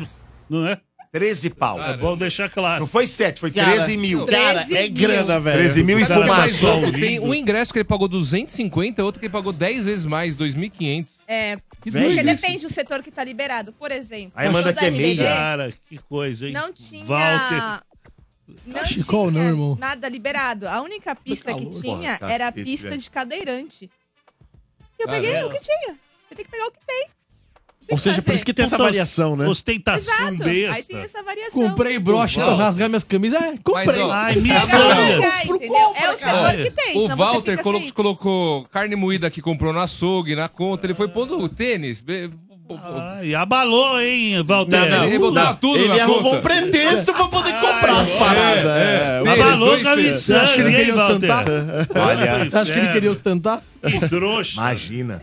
Speaker 6: não é?
Speaker 1: 13 pau.
Speaker 6: É bom deixar claro.
Speaker 1: Não foi 7, foi
Speaker 6: Cara,
Speaker 1: 13 mil.
Speaker 6: cara, é 13 grana, mil. velho.
Speaker 1: 13 mil e
Speaker 6: Cara, mas
Speaker 1: fumaça.
Speaker 6: louco,
Speaker 2: Tem um ingresso que ele pagou 250, outro que ele pagou 10 vezes mais, 2.500.
Speaker 3: É,
Speaker 2: Que
Speaker 3: porque
Speaker 2: doido isso.
Speaker 3: depende do setor que tá liberado. Por exemplo,
Speaker 2: Aí manda
Speaker 3: o show da
Speaker 2: que é meia.
Speaker 3: RBD
Speaker 6: Cara, que coisa, hein?
Speaker 3: não tinha...
Speaker 6: Walter.
Speaker 3: Não
Speaker 6: Chico,
Speaker 3: tinha
Speaker 6: não, irmão.
Speaker 3: nada liberado. A única pista que
Speaker 6: calor.
Speaker 3: tinha
Speaker 6: Porra,
Speaker 3: era a
Speaker 6: cacete,
Speaker 3: pista
Speaker 6: velho.
Speaker 3: de cadeirante. E eu
Speaker 6: Ah,
Speaker 3: peguei
Speaker 6: é?
Speaker 3: o que tinha. Eu tenho que pegar o que tem.
Speaker 4: Ou seja, por isso que tem essa
Speaker 6: Puta-
Speaker 4: variação, né?
Speaker 5: um
Speaker 6: Ostentação
Speaker 3: Exato.
Speaker 6: besta.
Speaker 3: Aí tem essa variação.
Speaker 5: Comprei broche pra rasgar minhas camisas. É, comprei.
Speaker 2: ó, é um Ai,
Speaker 5: Tá
Speaker 2: miçangas.
Speaker 5: bom.
Speaker 3: É, entendeu? É o setor que tem. senão
Speaker 2: o
Speaker 3: você
Speaker 2: Walter
Speaker 3: fica assim,
Speaker 2: colo-
Speaker 3: sem.
Speaker 2: colocou carne moída que comprou no açougue, na conta. Ele foi pondo o tênis. be-
Speaker 6: E abalou, hein, Walter?
Speaker 2: Não, não, ele botava tudo
Speaker 6: ele
Speaker 2: na
Speaker 6: arrumou
Speaker 2: conta.
Speaker 6: um pretexto
Speaker 4: pra poder comprar as paradas. É,
Speaker 6: Tênis, Abalou com a missão,
Speaker 4: Acho que ele
Speaker 6: hein,
Speaker 4: queria
Speaker 6: Walter?
Speaker 4: ostentar.
Speaker 1: Olha.
Speaker 4: Você acha que ele queria ostentar?
Speaker 6: Que trouxa.
Speaker 1: Imagina.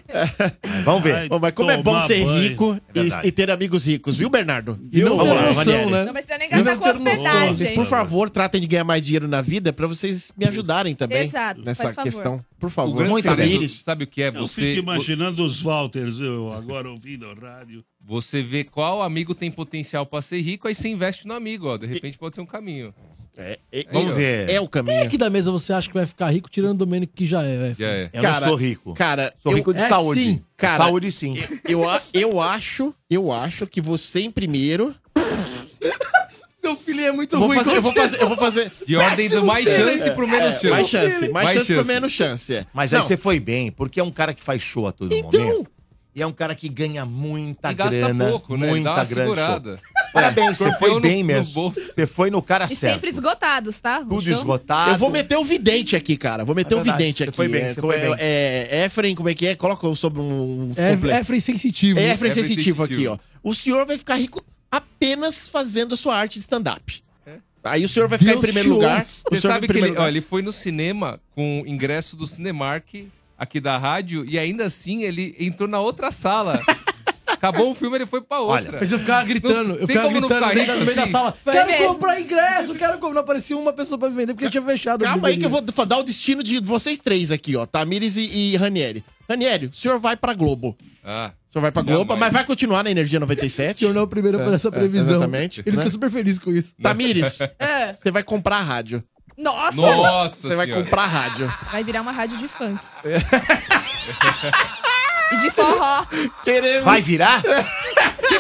Speaker 1: Vamos ver.
Speaker 4: Ô, mas como é bom
Speaker 1: tomar
Speaker 4: ser
Speaker 1: banho.
Speaker 4: rico
Speaker 1: É
Speaker 4: e,
Speaker 1: verdade.
Speaker 4: e ter amigos ricos, viu, Bernardo?
Speaker 5: E não ter noção,
Speaker 4: Vanieri.
Speaker 5: né?
Speaker 3: Não precisa nem
Speaker 4: E não
Speaker 3: gastar tá com
Speaker 4: ter noção.
Speaker 3: hospedagem.
Speaker 4: Vocês, por favor, tratem de ganhar mais dinheiro na vida pra vocês me ajudarem também
Speaker 3: Exato,
Speaker 4: nessa
Speaker 3: faz favor.
Speaker 4: questão. Por
Speaker 2: O
Speaker 4: favor,
Speaker 2: grande
Speaker 4: Muito
Speaker 2: segredo,
Speaker 4: amigos.
Speaker 2: sabe o que é?
Speaker 6: Eu
Speaker 2: Você,
Speaker 6: fico imaginando os Walters, eu agora ouvindo o rádio.
Speaker 2: você vê qual amigo tem potencial pra ser rico, aí você investe no amigo, ó. De repente pode ser um caminho.
Speaker 4: É,
Speaker 2: ó.
Speaker 5: Quem é que da mesa você acha que vai ficar rico, tirando o Domênico que já é?
Speaker 2: Já é.
Speaker 1: Eu não sou rico.
Speaker 4: Cara,
Speaker 1: Sou
Speaker 4: eu-
Speaker 1: rico de
Speaker 4: é
Speaker 1: saúde.
Speaker 4: sim, cara.
Speaker 1: saúde sim.
Speaker 4: Eu, a- eu acho, eu acho que você em primeiro
Speaker 15: Seu filho é muito
Speaker 4: Eu vou
Speaker 15: ruim.
Speaker 4: fazer- eu vou fazer- eu vou fazer-
Speaker 2: De ordem do mais chance pro menos chance.
Speaker 4: É, mais chance, mais
Speaker 2: Mais
Speaker 4: chance pro
Speaker 2: chance.
Speaker 4: menos chance, é.
Speaker 1: Mas aí
Speaker 4: Não. Então,
Speaker 1: você foi bem, porque é um cara que faz show a todo momento. E é um cara que ganha muita
Speaker 2: E gasta
Speaker 1: grana.
Speaker 2: pouco, né? Ele
Speaker 1: Muita
Speaker 2: dá uma
Speaker 1: grana.
Speaker 2: segurada.
Speaker 1: show. Parabéns, você
Speaker 2: Escorpião
Speaker 1: foi
Speaker 2: no-
Speaker 1: bem
Speaker 2: no
Speaker 1: mesmo. Você foi no cara
Speaker 3: E
Speaker 1: certo.
Speaker 3: sempre esgotados, tá? O
Speaker 1: Tudo
Speaker 3: show-
Speaker 1: esgotado.
Speaker 4: Eu vou meter o vidente aqui, cara. Vou meter
Speaker 1: É
Speaker 4: o
Speaker 1: verdade,
Speaker 4: vidente
Speaker 1: você
Speaker 4: aqui.
Speaker 1: foi bem,
Speaker 4: é,
Speaker 1: você foi
Speaker 4: é,
Speaker 1: bem.
Speaker 4: é, Efraim, como é que é? Coloca eu sobre um.
Speaker 5: É-
Speaker 4: completo.
Speaker 5: Efraim sensitivo,
Speaker 4: É
Speaker 5: né?
Speaker 4: Efraim
Speaker 5: Efraim
Speaker 4: sensitivo aqui,
Speaker 5: sensitivo.
Speaker 4: ó. O senhor vai ficar rico apenas fazendo a sua arte de stand-up.
Speaker 1: É.
Speaker 4: Aí o senhor vai ficar em primeiro lugar. O
Speaker 2: Você
Speaker 4: senhor
Speaker 2: sabe
Speaker 4: em
Speaker 2: que
Speaker 4: primeiro
Speaker 2: ele, ó, ele foi no cinema com o ingresso do Cinemark aqui da rádio e ainda assim ele entrou na outra sala. Acabou o filme, ele foi pra outra.
Speaker 5: Mas eu ficava gritando,
Speaker 2: Não
Speaker 5: eu
Speaker 2: tem
Speaker 5: ficava
Speaker 2: como não
Speaker 5: gritando
Speaker 2: ficar
Speaker 5: dentro
Speaker 2: rico
Speaker 5: no meio da
Speaker 2: assim.
Speaker 5: sala.
Speaker 2: Foi
Speaker 5: quero
Speaker 2: mesmo.
Speaker 5: comprar ingresso, quero comprar. Não aparecia uma pessoa pra me vender porque tinha fechado. a
Speaker 4: Calma aí que eu vou
Speaker 5: bilheteria.
Speaker 4: fa- dar o destino de vocês três aqui, ó. Tamires e, e Ranieri. Ranieri, o senhor vai pra Globo.
Speaker 2: Ah.
Speaker 4: O senhor vai pra Globo, mas vai continuar na Energia 97. O senhor
Speaker 5: não é o primeiro a fazer essa previsão.
Speaker 4: exatamente. né?
Speaker 5: Ele ficou super feliz com isso.
Speaker 4: Tamires,
Speaker 3: É.
Speaker 4: você vai comprar a rádio.
Speaker 3: Nossa!
Speaker 4: Você vai comprar a rádio.
Speaker 3: Vai virar uma rádio de funk. e de forró.
Speaker 4: Queremos.
Speaker 1: Vai virar?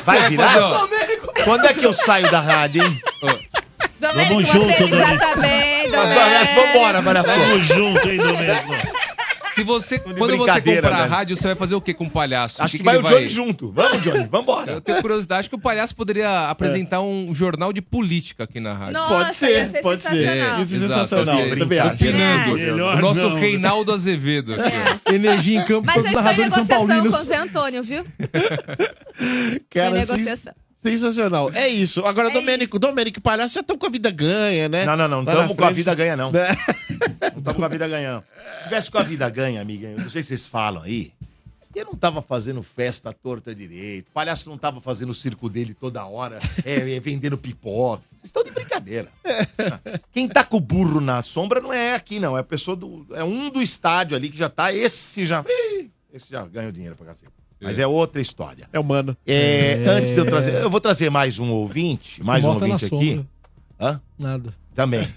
Speaker 1: Vai virar?
Speaker 3: Domênico!
Speaker 1: Quando é que eu saio da rádio, hein?
Speaker 3: Domênico, você já tá
Speaker 1: É,
Speaker 3: bem, Domênico.
Speaker 1: Vambora, Malhação.
Speaker 2: Vamos
Speaker 6: junto, hein, Domênico?
Speaker 2: Se você, quando você
Speaker 1: brincadeira,
Speaker 2: comprar a
Speaker 1: velho.
Speaker 2: rádio, você vai fazer o quê com o palhaço?
Speaker 1: Acho
Speaker 2: que
Speaker 1: que vai
Speaker 2: ele
Speaker 1: o Johnny junto. Vamos, Johnny, vambora.
Speaker 2: Eu tenho curiosidade. Acho que o palhaço poderia apresentar um jornal de política aqui na rádio. assim,
Speaker 3: Nossa, Pode ser, ia ser pode ser. sensacional.
Speaker 4: Isso é sensacional, eu também acho.
Speaker 2: Opinando.
Speaker 4: É, melhor
Speaker 2: o nosso
Speaker 4: não.
Speaker 2: Reinaldo Azevedo. aqui.
Speaker 3: É.
Speaker 5: Energia em campo,
Speaker 3: Mas eu
Speaker 5: todos os
Speaker 3: estou em
Speaker 5: narradores são
Speaker 3: negociação com o
Speaker 5: paulinos.
Speaker 3: Zé Antônio, viu? Tem
Speaker 4: Cara,
Speaker 3: negociação.
Speaker 4: sens- sensacional. É isso. Agora, Domênico, Domênico e Palhaço já estão com a vida ganha, né?
Speaker 1: Não, não, não.
Speaker 4: Lá na
Speaker 1: Tamo com a
Speaker 4: frente.
Speaker 1: vida ganha, não.
Speaker 4: Né?
Speaker 1: Não tava com a vida ganha, não. Se tivesse com a vida ganha, amiga, eu não sei se vocês falam aí. Eu não tava fazendo festa à torta direito. O palhaço não tava fazendo o circo dele toda hora, é, é, vendendo pipoca. Vocês estão de brincadeira. Quem tá com o burro na sombra não é aqui, não. É a pessoa do. É um do estádio ali que já tá. Esse já. Ih, Esse já ganhou dinheiro pra cacete. Mas é outra história.
Speaker 4: É humano.
Speaker 1: É,
Speaker 5: É.
Speaker 1: Antes de eu trazer. Eu vou trazer mais um ouvinte, mais
Speaker 5: Bota
Speaker 1: um
Speaker 5: na
Speaker 1: ouvinte aqui.
Speaker 5: sombra.
Speaker 1: Hã?
Speaker 5: Nada.
Speaker 1: Também.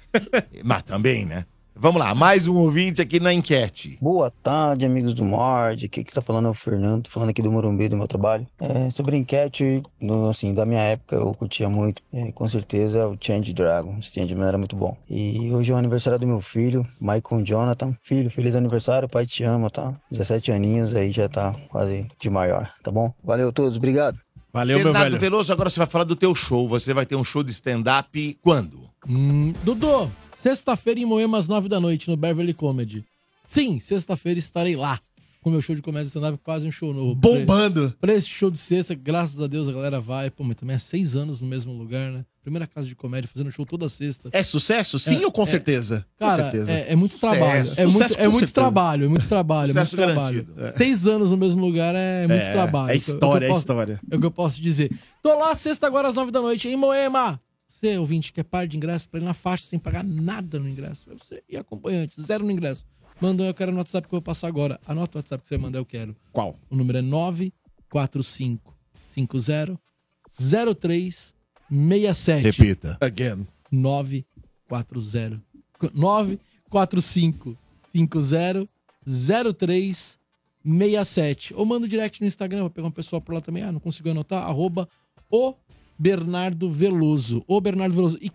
Speaker 1: Mas também, né? Vamos lá, mais um ouvinte aqui na enquete.
Speaker 16: Boa tarde, amigos do Mord. Aqui que tá falando é o Fernando, tô falando aqui do Morumbi, do meu trabalho. É, sobre enquete, no- assim, da minha época eu curtia muito, é, com certeza, o Change Dragon. O Changeman era muito bom. E hoje é o aniversário do meu filho, Michael Jonathan. Filho, feliz aniversário, pai te ama, tá? 17 aninhos aí já tá quase de maior, tá bom? Valeu a todos, obrigado.
Speaker 4: Valeu,
Speaker 1: Bernardo Veloso, agora você vai falar do teu show. Você vai ter um show de stand-up quando?
Speaker 5: Hum, Dudu, sexta-feira em Moema às 9 da noite no Beverly Comedy. Sim, sexta-feira estarei lá com meu show de comédia stand-up, quase um show novo.
Speaker 4: Bombando.
Speaker 5: Pra, pra esse show de sexta, graças a Deus a galera vai. Pô, mas também há seis anos no mesmo lugar, né? Primeira casa de comédia, fazendo show toda sexta.
Speaker 4: É sucesso? Sim
Speaker 5: É,
Speaker 4: ou com
Speaker 5: é.
Speaker 4: certeza?
Speaker 5: Cara,
Speaker 4: com certeza.
Speaker 5: É, é muito trabalho.
Speaker 4: Sucesso.
Speaker 5: É muito,
Speaker 4: Sucesso
Speaker 5: é
Speaker 4: com
Speaker 5: muito
Speaker 4: certeza.
Speaker 5: trabalho, é muito trabalho, é muito
Speaker 4: Sucesso
Speaker 5: trabalho.
Speaker 4: garantido. É.
Speaker 5: Seis anos no mesmo lugar é muito
Speaker 4: É,
Speaker 5: trabalho.
Speaker 4: é
Speaker 5: o que eu
Speaker 4: história, é
Speaker 5: posso-
Speaker 4: história.
Speaker 5: É o que eu posso dizer. Tô lá sexta agora às nove da noite, em Moema. Você, ouvinte, quer par de ingresso pra ir na faixa sem pagar nada no ingresso. É Você e acompanhante, zero no ingresso. Manda um eu quero no WhatsApp que eu vou passar agora. Anota o WhatsApp que você mandar eu quero.
Speaker 4: Qual?
Speaker 5: O número é 94550 0367.
Speaker 1: Repita.
Speaker 4: Again.
Speaker 5: 940 945 50 0367. Ou manda um direct no Instagram, vou pegar um pessoal por lá também. Ah, não consigo anotar. Arroba o Bernardo Veloso. O Bernardo Veloso. E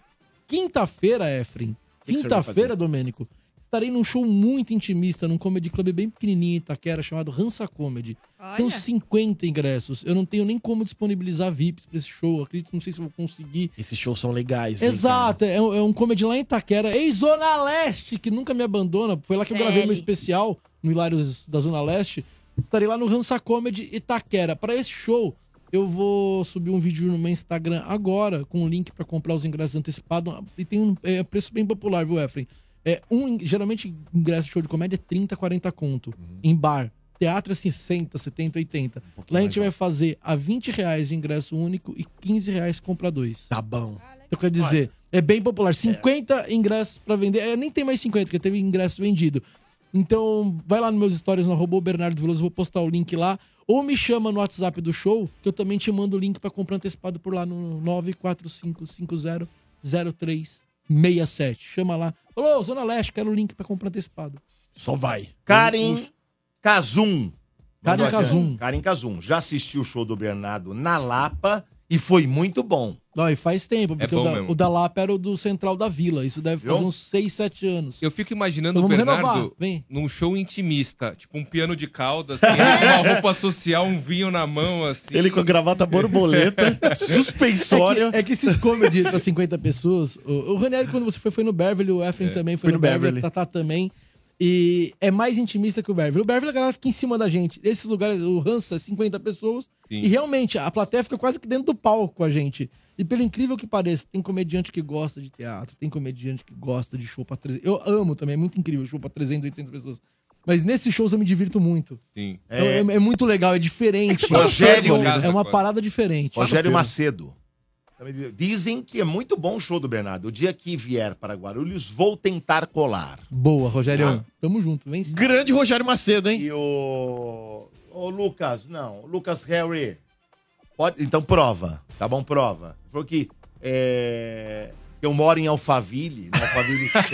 Speaker 5: quinta-feira, Efren.
Speaker 4: que o senhor vai
Speaker 5: Quinta-feira, Domênico. Estarei num show muito intimista, num comedy club bem pequenininho em Itaquera, chamado Hansa Comedy. São
Speaker 3: Olha.
Speaker 5: 50 ingressos. Eu não tenho nem como disponibilizar VIPs pra esse show. Acredito, não sei se eu vou conseguir.
Speaker 4: Esses shows são legais. hein,
Speaker 5: Exato, é, um- é um comedy lá em Itaquera, ex-Zona Leste, que nunca me abandona. Foi lá que eu gravei
Speaker 4: Sério?
Speaker 5: meu especial no Hilários da Zona Leste. Estarei lá no Hansa Comedy Itaquera. Para esse show, eu vou subir um vídeo no meu Instagram agora, com um link para comprar os ingressos antecipados. E tem um é, preço bem popular, viu, Efren? É, um, in- geralmente, ingresso de show de comédia é 30, 40 conto.
Speaker 4: Uhum.
Speaker 5: Em bar. Teatro é 60, 70, 80.
Speaker 4: Um
Speaker 5: lá a gente vai fazer a 20 reais de ingresso único e 15 reais compra dois.
Speaker 4: Tá bom.
Speaker 5: Então, quer dizer, é bem popular. 50 ingressos pra vender. É, nem tem mais 50, porque teve ingresso vendido. Então, vai lá nos meus stories no arroba o Bernardo Veloso, vou postar o link lá. Ou me chama no WhatsApp do show, que eu também te mando o link pra comprar antecipado por lá no 945500367. Chama lá. Alô, Zona Leste, quero o link pra comprar antecipado.
Speaker 4: Só vai.
Speaker 1: Karen Kazum.
Speaker 5: Karen
Speaker 1: Mandou aqui,
Speaker 5: Kazum.
Speaker 1: né? Karen Kazum. Já assistiu o show do Bernardo na Lapa E foi muito bom.
Speaker 5: Não, e faz tempo, porque
Speaker 2: É bom
Speaker 5: o, da,
Speaker 2: mesmo.
Speaker 5: o da Lapa era o do Central da Vila. Isso deve
Speaker 2: Viu?
Speaker 5: fazer uns 6, 7 anos.
Speaker 2: Eu fico imaginando
Speaker 5: Então
Speaker 2: o
Speaker 5: vamos
Speaker 2: Bernardo
Speaker 5: renovar, vem.
Speaker 2: num show intimista, tipo um piano de cauda, assim, uma roupa social, um vinho na mão, assim. É
Speaker 4: Ele com a gravata
Speaker 5: tá
Speaker 4: borboleta, suspensória.
Speaker 5: É que, é que esses comedy pra 50 pessoas. O, o Ranieri, quando você foi, foi no Beverly, o Efren
Speaker 4: É,
Speaker 5: também foi
Speaker 4: fui
Speaker 5: no,
Speaker 4: no
Speaker 5: Beverly,
Speaker 4: Beverly.
Speaker 5: o Tatá também. E é mais intimista que o Beverly. O Beverly, é a galera fica em cima da gente. Esses lugares, o Hans é 50 pessoas.
Speaker 2: Sim.
Speaker 5: E realmente, a plateia fica quase que dentro do palco com a gente. E pelo incrível que pareça, tem comediante que gosta de teatro, tem comediante que gosta de show pra 300. Eu amo também, é muito incrível show pra 300, 800 pessoas. Mas nesses shows eu me divirto muito.
Speaker 2: Sim.
Speaker 5: Então, É, é muito legal, é diferente.
Speaker 1: É que tá no
Speaker 5: Rogério,
Speaker 1: fervo,
Speaker 5: é uma
Speaker 1: cara.
Speaker 5: parada diferente.
Speaker 1: Rogério
Speaker 5: Tá no fervo.
Speaker 1: Macedo. Dizem que é muito bom o show do Bernardo. O dia que vier para Guarulhos, vou tentar colar.
Speaker 5: Boa, Rogério.
Speaker 1: Ah.
Speaker 5: Tamo junto, vem.
Speaker 1: Grande Rogério Macedo, hein? E o. O Lucas, não. o Lucas Harry. Pode... Então prova, tá bom? Prova. Ele Falou que. é, Eu moro em Alphaville, né? Alphaville 300,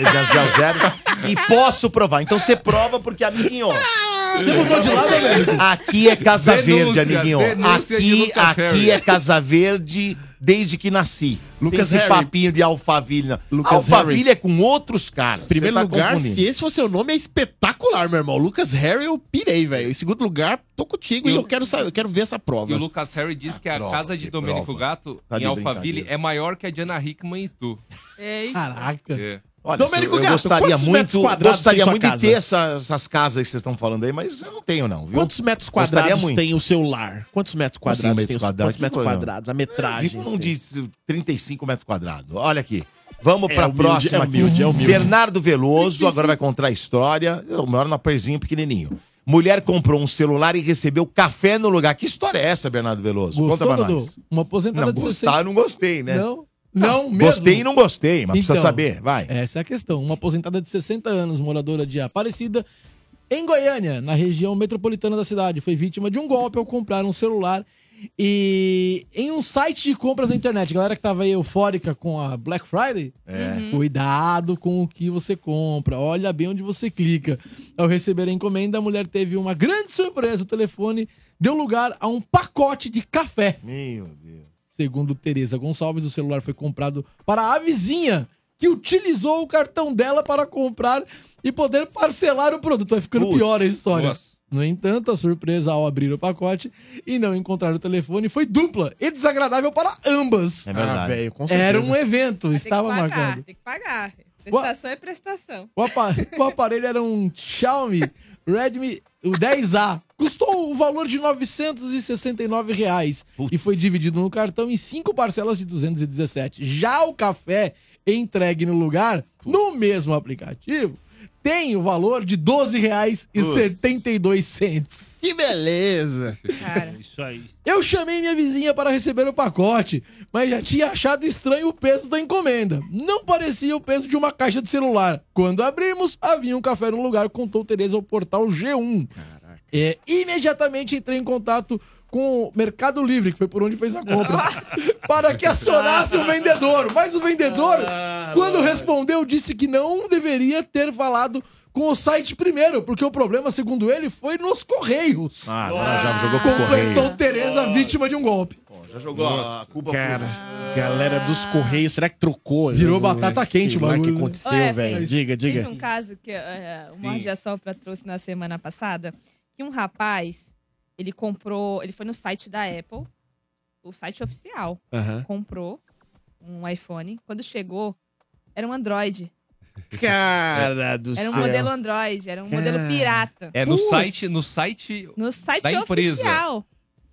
Speaker 1: e posso provar. Então você prova porque, amiguinho.
Speaker 5: Você mudou de lado, velho?
Speaker 1: Aqui é Casa
Speaker 5: Denúncia,
Speaker 1: Verde, amiguinho.
Speaker 5: denúncia de
Speaker 1: Aqui,
Speaker 5: Lucas
Speaker 1: aqui
Speaker 5: Harry.
Speaker 1: é Casa Verde desde que nasci. Lucas
Speaker 4: Lucas
Speaker 1: esse
Speaker 4: Harry.
Speaker 1: papinho de Alphaville. Não.
Speaker 4: Lucas
Speaker 1: Alphaville
Speaker 4: Harry.
Speaker 1: é com outros caras. Você
Speaker 4: Primeiro
Speaker 1: tá
Speaker 4: lugar,
Speaker 1: confundindo.
Speaker 4: se esse fosse o nome, é espetacular, meu irmão. Lucas Harry, eu pirei, velho. Em segundo lugar, tô contigo e, eu quero saber, eu quero ver essa prova.
Speaker 2: E o Lucas Harry diz que a
Speaker 4: prova,
Speaker 2: casa de
Speaker 4: que
Speaker 2: Domênico
Speaker 4: prova.
Speaker 2: Gato,
Speaker 4: Tá de
Speaker 2: em Alphaville,
Speaker 4: brincadeira.
Speaker 2: é maior que a de Ana Hickman e tu.
Speaker 5: Caraca.
Speaker 2: É.
Speaker 1: Olha, eu gostaria muito, gostaria muito de ter essa- essas casas que vocês estão falando aí, mas eu não tenho não, viu?
Speaker 4: Quantos metros
Speaker 1: Gostaria
Speaker 4: quadrados
Speaker 1: muito.
Speaker 4: tem o seu lar? Quantos metros
Speaker 1: Assim,
Speaker 4: quadrados
Speaker 1: metros
Speaker 4: tem o
Speaker 1: quadrados,
Speaker 4: Quantos metros
Speaker 1: que coisa.
Speaker 4: quadrados? A
Speaker 1: metragem.
Speaker 4: metragem.
Speaker 1: Vivo não
Speaker 4: assim.
Speaker 1: diz eh, 35 metros quadrados. Olha aqui. Vamos
Speaker 4: É
Speaker 1: pra
Speaker 4: humilde,
Speaker 1: próxima
Speaker 4: é
Speaker 1: aqui.
Speaker 4: humilde, é humilde.
Speaker 1: Bernardo Veloso agora vai contar a história. É Eu moro na presinha pequenininho. Mulher comprou um celular e recebeu café no lugar. Que história é essa, Bernardo Veloso? Conta
Speaker 5: Gostou,
Speaker 1: pra
Speaker 5: Dudu?
Speaker 1: nós.
Speaker 5: Uma aposentada
Speaker 1: Não,
Speaker 5: de 16.
Speaker 1: gostar, eu não gostei, né?
Speaker 5: Não, não mesmo. Então,
Speaker 1: Gostei e não gostei, mas precisa saber. Vai.
Speaker 5: Essa é a questão. Uma aposentada de 60 anos, moradora de Aparecida, em Goiânia, na região metropolitana da cidade, foi vítima de um golpe ao comprar um celular e em um site de compras na internet. Galera que tava aí eufórica com a Black Friday,
Speaker 1: É.
Speaker 5: cuidado com o que você compra. Olha bem onde você clica. Ao receber a encomenda, a mulher teve uma grande surpresa. O telefone deu lugar a um pacote de café.
Speaker 1: Meu Deus.
Speaker 5: Segundo Tereza Gonçalves, o celular foi comprado para a vizinha, que utilizou o cartão dela para comprar e poder parcelar o produto. Vai ficando
Speaker 1: Putz,
Speaker 5: pior a história.
Speaker 1: nossa.
Speaker 5: No entanto, a surpresa ao abrir o pacote e não encontrar o telefone foi dupla e desagradável para ambas.
Speaker 1: É verdade. Ah, velho, com certeza.
Speaker 5: Era um evento,
Speaker 3: Mas
Speaker 5: estava
Speaker 3: tem que pagar,
Speaker 5: marcado.
Speaker 3: Tem que pagar. Prestação é prestação.
Speaker 5: O, apa- o aparelho era um Xiaomi Redmi o 10A. Custou o valor de R$ 969 reais e foi dividido no cartão em cinco parcelas de 217. Já o café entregue no lugar, no mesmo aplicativo, tem o valor de R$ 12,72. Que beleza!
Speaker 6: É Isso aí.
Speaker 5: Eu chamei minha vizinha para receber o pacote, mas já tinha achado estranho o peso da encomenda. Não parecia o peso de uma caixa de celular. Quando abrimos, havia um café no lugar, contou Tereza ao portal G1. É, imediatamente entrei em contato com o Mercado Livre, que foi por onde fez a compra, para que acionasse o vendedor. Mas o vendedor, quando respondeu, disse que não deveria ter falado com o site primeiro, porque o problema, segundo ele, foi nos correios.
Speaker 1: Ah, agora já jogou com o
Speaker 5: Completou
Speaker 1: correio.
Speaker 5: Tereza, vítima de um golpe.
Speaker 1: Já jogou a culpa
Speaker 4: Cara, galera dos
Speaker 3: Ah.
Speaker 4: Correios, será que trocou?
Speaker 5: Virou
Speaker 4: Eu não-
Speaker 5: batata quente
Speaker 4: sei
Speaker 5: o
Speaker 4: lá
Speaker 5: bagulho. né?
Speaker 4: O que aconteceu,
Speaker 3: Ô, Efraim,
Speaker 4: velho? Diga,
Speaker 3: Teve
Speaker 4: diga.
Speaker 3: um caso que eh, o Morde
Speaker 4: Sim.
Speaker 3: a Sopra trouxe na semana passada, que um rapaz, ele comprou, ele foi no site da Apple, o site oficial,
Speaker 4: Aham.
Speaker 3: comprou um iPhone. Quando chegou, era um Android.
Speaker 4: Cara do
Speaker 3: era um
Speaker 4: céu.
Speaker 3: modelo Android, era um modelo
Speaker 2: Cara.
Speaker 3: pirata.
Speaker 2: É, no
Speaker 3: Putz.
Speaker 2: site, no site
Speaker 3: No site
Speaker 2: da empresa.
Speaker 3: oficial.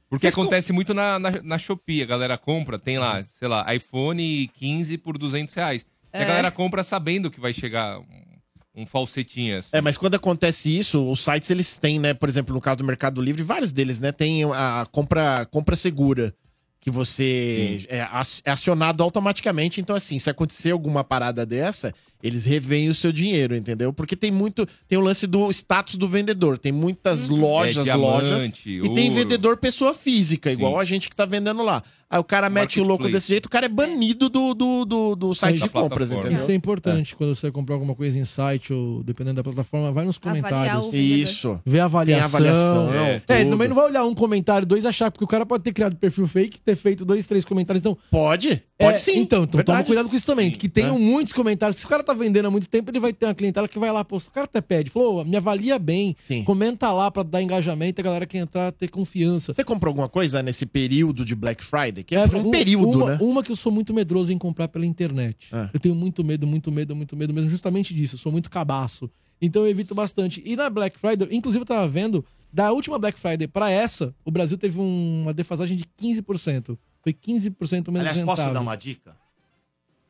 Speaker 2: Porque acontece muito na, na, na Shopee. A galera compra, tem lá, sei lá, iPhone 15 por 200 reais. E
Speaker 3: É.
Speaker 2: a galera compra sabendo que vai chegar um, um falsetinho assim.
Speaker 4: É, mas quando acontece isso, os sites eles têm, né? Por exemplo, no caso do Mercado Livre, vários deles, né? Tem a compra, compra segura, que você é, ac- é acionado automaticamente. Então, assim, se acontecer alguma parada dessa, eles revêm o seu dinheiro, entendeu? Porque tem muito. Tem o lance do status do vendedor. Tem muitas lojas,
Speaker 2: É, diamante,
Speaker 4: lojas. E tem
Speaker 2: ouro.
Speaker 4: vendedor pessoa física, igual a gente que tá vendendo lá. Aí o cara mete o louco
Speaker 5: Marketplace.
Speaker 4: desse jeito, o cara é banido do, do, do, do Um site
Speaker 5: Isso-
Speaker 4: de compras, entendeu?
Speaker 5: Isso é importante quando você comprar alguma coisa em site ou dependendo da plataforma, vai nos
Speaker 4: Avaliar
Speaker 5: comentários.
Speaker 4: o vendedor. Isso.
Speaker 5: Vê a avaliação.
Speaker 4: Tem avaliação,
Speaker 5: é,
Speaker 4: tudo.
Speaker 5: ele também não vai olhar um comentário, dois achar, porque o cara pode ter criado perfil fake, ter feito dois, três comentários. Então,
Speaker 4: pode?
Speaker 5: Pode sim. Então, então toma cuidado com isso também, que tem muitos comentários. Se o cara tá vendendo há muito tempo, ele vai ter uma clientela que vai lá, posta. O cara até pede, falou, "Ô, me avalia bem, comenta lá pra dar engajamento, a galera que entrar ter confiança.
Speaker 4: Você comprou alguma coisa né, nesse período de Black Friday? Que é,
Speaker 5: É,
Speaker 4: um, período,
Speaker 5: uma,
Speaker 4: né?
Speaker 5: Uma que eu sou muito medroso em comprar pela internet.
Speaker 1: É.
Speaker 5: Eu tenho muito medo, muito medo, muito medo mesmo, justamente disso. Eu sou muito cabaço. Então eu evito bastante. E na Black Friday, inclusive eu tava vendo, da última Black Friday pra essa, o Brasil teve um- uma defasagem de 15%. Foi 15% menos
Speaker 1: Aliás, posso
Speaker 5: rentável.
Speaker 1: dar uma dica?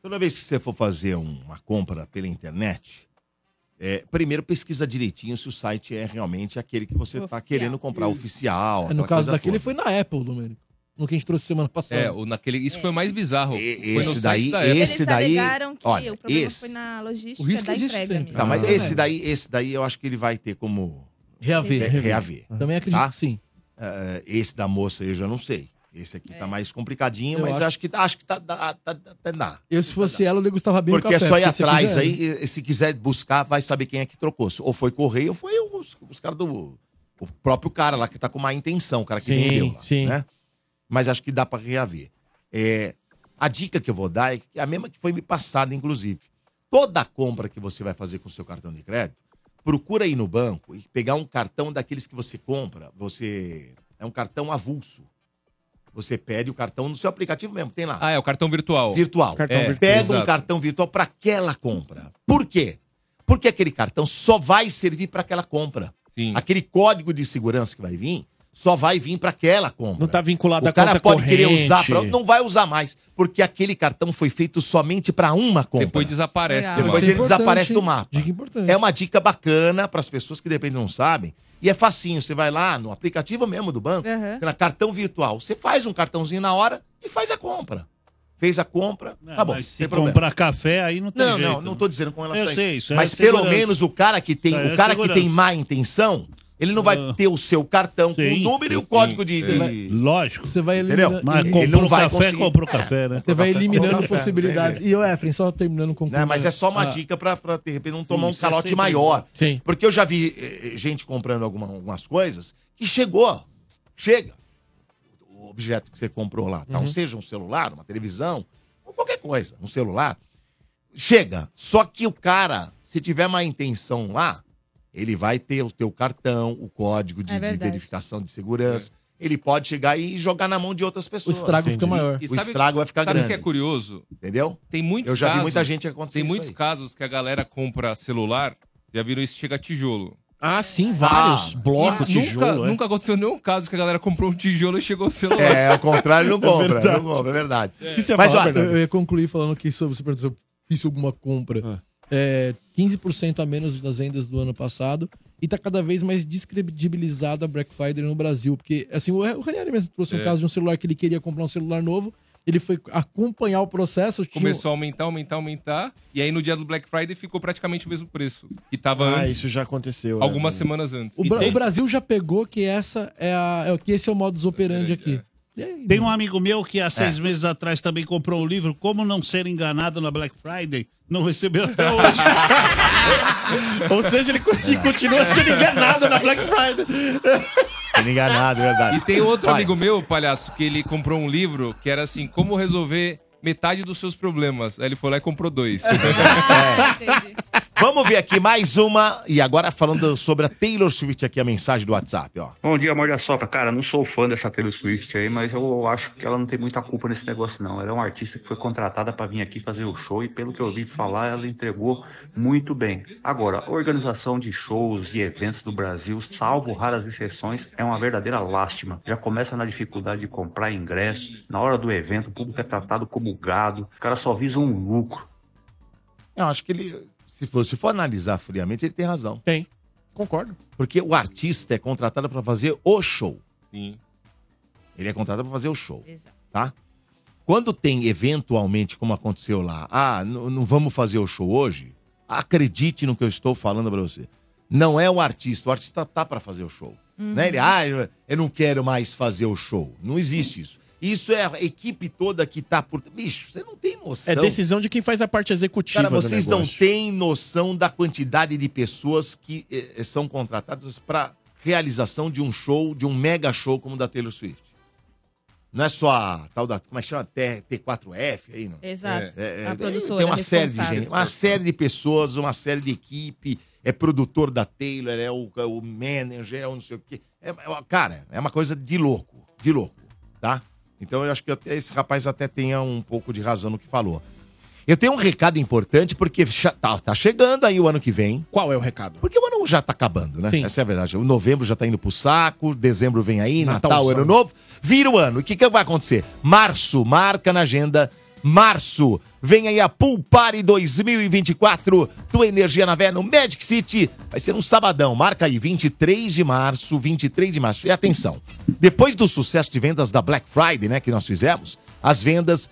Speaker 1: Toda vez que você for fazer um, uma compra pela internet, é, primeiro pesquisa direitinho se o site é realmente aquele que você está
Speaker 5: Oficial.
Speaker 1: querendo comprar, oficial.
Speaker 5: É, no
Speaker 1: aquela
Speaker 5: caso
Speaker 1: coisa
Speaker 5: daquele
Speaker 1: toda.
Speaker 5: foi na Apple, Domênico. No que a gente trouxe semana passada.
Speaker 2: É, o, naquele, isso foi o mais bizarro. Foi no
Speaker 1: esse
Speaker 2: site
Speaker 1: daí-
Speaker 2: da Apple.
Speaker 1: esse daí-
Speaker 3: Alegaram que
Speaker 1: olha,
Speaker 3: o problema
Speaker 1: esse-
Speaker 3: foi na logística
Speaker 5: O risco
Speaker 3: da
Speaker 5: existe
Speaker 3: entrega. mesmo.
Speaker 4: Tá,
Speaker 5: sempre.
Speaker 1: Não, Tá, mas
Speaker 5: Ah,
Speaker 1: esse
Speaker 5: é.
Speaker 1: daí, esse daí eu acho que ele vai ter como
Speaker 5: Reaver.
Speaker 1: re-
Speaker 5: Reaver. Ah.
Speaker 1: reaver.
Speaker 5: Também acredito que sim.
Speaker 1: Eh, esse da moça eu já não sei. Esse aqui tá mais complicadinho,
Speaker 5: Eu
Speaker 1: mas
Speaker 5: acho-
Speaker 1: eu acho que acho que tá, tá, tá, tá- dá.
Speaker 5: Eu, se fosse ela, eu degustava bem
Speaker 1: Porque
Speaker 5: o
Speaker 1: é
Speaker 5: café.
Speaker 1: só ir
Speaker 5: porque se
Speaker 1: atrás
Speaker 5: quiser- né?
Speaker 1: aí, e- e se quiser buscar, vai saber quem é que trocou. Ou foi correio, ou foi os, os caras do. O próprio cara lá que tá com má intenção, o cara que
Speaker 4: Sim,
Speaker 1: vendeu lá,
Speaker 4: sim.
Speaker 1: né? Mas acho que dá pra reaver. É, a dica que eu vou dar é que- a mesma que foi me passada, inclusive. Toda compra que você vai fazer com o seu cartão de crédito, procura ir no banco e pegar um cartão daqueles que você compra. Você. É um cartão avulso. Você pede o cartão no seu aplicativo mesmo, tem lá.
Speaker 2: Ah, é o cartão virtual.
Speaker 1: Virtual.
Speaker 2: Cartão
Speaker 1: É,
Speaker 2: virtual.
Speaker 1: Pega um
Speaker 2: Exato.
Speaker 1: cartão virtual para aquela compra. Por quê? Porque aquele cartão só vai servir para aquela compra. Aquele código de segurança que vai vir só vai vir para aquela compra.
Speaker 4: Não tá vinculado à
Speaker 1: o cara
Speaker 4: conta
Speaker 1: pode querer
Speaker 4: corrente.
Speaker 1: usar, pra, não vai usar mais, porque aquele cartão foi feito somente para uma compra.
Speaker 2: Depois desaparece. do
Speaker 1: Depois
Speaker 2: mapa.
Speaker 1: ele desaparece do mapa. É uma dica bacana para as pessoas que de repente não sabem. E é facinho, você vai lá no aplicativo mesmo do banco,
Speaker 3: Aham.
Speaker 1: na cartão virtual. Você faz um cartãozinho na hora e faz a compra. Fez a compra, tá bom.
Speaker 6: Mas se
Speaker 1: sem problema.
Speaker 6: comprar café, aí não tem
Speaker 1: Não,
Speaker 6: jeito. né?
Speaker 1: não, não tô dizendo com relação
Speaker 6: Eu
Speaker 1: a
Speaker 6: sei, isso é
Speaker 1: Mas pelo
Speaker 6: segurança.
Speaker 1: menos o cara que tem,
Speaker 6: Isso aí
Speaker 1: o
Speaker 6: é
Speaker 1: cara que
Speaker 6: segurança.
Speaker 1: tem má intenção, ele não vai ter o seu cartão com o
Speaker 6: Sim,
Speaker 1: número e o
Speaker 6: sim,
Speaker 1: código de,
Speaker 6: sim.
Speaker 1: de-
Speaker 6: Lógico.
Speaker 5: Você vai
Speaker 1: Entendeu? um
Speaker 5: eliminar-
Speaker 6: Mas
Speaker 1: Ele
Speaker 6: comprou
Speaker 1: não vai
Speaker 6: café,
Speaker 1: conseguir.
Speaker 6: comprou café, né?
Speaker 5: Você vai
Speaker 1: Café,
Speaker 5: eliminando
Speaker 1: café,
Speaker 5: possibilidades.
Speaker 1: né?
Speaker 5: E o Efren, só terminando com...
Speaker 1: Né? Mas é só uma
Speaker 5: Ah,
Speaker 1: dica pra, pra de repente, não tomar um
Speaker 5: isso é
Speaker 1: calote
Speaker 5: sempre-
Speaker 1: maior.
Speaker 5: Sim.
Speaker 1: Porque eu já vi eh, gente comprando alguma- algumas coisas que chegou, chega, o objeto que você comprou lá, tal,
Speaker 17: Uhum.
Speaker 1: seja um celular, uma televisão, ou qualquer coisa, um celular, chega. Só que o cara, se tiver má intenção lá, ele vai ter o teu cartão, o código de,
Speaker 2: É
Speaker 1: de
Speaker 2: verdade.
Speaker 1: verificação de segurança. Ele pode chegar e jogar na mão de outras pessoas.
Speaker 5: estrago fica maior.
Speaker 1: O
Speaker 2: E sabe-
Speaker 1: estrago vai ficar
Speaker 2: sabe o
Speaker 1: grande.
Speaker 2: que é curioso?
Speaker 1: Entendeu?
Speaker 2: Tem muitos
Speaker 1: Eu já vi
Speaker 2: casos-
Speaker 1: muita gente acontecendo
Speaker 2: Tem
Speaker 1: isso
Speaker 2: muitos
Speaker 1: aí.
Speaker 2: casos que a galera compra celular, já viram isso, chega tijolo.
Speaker 4: Ah, sim, vários.
Speaker 2: Ah,
Speaker 4: blocos,
Speaker 2: e
Speaker 4: tijolo.
Speaker 2: Nunca,
Speaker 4: é.
Speaker 2: nunca aconteceu nenhum caso que a galera comprou um tijolo e chegou o celular.
Speaker 1: É, ao contrário, não compra, não
Speaker 2: verdade.
Speaker 1: compra, é verdade.
Speaker 5: Mas olha, eu, eu ia concluir falando que sobre, você perguntou se eu fiz alguma compra.
Speaker 2: Ah.
Speaker 5: É, 15% a menos das vendas do ano passado. E tá cada vez mais descredibilizada a Black Friday no Brasil. Porque, assim, o, o Ranieri mesmo trouxe um
Speaker 2: É.
Speaker 5: caso de um celular que ele queria comprar um celular novo. Ele foi acompanhar o processo. tinha-
Speaker 2: Começou a aumentar, aumentar, aumentar. E aí no dia do Black Friday ficou praticamente o mesmo preço que tava
Speaker 4: Ah,
Speaker 2: antes.
Speaker 4: isso já aconteceu. né?
Speaker 2: Algumas semanas antes.
Speaker 5: O, Bra- o Brasil já pegou que essa é a, é, que esse é o modus operandi aqui.
Speaker 2: é.
Speaker 6: Tem um amigo meu que há
Speaker 1: É.
Speaker 6: seis meses atrás também comprou um livro, Como Não Ser Enganado na Black Friday, não recebeu até hoje.
Speaker 4: Ou seja, ele continua sendo enganado na Black Friday.
Speaker 1: Sendo enganado, é verdade.
Speaker 2: E tem outro
Speaker 1: Olha,
Speaker 2: amigo meu, palhaço, que ele comprou um livro que era assim, como resolver metade dos seus problemas. Aí ele foi lá e comprou dois.
Speaker 1: Vamos ver aqui mais uma. E agora falando sobre a Taylor Swift aqui, a mensagem do WhatsApp, ó.
Speaker 18: Bom dia, Morde a Sopra. Cara, não sou fã dessa Taylor Swift aí, mas eu acho que ela não tem muita culpa nesse negócio, não. Ela é uma artista que foi contratada para vir aqui fazer o show e, pelo que eu ouvi falar, ela entregou muito bem. Agora, a organização de shows e eventos do Brasil, salvo raras exceções, é uma verdadeira lástima. Já começa na dificuldade de comprar ingresso. Na hora do evento, o público é tratado como gado. O cara só visa um lucro.
Speaker 1: Eu acho que ele, se for, se for analisar friamente, ele tem razão.
Speaker 4: Tem. Concordo.
Speaker 1: Porque o artista é contratado pra fazer o show.
Speaker 2: Sim.
Speaker 1: Ele é contratado pra fazer o show. Tá? Quando tem, eventualmente, como aconteceu lá, ah, n- não vamos fazer o show hoje, acredite no que eu estou falando pra você. Não é o artista, o artista tá pra fazer o show.
Speaker 17: Uhum.
Speaker 1: Né? Ele, ah, eu, eu não quero mais fazer o show. Não existe isso. Isso é a equipe toda que tá por. Bicho, você não tem noção.
Speaker 4: É decisão de quem faz a parte executiva.
Speaker 1: Então, Cara,
Speaker 4: do
Speaker 1: vocês não
Speaker 4: negócio.
Speaker 1: têm noção da quantidade de pessoas que eh, são contratadas para realização de um show, de um mega show como o da Taylor Swift. Não é só a tal da. Como é que chama? T, T4F aí, não?
Speaker 3: Exato.
Speaker 1: É,
Speaker 3: A
Speaker 1: é,
Speaker 3: produtora
Speaker 1: tem uma série de
Speaker 3: responsável.
Speaker 1: gente, uma série de pessoas, uma série de equipe. É produtor da Taylor, é o, é o manager, é o não sei o quê. É, é uma- cara, é uma coisa de louco, de louco, tá? Então eu acho que até esse rapaz até tenha um pouco de razão no que falou. Eu tenho um recado importante, porque já tá, tá chegando aí o ano que vem.
Speaker 4: Qual é o recado?
Speaker 1: Porque o ano já tá acabando, né? Essa é a verdade. O novembro já tá indo pro saco, dezembro vem aí, Natal,
Speaker 4: Natalzão.
Speaker 1: ano novo. Vira o ano. E o que, que vai acontecer? Março, marca na agenda. Março, vem aí a Pool Party 2024 do Energia na Vé no Magic City. Vai ser um sabadão. Marca aí, 23 de março, 23 de março. E atenção, depois do sucesso de vendas da Black Friday, né, que nós fizemos, as vendas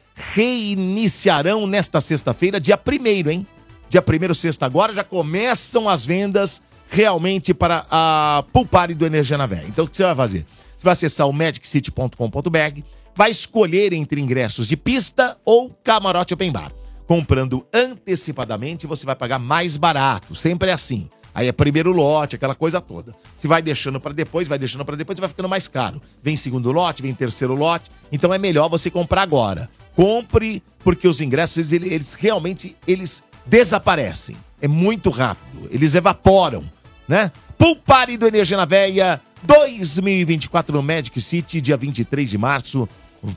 Speaker 1: reiniciarão nesta sexta-feira, dia 1 hein? Dia 1 sexta agora, já começam as vendas realmente para a Pool Party do Energia na Vé. Então o que você vai fazer? Você vai acessar o magiccity.com.br, vai escolher entre ingressos de pista ou camarote open bar. Comprando antecipadamente, você vai pagar mais barato, sempre é assim. Aí é primeiro lote, aquela coisa toda. Você vai deixando para depois, vai deixando para depois, vai ficando mais caro. Vem segundo lote, vem terceiro lote, então é melhor você comprar agora. Compre, porque os ingressos, eles, eles realmente, eles desaparecem. É muito rápido, eles evaporam né? Pool Party do Energia na Veia 2024 no Magic City, dia 23 de março,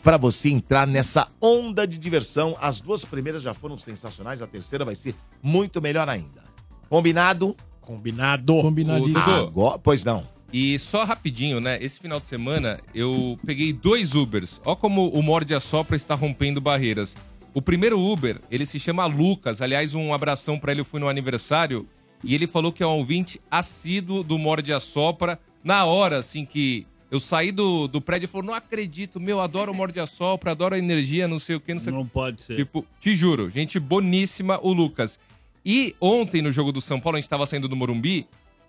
Speaker 1: para você entrar nessa onda de diversão. As duas primeiras já foram sensacionais, a terceira vai ser muito melhor ainda. Combinado?
Speaker 4: Combinado.
Speaker 2: Combinadíssimo.
Speaker 1: Agora, pois não.
Speaker 2: E só rapidinho, né? Esse final de semana eu peguei dois Ubers. Ó como o Morde a Sopra está rompendo barreiras. O primeiro Uber, ele se chama Lucas. Aliás, um abração pra ele, eu fui no aniversário. E ele falou que é um ouvinte assíduo do Morde a Sopra. Na hora, assim, que eu saí do, do prédio, ele falou, não acredito, meu, adoro o Morde a Sopra, adoro a energia, não sei o que, não sei o que. Não
Speaker 6: pode ser.
Speaker 2: Tipo, te juro, gente boníssima, o Lucas. E ontem, no jogo do São Paulo, a gente tava saindo do Morumbi,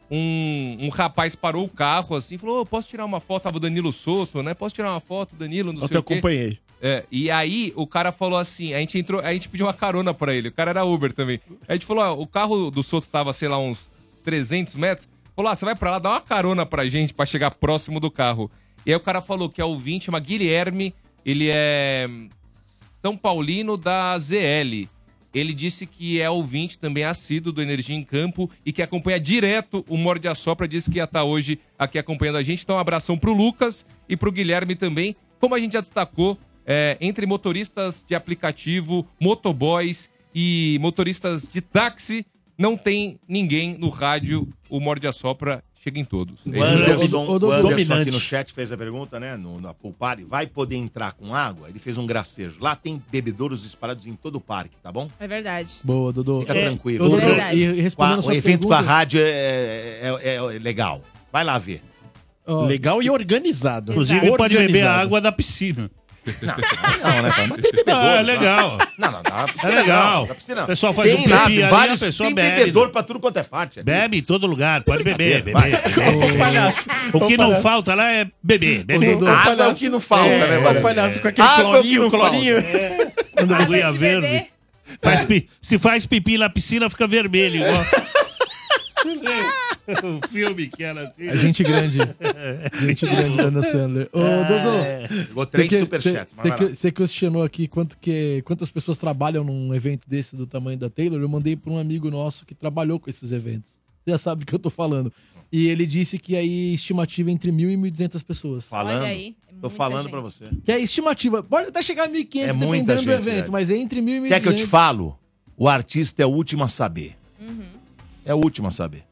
Speaker 2: um, um rapaz parou o carro assim e falou: "Ô, posso tirar uma foto? Tava o Danilo Soto, né? Posso tirar uma foto, Danilo? Não
Speaker 4: Ontem
Speaker 2: sei
Speaker 4: eu
Speaker 2: o quê.
Speaker 4: acompanhei.
Speaker 2: É, e aí o cara falou assim: a gente entrou, a gente pediu uma carona pra ele, o cara era Uber também. A gente falou: ó, o carro do Soto tava, sei lá, uns 300 metros. Falou: ah, você vai pra lá, dá uma carona pra gente pra chegar próximo do carro. E aí o cara falou que é ouvinte, chama Guilherme, ele é são Paulino da ZL. Ele disse que é ouvinte também assíduo do Energia em Campo e que acompanha direto o Morde a Sopra. Disse que ia estar hoje aqui acompanhando a gente. Então, um abração pro Lucas e pro Guilherme também. Como a gente já destacou, é, entre motoristas de aplicativo, motoboys e motoristas de táxi, não tem ninguém no rádio. O Morde a Sopra chega em todos.
Speaker 1: O
Speaker 2: É isso mesmo.
Speaker 1: Anderson, o Anderson aqui no chat fez a pergunta, né? No, na pool party, vai poder entrar com água? Ele fez um gracejo. Lá tem bebedouros disparados em todo o parque, tá bom?
Speaker 3: É verdade.
Speaker 5: Boa, Dodô.
Speaker 1: Fica
Speaker 5: É,
Speaker 1: tranquilo.
Speaker 5: Dodô,
Speaker 1: Com a-
Speaker 5: e respondendo
Speaker 1: o
Speaker 5: sua
Speaker 1: evento com a
Speaker 5: pergunta-
Speaker 1: rádio é, é- é- é legal. Vai lá ver.
Speaker 5: Ó,
Speaker 4: Legal e organizado.
Speaker 6: Inclusive, pode beber a água da piscina.
Speaker 1: Não, não, né, pai? Mas tem bebedouros
Speaker 6: Não, é
Speaker 1: lá.
Speaker 6: legal.
Speaker 1: Não, não, não.
Speaker 6: É legal. O pessoal faz um
Speaker 1: tem
Speaker 6: pipi
Speaker 1: lá,
Speaker 6: ali, a
Speaker 1: vários,
Speaker 6: pessoa
Speaker 1: Tem
Speaker 6: bebe.
Speaker 1: bebedouro pra tudo quanto é parte.
Speaker 6: Bebe em todo lugar, pode beber, beber.
Speaker 1: vai. É,
Speaker 6: beber.
Speaker 1: Palhaço.
Speaker 6: O que não
Speaker 1: Palhaço.
Speaker 6: falta lá é beber, beber.
Speaker 1: Dodô, Água é o palhaço. que não falta, né, Barão? Água é o que não falta.
Speaker 6: Quando
Speaker 1: Água
Speaker 6: aguinha
Speaker 1: de
Speaker 6: verde.
Speaker 1: beber.
Speaker 6: Faz pi-
Speaker 1: É.
Speaker 6: Se faz pipi na piscina, fica vermelho. Igual. o filme que era assim.
Speaker 5: É gente grande. gente grande, Ana Sandler. tá Ô,
Speaker 6: Ah, é.
Speaker 5: Dodô.
Speaker 6: Pegou três
Speaker 5: você que-
Speaker 6: superchats, mas
Speaker 5: Você
Speaker 6: vai
Speaker 5: que-
Speaker 6: lá.
Speaker 5: você questionou aqui quanto que, quantas pessoas trabalham num evento desse do tamanho da Taylor. Eu mandei para um amigo nosso que trabalhou com esses eventos. Você já sabe do que eu tô falando. E ele disse que aí estimativa é entre mil e 1.200 pessoas.
Speaker 1: Falando. Tô falando pra você.
Speaker 5: Que é estimativa. Pode até chegar a 1.500
Speaker 1: É muita
Speaker 5: dependendo do
Speaker 1: gente,
Speaker 5: evento,
Speaker 1: velho.
Speaker 5: mas é entre 1.000 e 1.200.
Speaker 1: Quer que eu te falo? O artista é o último a saber. É o último a saber.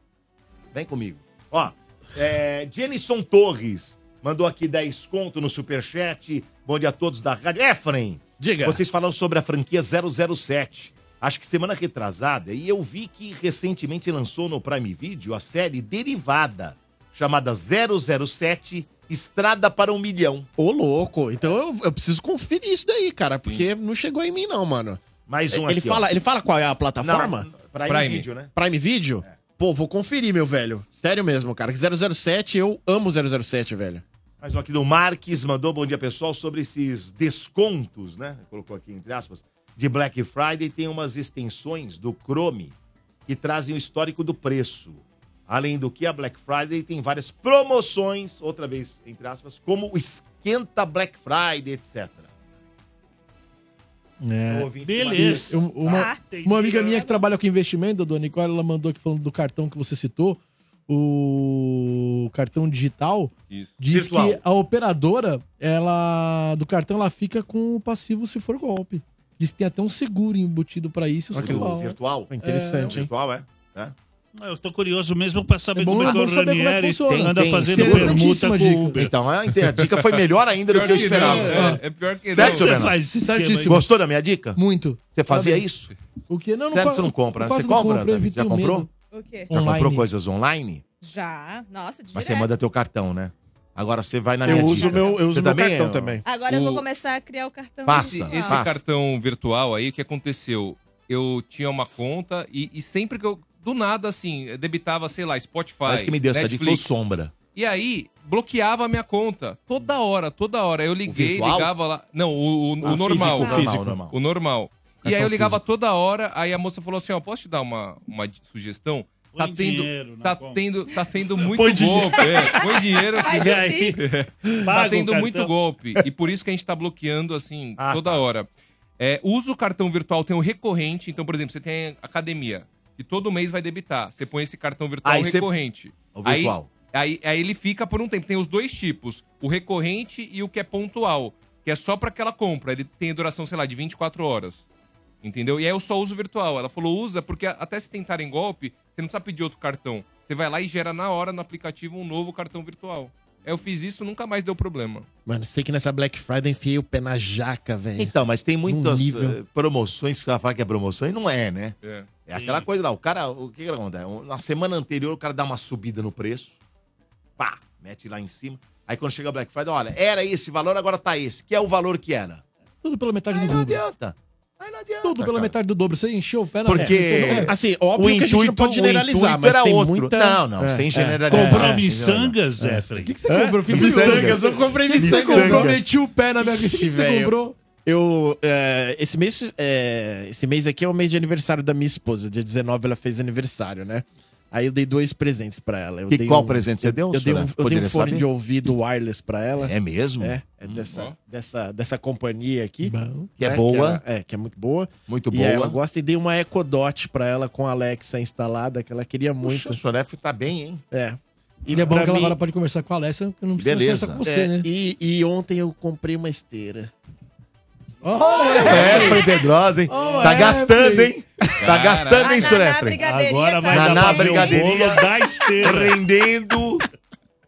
Speaker 1: Vem comigo. Ó, é, Jenison Torres mandou aqui 10 conto no superchat. Bom dia a todos da rádio. Efraim,
Speaker 4: diga.
Speaker 1: Vocês falaram sobre a franquia 007. Acho que semana retrasada. E eu vi que recentemente lançou no Prime Video a série derivada, chamada 007 Estrada para um Milhão.
Speaker 4: Ô, louco. Então eu, eu preciso conferir isso daí, cara, porque não chegou em mim, não, mano.
Speaker 1: Mais um
Speaker 4: ele
Speaker 1: aqui,
Speaker 4: Fala,
Speaker 1: ó.
Speaker 4: ele fala qual é a plataforma?
Speaker 1: Não, Prime Prime. Video, né?
Speaker 4: Prime Video? Pô, vou conferir, meu velho. Sério mesmo, cara. Que 007, eu amo 007, velho.
Speaker 1: Mais um aqui do Marques, mandou bom dia pessoal sobre esses descontos, né? Colocou aqui entre aspas, de Black Friday. Tem umas extensões do Chrome que trazem o histórico do preço. Além do que, a Black Friday tem várias promoções, outra vez, entre aspas, como o Esquenta Black Friday, etc.
Speaker 5: É.
Speaker 1: Ouvinte
Speaker 6: Beleza.
Speaker 5: Um- Uma,
Speaker 6: Ah, tem
Speaker 5: uma amiga
Speaker 6: dinheiro,
Speaker 5: minha que trabalha com investimento, dona Nicole, ela mandou aqui falando do cartão que você citou, o cartão digital.
Speaker 2: Isso.
Speaker 5: Diz
Speaker 2: Virtual.
Speaker 5: que a operadora, ela do cartão, ela fica com o passivo se for golpe. Diz que tem até um seguro embutido pra isso.
Speaker 1: Olha
Speaker 5: se
Speaker 1: que
Speaker 5: for
Speaker 1: louco,
Speaker 5: golpe.
Speaker 1: virtual.
Speaker 5: É interessante,
Speaker 1: É,
Speaker 5: hein?
Speaker 1: virtual, é. é.
Speaker 6: Eu tô curioso mesmo pra saber
Speaker 1: É bom-
Speaker 6: como é
Speaker 1: é
Speaker 6: que
Speaker 1: bom
Speaker 6: o
Speaker 1: saber como é que
Speaker 6: Ranieri
Speaker 1: funciona. é
Speaker 6: anda
Speaker 1: Tem,
Speaker 6: fazendo
Speaker 1: tem.
Speaker 6: permuta
Speaker 1: Interessantíssima
Speaker 6: com
Speaker 1: dica.
Speaker 6: o Uber.
Speaker 1: Então, a inte- a dica foi melhor ainda do que eu esperava.
Speaker 2: É pior que
Speaker 1: Certo,
Speaker 2: não.
Speaker 1: Bernardo? Certíssimo. Gostou da minha dica?
Speaker 5: Muito.
Speaker 1: Você fazia
Speaker 5: Sabe?
Speaker 1: isso?
Speaker 5: O que? Não, não
Speaker 1: Certo,
Speaker 5: fa-
Speaker 1: você não compra, né?
Speaker 5: quase
Speaker 1: Você
Speaker 5: não
Speaker 1: compra,
Speaker 5: compro, eu
Speaker 1: David?
Speaker 5: evito
Speaker 1: Já
Speaker 5: o
Speaker 1: comprou?
Speaker 5: medo.
Speaker 3: O quê?
Speaker 1: Já comprou
Speaker 5: Online.
Speaker 1: coisas É. online?
Speaker 3: Já. Nossa, direto.
Speaker 1: Hum. Mas você manda teu cartão, né? Agora você vai na
Speaker 4: Eu
Speaker 1: minha
Speaker 4: uso
Speaker 1: dica.
Speaker 4: meu- eu
Speaker 1: Você
Speaker 4: uso meu
Speaker 1: também,
Speaker 4: cartão
Speaker 1: ó?
Speaker 4: também.
Speaker 3: Agora eu
Speaker 2: O-
Speaker 3: vou começar a criar o cartão É
Speaker 2: Esse-
Speaker 3: virtual.
Speaker 2: Esse cartão virtual aí, o que aconteceu? Eu tinha uma conta e, e sempre que eu, do nada, assim, eu debitava, sei lá, Spotify.
Speaker 1: Parece que me deu essa dica, foi o Sombra.
Speaker 2: E aí, bloqueava a minha conta. Toda hora, toda hora. Eu liguei,
Speaker 1: virtual?
Speaker 2: ligava lá. Não, o, o- o
Speaker 1: Ah,
Speaker 2: normal.
Speaker 1: físico,
Speaker 2: o
Speaker 1: físico. normal.
Speaker 2: O normal. e aí eu ligava toda hora, aí a moça falou assim, ó, posso te dar uma, uma sugestão? Tá tendo,
Speaker 6: dinheiro na
Speaker 2: tá,
Speaker 6: conta.
Speaker 2: tendo, tá tendo muito
Speaker 6: Põe
Speaker 2: golpe.
Speaker 6: dinheiro.
Speaker 2: É, põe dinheiro.
Speaker 6: Faz
Speaker 2: que-
Speaker 6: o Pix.
Speaker 2: É.
Speaker 6: Paga
Speaker 2: Tá
Speaker 6: o
Speaker 2: tendo
Speaker 6: cartão.
Speaker 2: muito golpe. E por isso que a gente tá bloqueando, assim,
Speaker 1: Ah,
Speaker 2: toda hora. É, usa o cartão virtual, tem o recorrente. Então, por exemplo, você tem academia, e todo mês vai debitar. Você põe esse cartão virtual
Speaker 1: Aí você-
Speaker 2: recorrente.
Speaker 1: O virtual.
Speaker 2: Aí, aí, aí ele fica por um tempo. Tem os dois tipos: o recorrente e o que é pontual, que é só para aquela compra. Ele tem duração, sei lá, de 24 horas. Entendeu? E aí eu só uso o virtual. Ela falou: usa, porque até se tentarem golpe, você não precisa pedir outro cartão. Você vai lá e gera na hora no aplicativo um novo cartão virtual. Aí Eu fiz isso, nunca mais deu problema.
Speaker 4: Mano, sei que nessa Black Friday enfiei o pé na jaca, velho.
Speaker 1: Então, mas tem
Speaker 4: É. Num
Speaker 1: muitas
Speaker 4: nível.
Speaker 1: eh, promoções que você fala que é promoção e não é, né?
Speaker 2: É.
Speaker 1: É aquela coisa lá, o cara, o que que acontece? Um- Na semana anterior, o cara dá uma subida no preço, pá, mete lá em cima. Aí quando chega Black Friday, olha, era esse valor, agora tá esse, que é o valor que era.
Speaker 5: Tudo pela metade do dobro. Não
Speaker 1: adianta.
Speaker 5: Tudo pela
Speaker 1: cara.
Speaker 5: metade do dobro. Você encheu o pé na
Speaker 1: Porque,
Speaker 5: É.
Speaker 1: assim, óbvio que a gente não pode generalizar, mas tem muita- É, é. Comprou miçangas,
Speaker 6: É,
Speaker 1: Fred?
Speaker 5: O que, que você comprou? Fiquei
Speaker 4: Miçangas,
Speaker 5: curioso.
Speaker 4: eu comprei miçangas.
Speaker 5: Você comprou, meti o pé na minha vida.
Speaker 4: Ixi,
Speaker 5: Você
Speaker 4: velho.
Speaker 5: comprou?
Speaker 4: Eu, é, esse, mês, é, esse mês aqui é o mês de aniversário da minha esposa. Dia 19 ela fez aniversário, né? Aí eu dei dois presentes pra ela. Eu
Speaker 1: E
Speaker 4: dei
Speaker 1: qual presente você deu,
Speaker 4: Eu, dei um,
Speaker 1: senhora?
Speaker 4: eu dei um
Speaker 1: Poderia
Speaker 4: fone
Speaker 1: saber?
Speaker 4: de ouvido wireless pra ela.
Speaker 1: É mesmo?
Speaker 4: É, é dessa, dessa, dessa companhia aqui.
Speaker 1: Que é
Speaker 4: né?
Speaker 1: boa.
Speaker 4: Que ela- é, que é muito boa.
Speaker 1: Muito
Speaker 4: E
Speaker 1: boa.
Speaker 4: ela gosta e dei uma Echo Dot pra ela com a Alexa instalada, que ela queria muito.
Speaker 1: Puxa, a Sonef tá bem, hein?
Speaker 4: É.
Speaker 5: E é bom
Speaker 4: pra
Speaker 5: que ela
Speaker 4: mim-
Speaker 5: agora pode conversar com a Alessia, que eu não precisa
Speaker 4: Beleza.
Speaker 5: conversar com você,
Speaker 4: É,
Speaker 5: né?
Speaker 4: E, e ontem eu comprei uma esteira.
Speaker 1: É, foi Pedrosa, hein?
Speaker 4: Oh,
Speaker 1: tá
Speaker 4: é,
Speaker 1: gastando,
Speaker 4: foi.
Speaker 1: hein? Tá gastando, hein, Sonefre?
Speaker 6: Agora vai
Speaker 1: Naná
Speaker 6: dar pra ver o
Speaker 1: Brigadeirinha.
Speaker 6: bolo da esteira.
Speaker 1: Rendendo,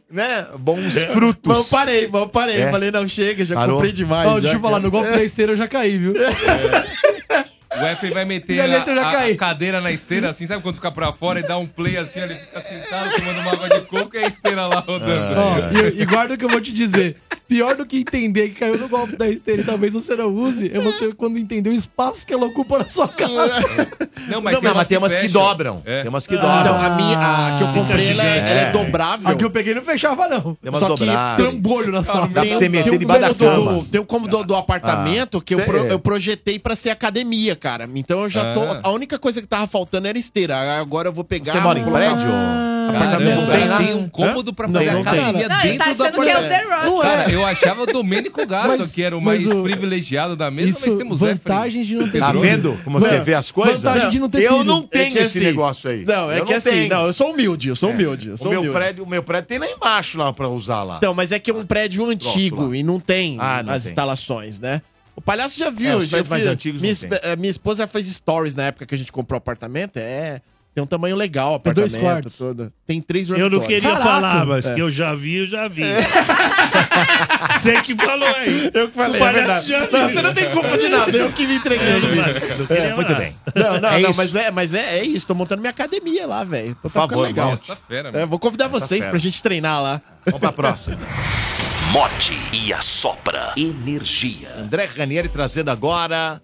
Speaker 1: né, bons
Speaker 4: É.
Speaker 1: frutos.
Speaker 4: Mas eu parei, mas eu parei.
Speaker 1: É.
Speaker 4: Falei, não, chega, já
Speaker 1: Parou.
Speaker 4: comprei demais.
Speaker 5: Ó,
Speaker 4: já,
Speaker 5: deixa eu falar,
Speaker 4: cara. É.
Speaker 5: no golpe da esteira eu já caí, viu?
Speaker 2: O Efraim vai meter
Speaker 5: Já
Speaker 2: a,
Speaker 5: letra, já
Speaker 2: a- a
Speaker 5: caí.
Speaker 2: cadeira na esteira, assim, sabe quando fica pra fora e dá um play assim, ele fica sentado tomando uma água de coco e a esteira lá rodando.
Speaker 5: Ó, e, e guarda o que eu vou te dizer. Pior do que entender que caiu no golpe da esteira e talvez você não use, é você quando entender o espaço que ela ocupa na sua casa.
Speaker 2: Não,
Speaker 1: mas, tem,
Speaker 5: umas que
Speaker 1: umas que
Speaker 5: fecham.
Speaker 1: dobram.
Speaker 6: É.
Speaker 1: Tem umas que
Speaker 5: Ah.
Speaker 1: dobram.
Speaker 5: Então, a minha-
Speaker 6: Ah,
Speaker 5: a que eu comprei,
Speaker 4: ela é- ela é dobrável.
Speaker 5: A que eu peguei não fechava, não.
Speaker 1: Tem umas dobradas.
Speaker 5: tem um bolho na sala.
Speaker 1: Dá pra você meter
Speaker 4: Tem um
Speaker 1: debaixo da
Speaker 4: cômodo
Speaker 1: cama. Ah.
Speaker 4: do- Tem um cômodo do apartamento que eu,
Speaker 1: sei.
Speaker 4: pro- eu projetei pra ser academia, cara. Então eu já tô.
Speaker 1: Ah.
Speaker 4: A única coisa que tava faltando era esteira. Agora eu vou pegar.
Speaker 1: Você mora em
Speaker 4: colocar-
Speaker 1: prédio?
Speaker 4: Apartamento
Speaker 2: Caramba,
Speaker 4: tem
Speaker 2: cara,
Speaker 4: lá?
Speaker 2: tem um cômodo pra
Speaker 4: Hã?
Speaker 2: fazer
Speaker 4: Não, não tem.
Speaker 2: academia
Speaker 4: Não, ele
Speaker 2: dentro
Speaker 4: tá
Speaker 2: da
Speaker 4: achando que é o
Speaker 2: porta-
Speaker 4: The Rock. Não é.
Speaker 2: Cara, eu achava o Domênico Gato,
Speaker 4: Mas-
Speaker 2: que era o mais
Speaker 4: mas o-
Speaker 2: privilegiado da mesa, mas temos
Speaker 5: vantagens de não ter
Speaker 1: Tá
Speaker 5: filho.
Speaker 1: vendo como você
Speaker 5: Mano,
Speaker 1: vê as coisas?
Speaker 5: vantagem de não ter
Speaker 1: eu
Speaker 5: filho.
Speaker 1: não tenho
Speaker 4: É que
Speaker 1: esse
Speaker 4: assim-
Speaker 1: negócio aí.
Speaker 4: Não, é
Speaker 1: Eu
Speaker 4: que assim,
Speaker 1: tenho. É,
Speaker 4: não, eu sou humilde, eu sou humilde. Eu sou
Speaker 1: o, meu
Speaker 4: humilde.
Speaker 1: prédio, Ah, o meu prédio tem lá embaixo lá pra usar lá.
Speaker 4: Então, mas é que é um prédio antigo e não tem
Speaker 1: Ah, não
Speaker 4: as
Speaker 1: tem.
Speaker 4: instalações, né? O palhaço já viu.
Speaker 1: É, os
Speaker 4: já
Speaker 1: prédios mais
Speaker 4: viu.
Speaker 1: antigos
Speaker 4: minha,
Speaker 1: não
Speaker 4: esp-
Speaker 1: tem.
Speaker 4: eh, minha esposa já fez stories na época que a gente comprou o apartamento. É, tem um tamanho legal o
Speaker 5: Tem
Speaker 4: apartamento.
Speaker 5: dois quartos.
Speaker 4: Todo. Tem três
Speaker 6: É Eu não queria
Speaker 4: Caraca!
Speaker 6: falar, mas
Speaker 4: É.
Speaker 6: que eu já vi, eu já vi. Você É. que falou aí.
Speaker 4: Eu que falei,
Speaker 6: O
Speaker 4: é
Speaker 6: palhaço
Speaker 4: verdade.
Speaker 6: já
Speaker 4: Não,
Speaker 6: viu.
Speaker 4: você não tem culpa de nada, eu que me entreguei.
Speaker 6: É,
Speaker 4: no vídeo.
Speaker 6: não, não queria
Speaker 4: É, muito
Speaker 6: nada.
Speaker 4: bem. Não, não,
Speaker 6: É
Speaker 4: não,
Speaker 6: isso.
Speaker 4: mas, é, mas é, é isso, tô montando minha academia lá, velho. Tô
Speaker 1: Por favor,
Speaker 4: legal.
Speaker 1: mano, essa fera,
Speaker 4: É,
Speaker 1: mano.
Speaker 4: vou convidar
Speaker 1: Essa
Speaker 4: vocês
Speaker 1: fera.
Speaker 4: pra gente treinar lá.
Speaker 1: Vamos pra próxima. Morte e assopra energia. André Ranieri trazendo agora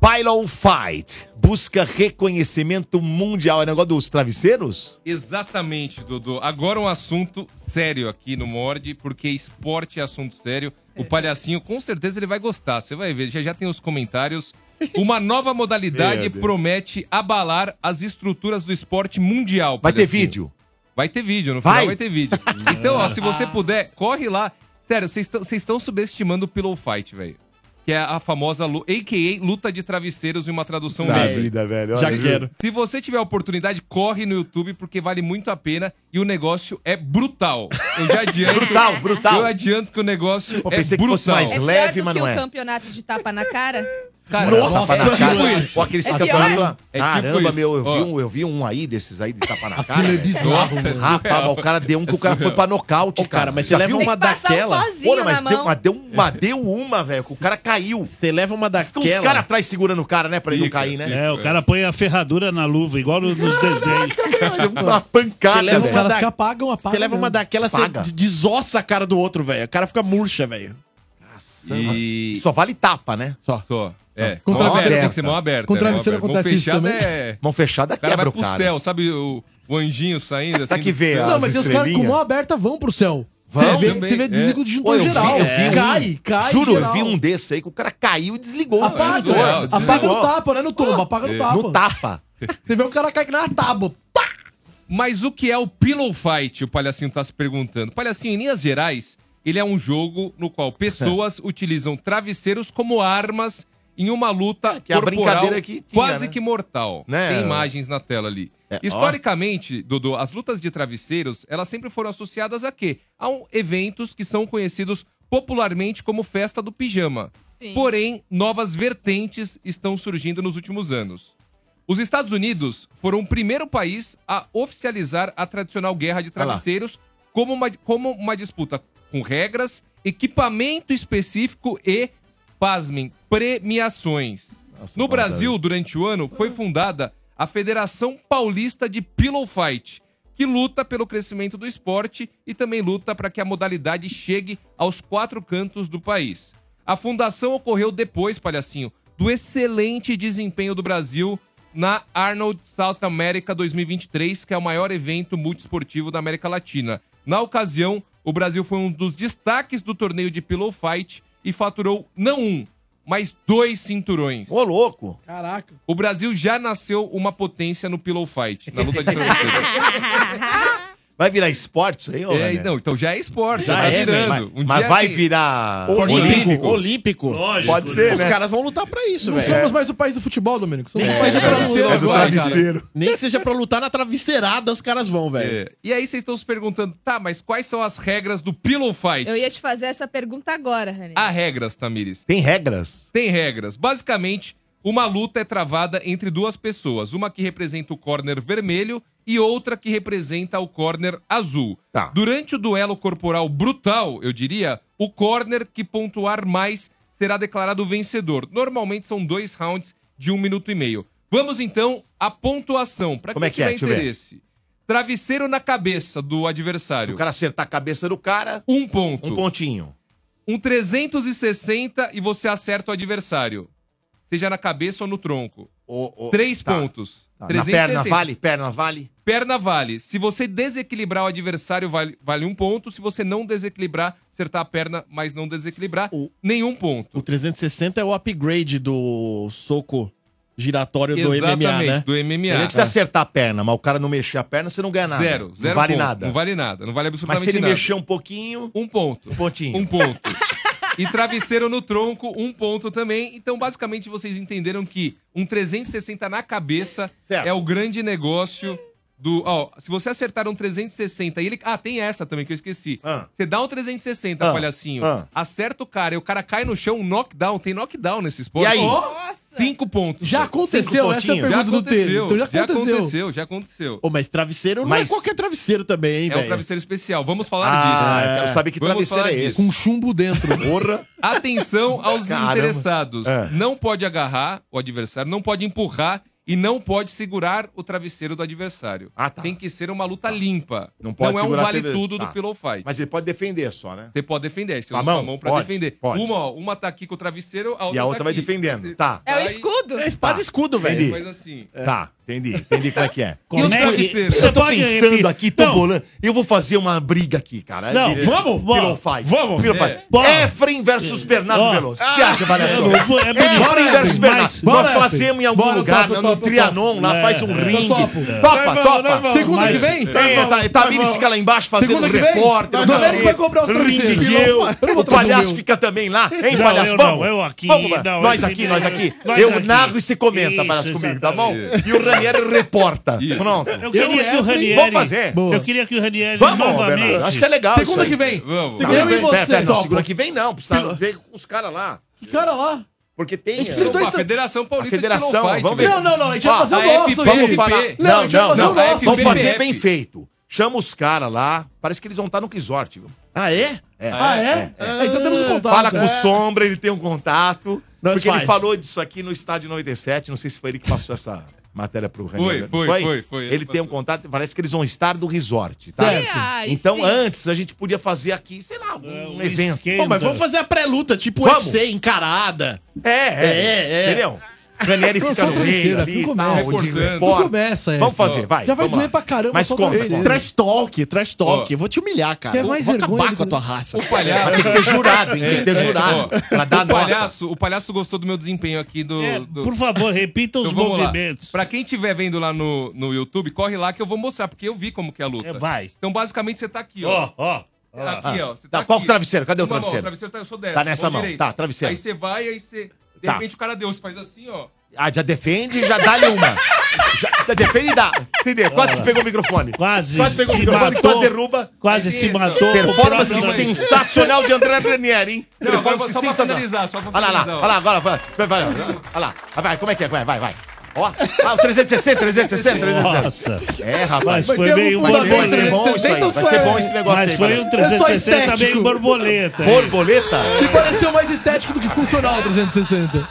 Speaker 1: Pylon Fight busca reconhecimento mundial. É negócio dos travesseiros?
Speaker 2: Exatamente, Dodô. Agora um assunto sério aqui no Mord, porque esporte é assunto sério. O palhacinho, com certeza, ele vai gostar. Você vai ver, já, já tem os comentários. Uma nova modalidade
Speaker 1: Meu Deus.
Speaker 2: promete abalar as estruturas do esporte mundial.
Speaker 1: Vai ter
Speaker 2: Palhacinho.
Speaker 1: vídeo.
Speaker 2: Vai ter vídeo, no
Speaker 1: Vai?
Speaker 2: final vai ter vídeo. Então, ó, se você puder, corre lá. Sério, vocês estão- vocês estão subestimando o Pillow Fight, velho. Que é a famosa, lu- a.k.a. luta de travesseiros em uma tradução
Speaker 1: Da
Speaker 2: livre.
Speaker 1: vida, velho. Já Olha, quero.
Speaker 2: Se você tiver a oportunidade, corre no YouTube, porque vale muito a pena e o negócio é brutal. Eu já adianto.
Speaker 1: Brutal, brutal.
Speaker 2: Eu adianto que o negócio
Speaker 1: Pô,
Speaker 2: é
Speaker 1: pensei que
Speaker 2: brutal.
Speaker 1: fosse mais
Speaker 3: pior
Speaker 1: leve,
Speaker 3: do
Speaker 1: mas
Speaker 3: que
Speaker 1: não
Speaker 3: o
Speaker 1: é.
Speaker 3: campeonato de tapa na cara?
Speaker 2: Cara,
Speaker 1: Nossa,
Speaker 2: tapa na
Speaker 1: é
Speaker 2: cara.
Speaker 1: tipo isso. Ou aqueles
Speaker 3: É pior?
Speaker 1: campeonatos lá.
Speaker 2: É tipo
Speaker 1: Caramba,
Speaker 2: isso.
Speaker 1: meu, eu vi,
Speaker 2: Ó.
Speaker 1: um, eu vi um aí desses aí de tapa na cara.
Speaker 4: Aquilo é
Speaker 1: velho.
Speaker 4: bizarro,
Speaker 1: Nossa,
Speaker 4: mano.
Speaker 1: é surreal. Rapaz, mas o cara deu um que o cara
Speaker 4: É
Speaker 1: foi pra nocaute, cara.
Speaker 4: cara, mas você leva uma Tem que passar um daquela- pozinho
Speaker 1: Olha, mas
Speaker 4: na
Speaker 1: deu
Speaker 4: mão.
Speaker 1: uma, deu uma, deu uma, velho, que o cara caiu. Você
Speaker 4: leva uma daquela.
Speaker 1: Os caras atrás segurando o cara, né, pra ele não cair, né?
Speaker 6: É, o cara põe a ferradura na luva, igual nos nos desenhos.
Speaker 1: Uma pancada,
Speaker 4: Você leva
Speaker 1: velho.
Speaker 4: uma
Speaker 1: Os caras
Speaker 4: da-
Speaker 1: que
Speaker 5: apagam, apagam.
Speaker 4: Você leva uma daquela, você
Speaker 1: Apaga.
Speaker 4: d- desossa a cara do outro, velho. O cara fica murcha, velho.
Speaker 6: né?
Speaker 2: E...
Speaker 1: Só vale tapa, né? Só.
Speaker 2: Só. É,
Speaker 4: Com
Speaker 2: mão aberta,
Speaker 4: travesseiro.
Speaker 2: tem que ser mão aberta.
Speaker 4: Com
Speaker 2: é, mão
Speaker 4: travesseiro
Speaker 2: aberta.
Speaker 4: acontece
Speaker 2: Mão
Speaker 4: isso
Speaker 2: fechada
Speaker 4: também?
Speaker 2: é...
Speaker 1: Mão fechada
Speaker 2: O cara
Speaker 1: quebra
Speaker 2: vai
Speaker 1: o
Speaker 2: pro
Speaker 1: cara.
Speaker 2: céu, sabe o, o anjinho saindo assim?
Speaker 1: Pra que
Speaker 2: do-
Speaker 1: ver
Speaker 5: Não, mas tem os caras com mão aberta vão pro céu. Você vê,
Speaker 2: também,
Speaker 5: você vê
Speaker 2: é.
Speaker 5: desliga o
Speaker 1: Pô,
Speaker 5: disjuntor
Speaker 1: eu vi,
Speaker 5: geral.
Speaker 1: eu vi um,
Speaker 5: Cai, cai.
Speaker 1: Juro,
Speaker 5: geral.
Speaker 1: eu vi um desse aí que o cara caiu e desligou.
Speaker 5: Apaga,
Speaker 1: Desligou,
Speaker 5: apaga
Speaker 1: desligou.
Speaker 5: no tapa, não é no tombo, apaga no
Speaker 1: assim, É.
Speaker 5: tapa.
Speaker 1: No tapa.
Speaker 5: Você vê o cara cair na tábua.
Speaker 2: Mas o que é o Pillow Fight? O Palhacinho tá se perguntando. Palhacinho, em linhas gerais, ele é um jogo no qual pessoas utilizam travesseiros como armas em uma luta
Speaker 1: que é a
Speaker 2: corporal
Speaker 1: brincadeira que tinha,
Speaker 2: quase
Speaker 1: né?
Speaker 2: que mortal.
Speaker 1: Né?
Speaker 2: Tem imagens na tela ali.
Speaker 1: É, ó.
Speaker 2: Historicamente, Dodô, as lutas de travesseiros, elas sempre foram associadas a quê? A um- eventos que são conhecidos popularmente como festa do pijama.
Speaker 17: Sim.
Speaker 2: Porém, novas vertentes estão surgindo nos últimos anos. Os Estados Unidos foram o primeiro país a oficializar a tradicional guerra de
Speaker 1: lá.
Speaker 2: travesseiros como uma, como uma disputa com regras, equipamento específico e, pasmem, premiações. no
Speaker 1: pancada.
Speaker 2: Brasil, durante o ano, foi fundada a Federação Paulista de Pillow Fight, que luta pelo crescimento do esporte e também luta para que a modalidade chegue aos quatro cantos do país. A fundação ocorreu depois, palhacinho, do excelente desempenho do Brasil na Arnold South America 2023, que é o maior evento multiesportivo da América Latina. Na ocasião, o Brasil foi um dos destaques do torneio de Pillow Fight e faturou não um, mas dois cinturões.
Speaker 1: Ô, louco!
Speaker 5: Caraca.
Speaker 2: O Brasil já nasceu uma potência no Pillow Fight, na luta de travesseiro.
Speaker 1: Vai virar esporte isso aí, ô,
Speaker 2: É,
Speaker 1: Renê?
Speaker 2: não, então já é esporte,
Speaker 1: Já
Speaker 2: já vai
Speaker 1: é,
Speaker 2: virando.
Speaker 1: mas- mas
Speaker 2: dia
Speaker 1: vai
Speaker 2: que-
Speaker 1: virar
Speaker 4: Olímpico. Olímpico.
Speaker 1: Lógico. Pode ser,
Speaker 4: Os
Speaker 1: né?
Speaker 4: caras vão lutar pra isso,
Speaker 5: Não
Speaker 4: velho.
Speaker 1: é.
Speaker 5: somos mais o país do futebol, Domênico. Somos
Speaker 4: É.
Speaker 5: o país do
Speaker 4: É.
Speaker 5: travesseiro.
Speaker 4: É do
Speaker 5: agora, cara.
Speaker 4: travesseiro. Nem que seja pra lutar na travesseirada, os caras vão, velho.
Speaker 2: É. E aí vocês estão se perguntando, tá, mas quais são as regras do Pillow Fight?
Speaker 3: Eu ia te fazer essa pergunta agora, Rani.
Speaker 2: Há regras, Tamires.
Speaker 1: Tem regras?
Speaker 2: Tem regras. Basicamente, uma luta é travada entre duas pessoas. Uma que representa o corner vermelho e outra que representa o corner azul.
Speaker 1: Tá.
Speaker 2: Durante o duelo corporal brutal, eu diria, o corner que pontuar mais será declarado o vencedor. Normalmente são dois rounds de um minuto e meio. Vamos então à pontuação. Para
Speaker 1: Como
Speaker 2: quem
Speaker 1: é
Speaker 2: tiver
Speaker 1: que é? Deixa eu ver.
Speaker 2: interesse. Travesseiro na cabeça do adversário.
Speaker 1: O cara acertar a cabeça do cara.
Speaker 2: Um ponto.
Speaker 1: Um pontinho.
Speaker 2: Um 360 e você acerta o adversário. Seja na cabeça ou no tronco. Três
Speaker 1: tá.
Speaker 2: pontos.
Speaker 1: Tá, na perna vale? Perna vale?
Speaker 2: Perna vale. Se você desequilibrar o adversário, vale, vale um ponto. Se você não desequilibrar, acertar a perna, mas não desequilibrar, nenhum ponto.
Speaker 4: O 360 é o upgrade do soco giratório do MMA,
Speaker 2: Exatamente,
Speaker 4: né?
Speaker 2: do MMA.
Speaker 1: Ele precisa acertar a perna, mas o cara não mexer a perna, você não ganha nada.
Speaker 2: Zero. Zero
Speaker 1: Não vale
Speaker 2: ponto.
Speaker 1: nada.
Speaker 2: Não vale nada. Não vale
Speaker 1: Mas
Speaker 2: absolutamente
Speaker 1: se ele
Speaker 2: nada.
Speaker 1: mexer um pouquinho.
Speaker 2: Um ponto.
Speaker 1: Um pontinho.
Speaker 2: Um ponto. E travesseiro no tronco, um ponto também. Então, basicamente, vocês entenderam que um 360 na cabeça é o grande negócio do. Ó, se você acertar um 360 e ele. Ah, tem essa também que eu esqueci. Você dá um 360,
Speaker 1: Ah.
Speaker 2: palhacinho.
Speaker 1: Ah.
Speaker 2: Acerta o cara e o cara cai no chão, um knockdown. Tem knockdown nesse esporte.
Speaker 1: E aí?
Speaker 2: Cinco pontos.
Speaker 4: Já aconteceu?
Speaker 2: Cinco
Speaker 4: Essa é a
Speaker 2: pontinhos.
Speaker 4: pergunta
Speaker 2: já
Speaker 4: do
Speaker 2: aconteceu,
Speaker 4: Tênis. Então
Speaker 2: já
Speaker 4: já
Speaker 2: aconteceu.
Speaker 4: aconteceu.
Speaker 2: Já aconteceu, já aconteceu.
Speaker 4: Ô, mas travesseiro não é
Speaker 2: Mas-
Speaker 4: qualquer travesseiro também, hein,
Speaker 2: É
Speaker 4: velho?
Speaker 2: um travesseiro especial. Vamos falar disso.
Speaker 4: Ah, eu quero saber que
Speaker 2: Vamos
Speaker 4: travesseiro
Speaker 2: falar
Speaker 4: é
Speaker 2: disso.
Speaker 5: Um
Speaker 4: esse. Com chumbo dentro.
Speaker 1: Porra.
Speaker 2: Atenção aos
Speaker 1: Caramba.
Speaker 2: interessados.
Speaker 1: É.
Speaker 2: Não pode agarrar o adversário, não pode empurrar e não pode segurar o travesseiro do adversário. Tem que ser uma luta limpa. Não,
Speaker 1: Ah, tá. pode
Speaker 2: é um
Speaker 1: segurar a
Speaker 2: vale
Speaker 1: TV.
Speaker 2: tudo
Speaker 1: Tá.
Speaker 2: do pillow fight.
Speaker 1: Mas ele pode defender só, né?
Speaker 2: Você pode defender, você
Speaker 1: Com a
Speaker 2: usa sua
Speaker 1: mão?
Speaker 2: mão pra
Speaker 1: Pode,
Speaker 2: defender.
Speaker 1: pode.
Speaker 2: Uma, ó, uma tá aqui com o travesseiro, a outra
Speaker 1: E a
Speaker 2: tá
Speaker 1: outra vai
Speaker 2: aqui.
Speaker 1: defendendo.
Speaker 2: Você
Speaker 1: Tá.
Speaker 3: É o escudo.
Speaker 1: É espada e escudo, velho.
Speaker 2: Entendi. Mas assim.
Speaker 4: É.
Speaker 1: Tá, entendi. Entendi como é que é.
Speaker 2: Como é que-
Speaker 1: Eu tô pensando aqui, tô bolando. Eu vou fazer uma briga aqui, cara.
Speaker 4: Não,
Speaker 1: De-
Speaker 4: vamos,
Speaker 1: Pillow
Speaker 4: vamos,
Speaker 1: fight.
Speaker 4: vamos.
Speaker 1: Pillow
Speaker 4: É.
Speaker 1: fight. Efraim versus Bernardo
Speaker 4: Ó.
Speaker 1: Veloso. O que você acha,
Speaker 4: Ah,
Speaker 1: Valesão?
Speaker 4: é bonito, é bonito.
Speaker 1: Efraim versus
Speaker 4: Mas-
Speaker 1: Bernardo.
Speaker 4: bora,
Speaker 1: Nós
Speaker 4: Efraim.
Speaker 1: fazemos em algum
Speaker 4: Bora,
Speaker 1: lugar,
Speaker 4: topo,
Speaker 1: no- no
Speaker 4: topo,
Speaker 1: Trianon, lá
Speaker 4: topo.
Speaker 1: faz um
Speaker 4: É.
Speaker 1: ringue.
Speaker 4: Eu topo.
Speaker 1: Topa,
Speaker 4: Nós vamos, nós
Speaker 1: topa.
Speaker 4: vamos. Segunda que vem? Nós
Speaker 1: É,
Speaker 4: vamos.
Speaker 1: tá- Tamires
Speaker 4: Nós
Speaker 1: fica lá embaixo fazendo
Speaker 4: Segunda que vem?
Speaker 1: repórter.
Speaker 4: Nós vamos.
Speaker 1: você,
Speaker 4: Vai comprar os travesseiros.
Speaker 1: ringue
Speaker 4: Eu
Speaker 1: eu.
Speaker 4: não vou
Speaker 1: O
Speaker 4: trazer o
Speaker 1: palhaço
Speaker 4: meu.
Speaker 1: fica também lá. Hein,
Speaker 4: Não,
Speaker 1: palhaço?
Speaker 4: eu não,
Speaker 1: Vamos.
Speaker 4: eu aqui,
Speaker 1: Vamos, mano.
Speaker 4: não,
Speaker 1: Nós
Speaker 4: esse-
Speaker 1: aqui, nós aqui.
Speaker 4: nós
Speaker 1: Eu
Speaker 4: aqui.
Speaker 1: narro e você comenta,
Speaker 4: Isso,
Speaker 1: palhaço, comigo, tá bom?
Speaker 4: exatamente.
Speaker 1: E o Ranieri reporta. Pronto.
Speaker 6: Eu queria que o Ranieri.
Speaker 1: Vamos fazer.
Speaker 6: Eu queria que o Ranieri.
Speaker 1: Vamos,
Speaker 6: novamente-
Speaker 1: Bernardo. Acho que é legal.
Speaker 6: Segunda
Speaker 1: isso aí.
Speaker 6: que vem. Vamos.
Speaker 1: Não,
Speaker 6: Eu
Speaker 1: não,
Speaker 6: e
Speaker 1: pera,
Speaker 6: você,
Speaker 1: pera, não,
Speaker 6: Topo.
Speaker 1: segunda que vem não. Precisa ver com os caras lá.
Speaker 5: Que cara lá?
Speaker 1: Porque tem. é,
Speaker 2: Eles precisam dois- A Federação Paulista
Speaker 1: A
Speaker 2: de
Speaker 1: Federação,
Speaker 2: Pillow Fight,
Speaker 1: vamos ver.
Speaker 2: velho. Não, não, não, Ah, a gente vai
Speaker 1: Ó,
Speaker 2: fazer o
Speaker 1: a
Speaker 2: nosso,
Speaker 1: FP, Vamos
Speaker 2: gente.
Speaker 1: falar.
Speaker 2: FP. Não, a
Speaker 1: Não,
Speaker 2: gente vai
Speaker 1: não,
Speaker 2: fazer um o
Speaker 1: não.
Speaker 2: nosso.
Speaker 1: Vamos fazer
Speaker 2: FP.
Speaker 1: bem feito. Chama os caras lá. Parece que eles vão estar no resort, viu? Ah, é?
Speaker 5: Ah, é? É, então temos um contato.
Speaker 1: Fala com o
Speaker 5: É.
Speaker 1: Sombra, ele tem um contato.
Speaker 4: Nós
Speaker 1: porque
Speaker 4: faz.
Speaker 1: ele falou disso aqui no Estádio 97. Não sei se foi ele que passou essa matéria pro Ranieri.
Speaker 2: foi, foi, foi, ele
Speaker 1: Ele tem um contato, parece que eles vão estar do resort, tá?
Speaker 6: É.
Speaker 4: Certo. Ai,
Speaker 1: então,
Speaker 4: sim.
Speaker 1: antes, a gente podia fazer aqui, sei lá, um,
Speaker 4: É,
Speaker 1: evento.
Speaker 4: Pô, mas vamos fazer a pré-luta, tipo
Speaker 1: Vamos.
Speaker 4: UFC encarada.
Speaker 1: É, é,
Speaker 4: é.
Speaker 1: Entendeu? Ranieri
Speaker 4: Só-
Speaker 1: fica
Speaker 4: só
Speaker 1: no meio
Speaker 4: travesseira,
Speaker 1: ali
Speaker 4: não
Speaker 1: e tal,
Speaker 4: começa.
Speaker 1: de
Speaker 4: Não
Speaker 1: repórter.
Speaker 4: começa, é.
Speaker 1: Vamos fazer, vai.
Speaker 4: Já vai
Speaker 1: vamos
Speaker 4: doer pra caramba,
Speaker 1: Mas
Speaker 4: só
Speaker 1: conta,
Speaker 4: travesseira.
Speaker 1: conta.
Speaker 4: Trash talk, trash talk.
Speaker 1: Ó.
Speaker 4: Eu vou te humilhar, cara.
Speaker 1: Quer
Speaker 4: Vou,
Speaker 1: mais
Speaker 4: vou
Speaker 1: vergonha
Speaker 4: acabar
Speaker 1: do
Speaker 4: com a tua raça.
Speaker 2: O palhaço. É,
Speaker 4: Mas tem que ter jurado, hein?
Speaker 1: É,
Speaker 4: Tem que ter jurado.
Speaker 2: ó,
Speaker 4: Pra dar
Speaker 2: o,
Speaker 4: nota.
Speaker 2: palhaço, o palhaço gostou do meu desempenho aqui do.
Speaker 6: É,
Speaker 2: do- Então
Speaker 6: por favor, repita os
Speaker 2: vamos lá.
Speaker 6: movimentos.
Speaker 2: Pra quem estiver vendo lá no, no YouTube, corre lá que eu vou mostrar, porque eu vi como que é a luta.
Speaker 6: vai.
Speaker 2: Então, basicamente, você tá aqui, ó.
Speaker 6: Ó,
Speaker 2: ó. Aqui,
Speaker 1: Ah,
Speaker 2: ó. Você
Speaker 1: tá,
Speaker 2: tá,
Speaker 1: qual
Speaker 2: aqui.
Speaker 1: travesseiro? Cadê o
Speaker 2: Uma mão,
Speaker 1: travesseiro?
Speaker 2: travesseiro tá, eu sou dessa.
Speaker 1: Tá nessa
Speaker 2: mão
Speaker 1: mão,
Speaker 2: direita.
Speaker 1: tá, travesseiro.
Speaker 2: Aí você vai, aí você. De
Speaker 1: Tá.
Speaker 2: repente o cara deu, você faz assim, ó.
Speaker 1: Ah, já defende, já dá-lhe uma. Já, defende e dá. Entendeu? Quase que pegou o microfone.
Speaker 6: Quase.
Speaker 1: Quase pegou o
Speaker 6: se
Speaker 1: microfone,
Speaker 6: matou.
Speaker 1: quase derruba.
Speaker 6: Quase se matou.
Speaker 1: Performance
Speaker 6: O próprio-
Speaker 1: sensacional de André Ranieri, hein?
Speaker 6: Não,
Speaker 1: Performance
Speaker 6: só pra
Speaker 1: sensacional.
Speaker 6: finalizar, só pra
Speaker 1: Olha lá,
Speaker 6: finalizar, ó.
Speaker 1: olha lá, agora. Vai, vai, vai, olha lá. Vai, vai, como é que é? Vai, vai, vai. Ó, ah, o 360, 360, 360.
Speaker 6: Nossa.
Speaker 1: É, rapaz.
Speaker 6: Mas foi meio
Speaker 1: Vai ser bom, vai ser bom isso
Speaker 6: 360
Speaker 1: aí.
Speaker 6: ou
Speaker 1: Vai
Speaker 6: só
Speaker 1: ser
Speaker 6: é-
Speaker 1: bom esse negócio
Speaker 6: Mas
Speaker 1: aí.
Speaker 6: foi
Speaker 1: vai.
Speaker 6: um 360 meio borboleta, hein?
Speaker 1: Borboleta?
Speaker 5: Me pareceu mais estético do que funcional o 360.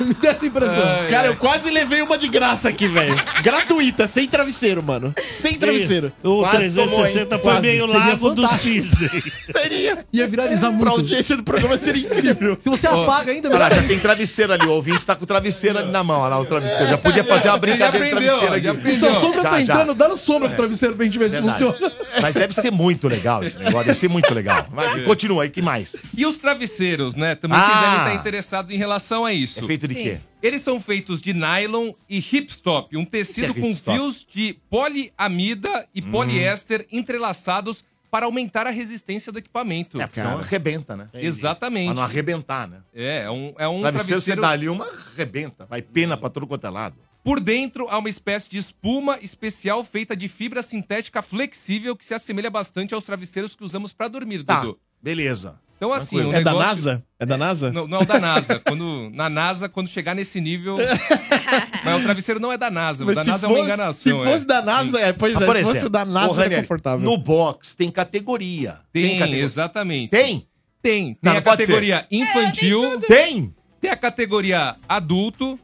Speaker 5: Me deu essa impressão.
Speaker 4: Cara, eu quase levei uma de graça aqui, velho. Gratuita, sem travesseiro, mano. Sem travesseiro.
Speaker 6: O
Speaker 4: Quase
Speaker 6: 360
Speaker 4: tomou, hein?
Speaker 6: foi
Speaker 4: Quase.
Speaker 6: meio
Speaker 4: Seria
Speaker 6: lago do
Speaker 4: fantástico.
Speaker 6: cisne.
Speaker 4: Seria.
Speaker 5: Ia viralizar muito.
Speaker 4: Pra audiência do programa seria incrível.
Speaker 5: Se você apaga ainda,
Speaker 1: Olha lá,
Speaker 5: melhor.
Speaker 1: já tem travesseiro ali. O ouvinte tá com o travesseiro ali na mão. Olha lá, o travesseiro. Já podia fazer uma brincadeira de travesseiro aqui. É.
Speaker 5: E sua sombra tá entrando, dá no sombra com o travesseiro pra gente ver se
Speaker 1: Verdade. Tá
Speaker 5: funciona.
Speaker 1: Mas deve ser muito legal esse negócio. Deve ser muito legal. Mas
Speaker 2: É.
Speaker 1: continua aí, que mais?
Speaker 2: E os travesseiros, né? Também vocês
Speaker 1: Ah.
Speaker 2: devem estar interessados em relação a isso.
Speaker 1: É feito de Sim. quê?
Speaker 2: Eles são feitos de nylon e hipstop, um tecido
Speaker 1: que é
Speaker 2: com
Speaker 1: hipstop? Hum.
Speaker 2: fios de poliamida e poliéster entrelaçados para aumentar a resistência do equipamento.
Speaker 1: É, porque senão arrebenta, né?
Speaker 2: Exatamente.
Speaker 1: Pra não arrebentar, né?
Speaker 2: É, é um, é um
Speaker 1: travesseiro, você
Speaker 2: travesseiro-
Speaker 1: dá ali uma arrebenta. Vai pena pra todo quanto é lado.
Speaker 2: Por dentro há uma espécie de espuma especial feita de fibra sintética flexível que se assemelha bastante aos travesseiros que usamos para dormir,
Speaker 1: Tá,
Speaker 2: Dudu.
Speaker 1: beleza.
Speaker 2: Então, assim,
Speaker 4: Tranquilo.
Speaker 2: o
Speaker 4: É da
Speaker 2: negócio-
Speaker 4: NASA? É da NASA?
Speaker 2: Não, não é o da NASA. Quando, na NASA, quando chegar nesse nível. Mas o travesseiro não é da NASA. o
Speaker 4: Mas
Speaker 2: da
Speaker 4: se
Speaker 2: NASA é
Speaker 4: fosse-
Speaker 2: uma enganação.
Speaker 4: se fosse da NASA, é, pois
Speaker 1: Mas,
Speaker 4: é,
Speaker 1: Ah, por
Speaker 4: se fosse
Speaker 1: exemplo,
Speaker 4: o da NASA,
Speaker 1: ô,
Speaker 4: era
Speaker 1: Ranieri,
Speaker 4: confortável.
Speaker 1: No box tem categoria.
Speaker 2: Tem,
Speaker 1: categoria.
Speaker 2: exatamente.
Speaker 1: Tem?
Speaker 2: Tem. Tem
Speaker 1: Não,
Speaker 2: a
Speaker 1: não pode ser.
Speaker 2: categoria infantil.
Speaker 1: Tem? Ah.
Speaker 2: Tem a categoria adulto,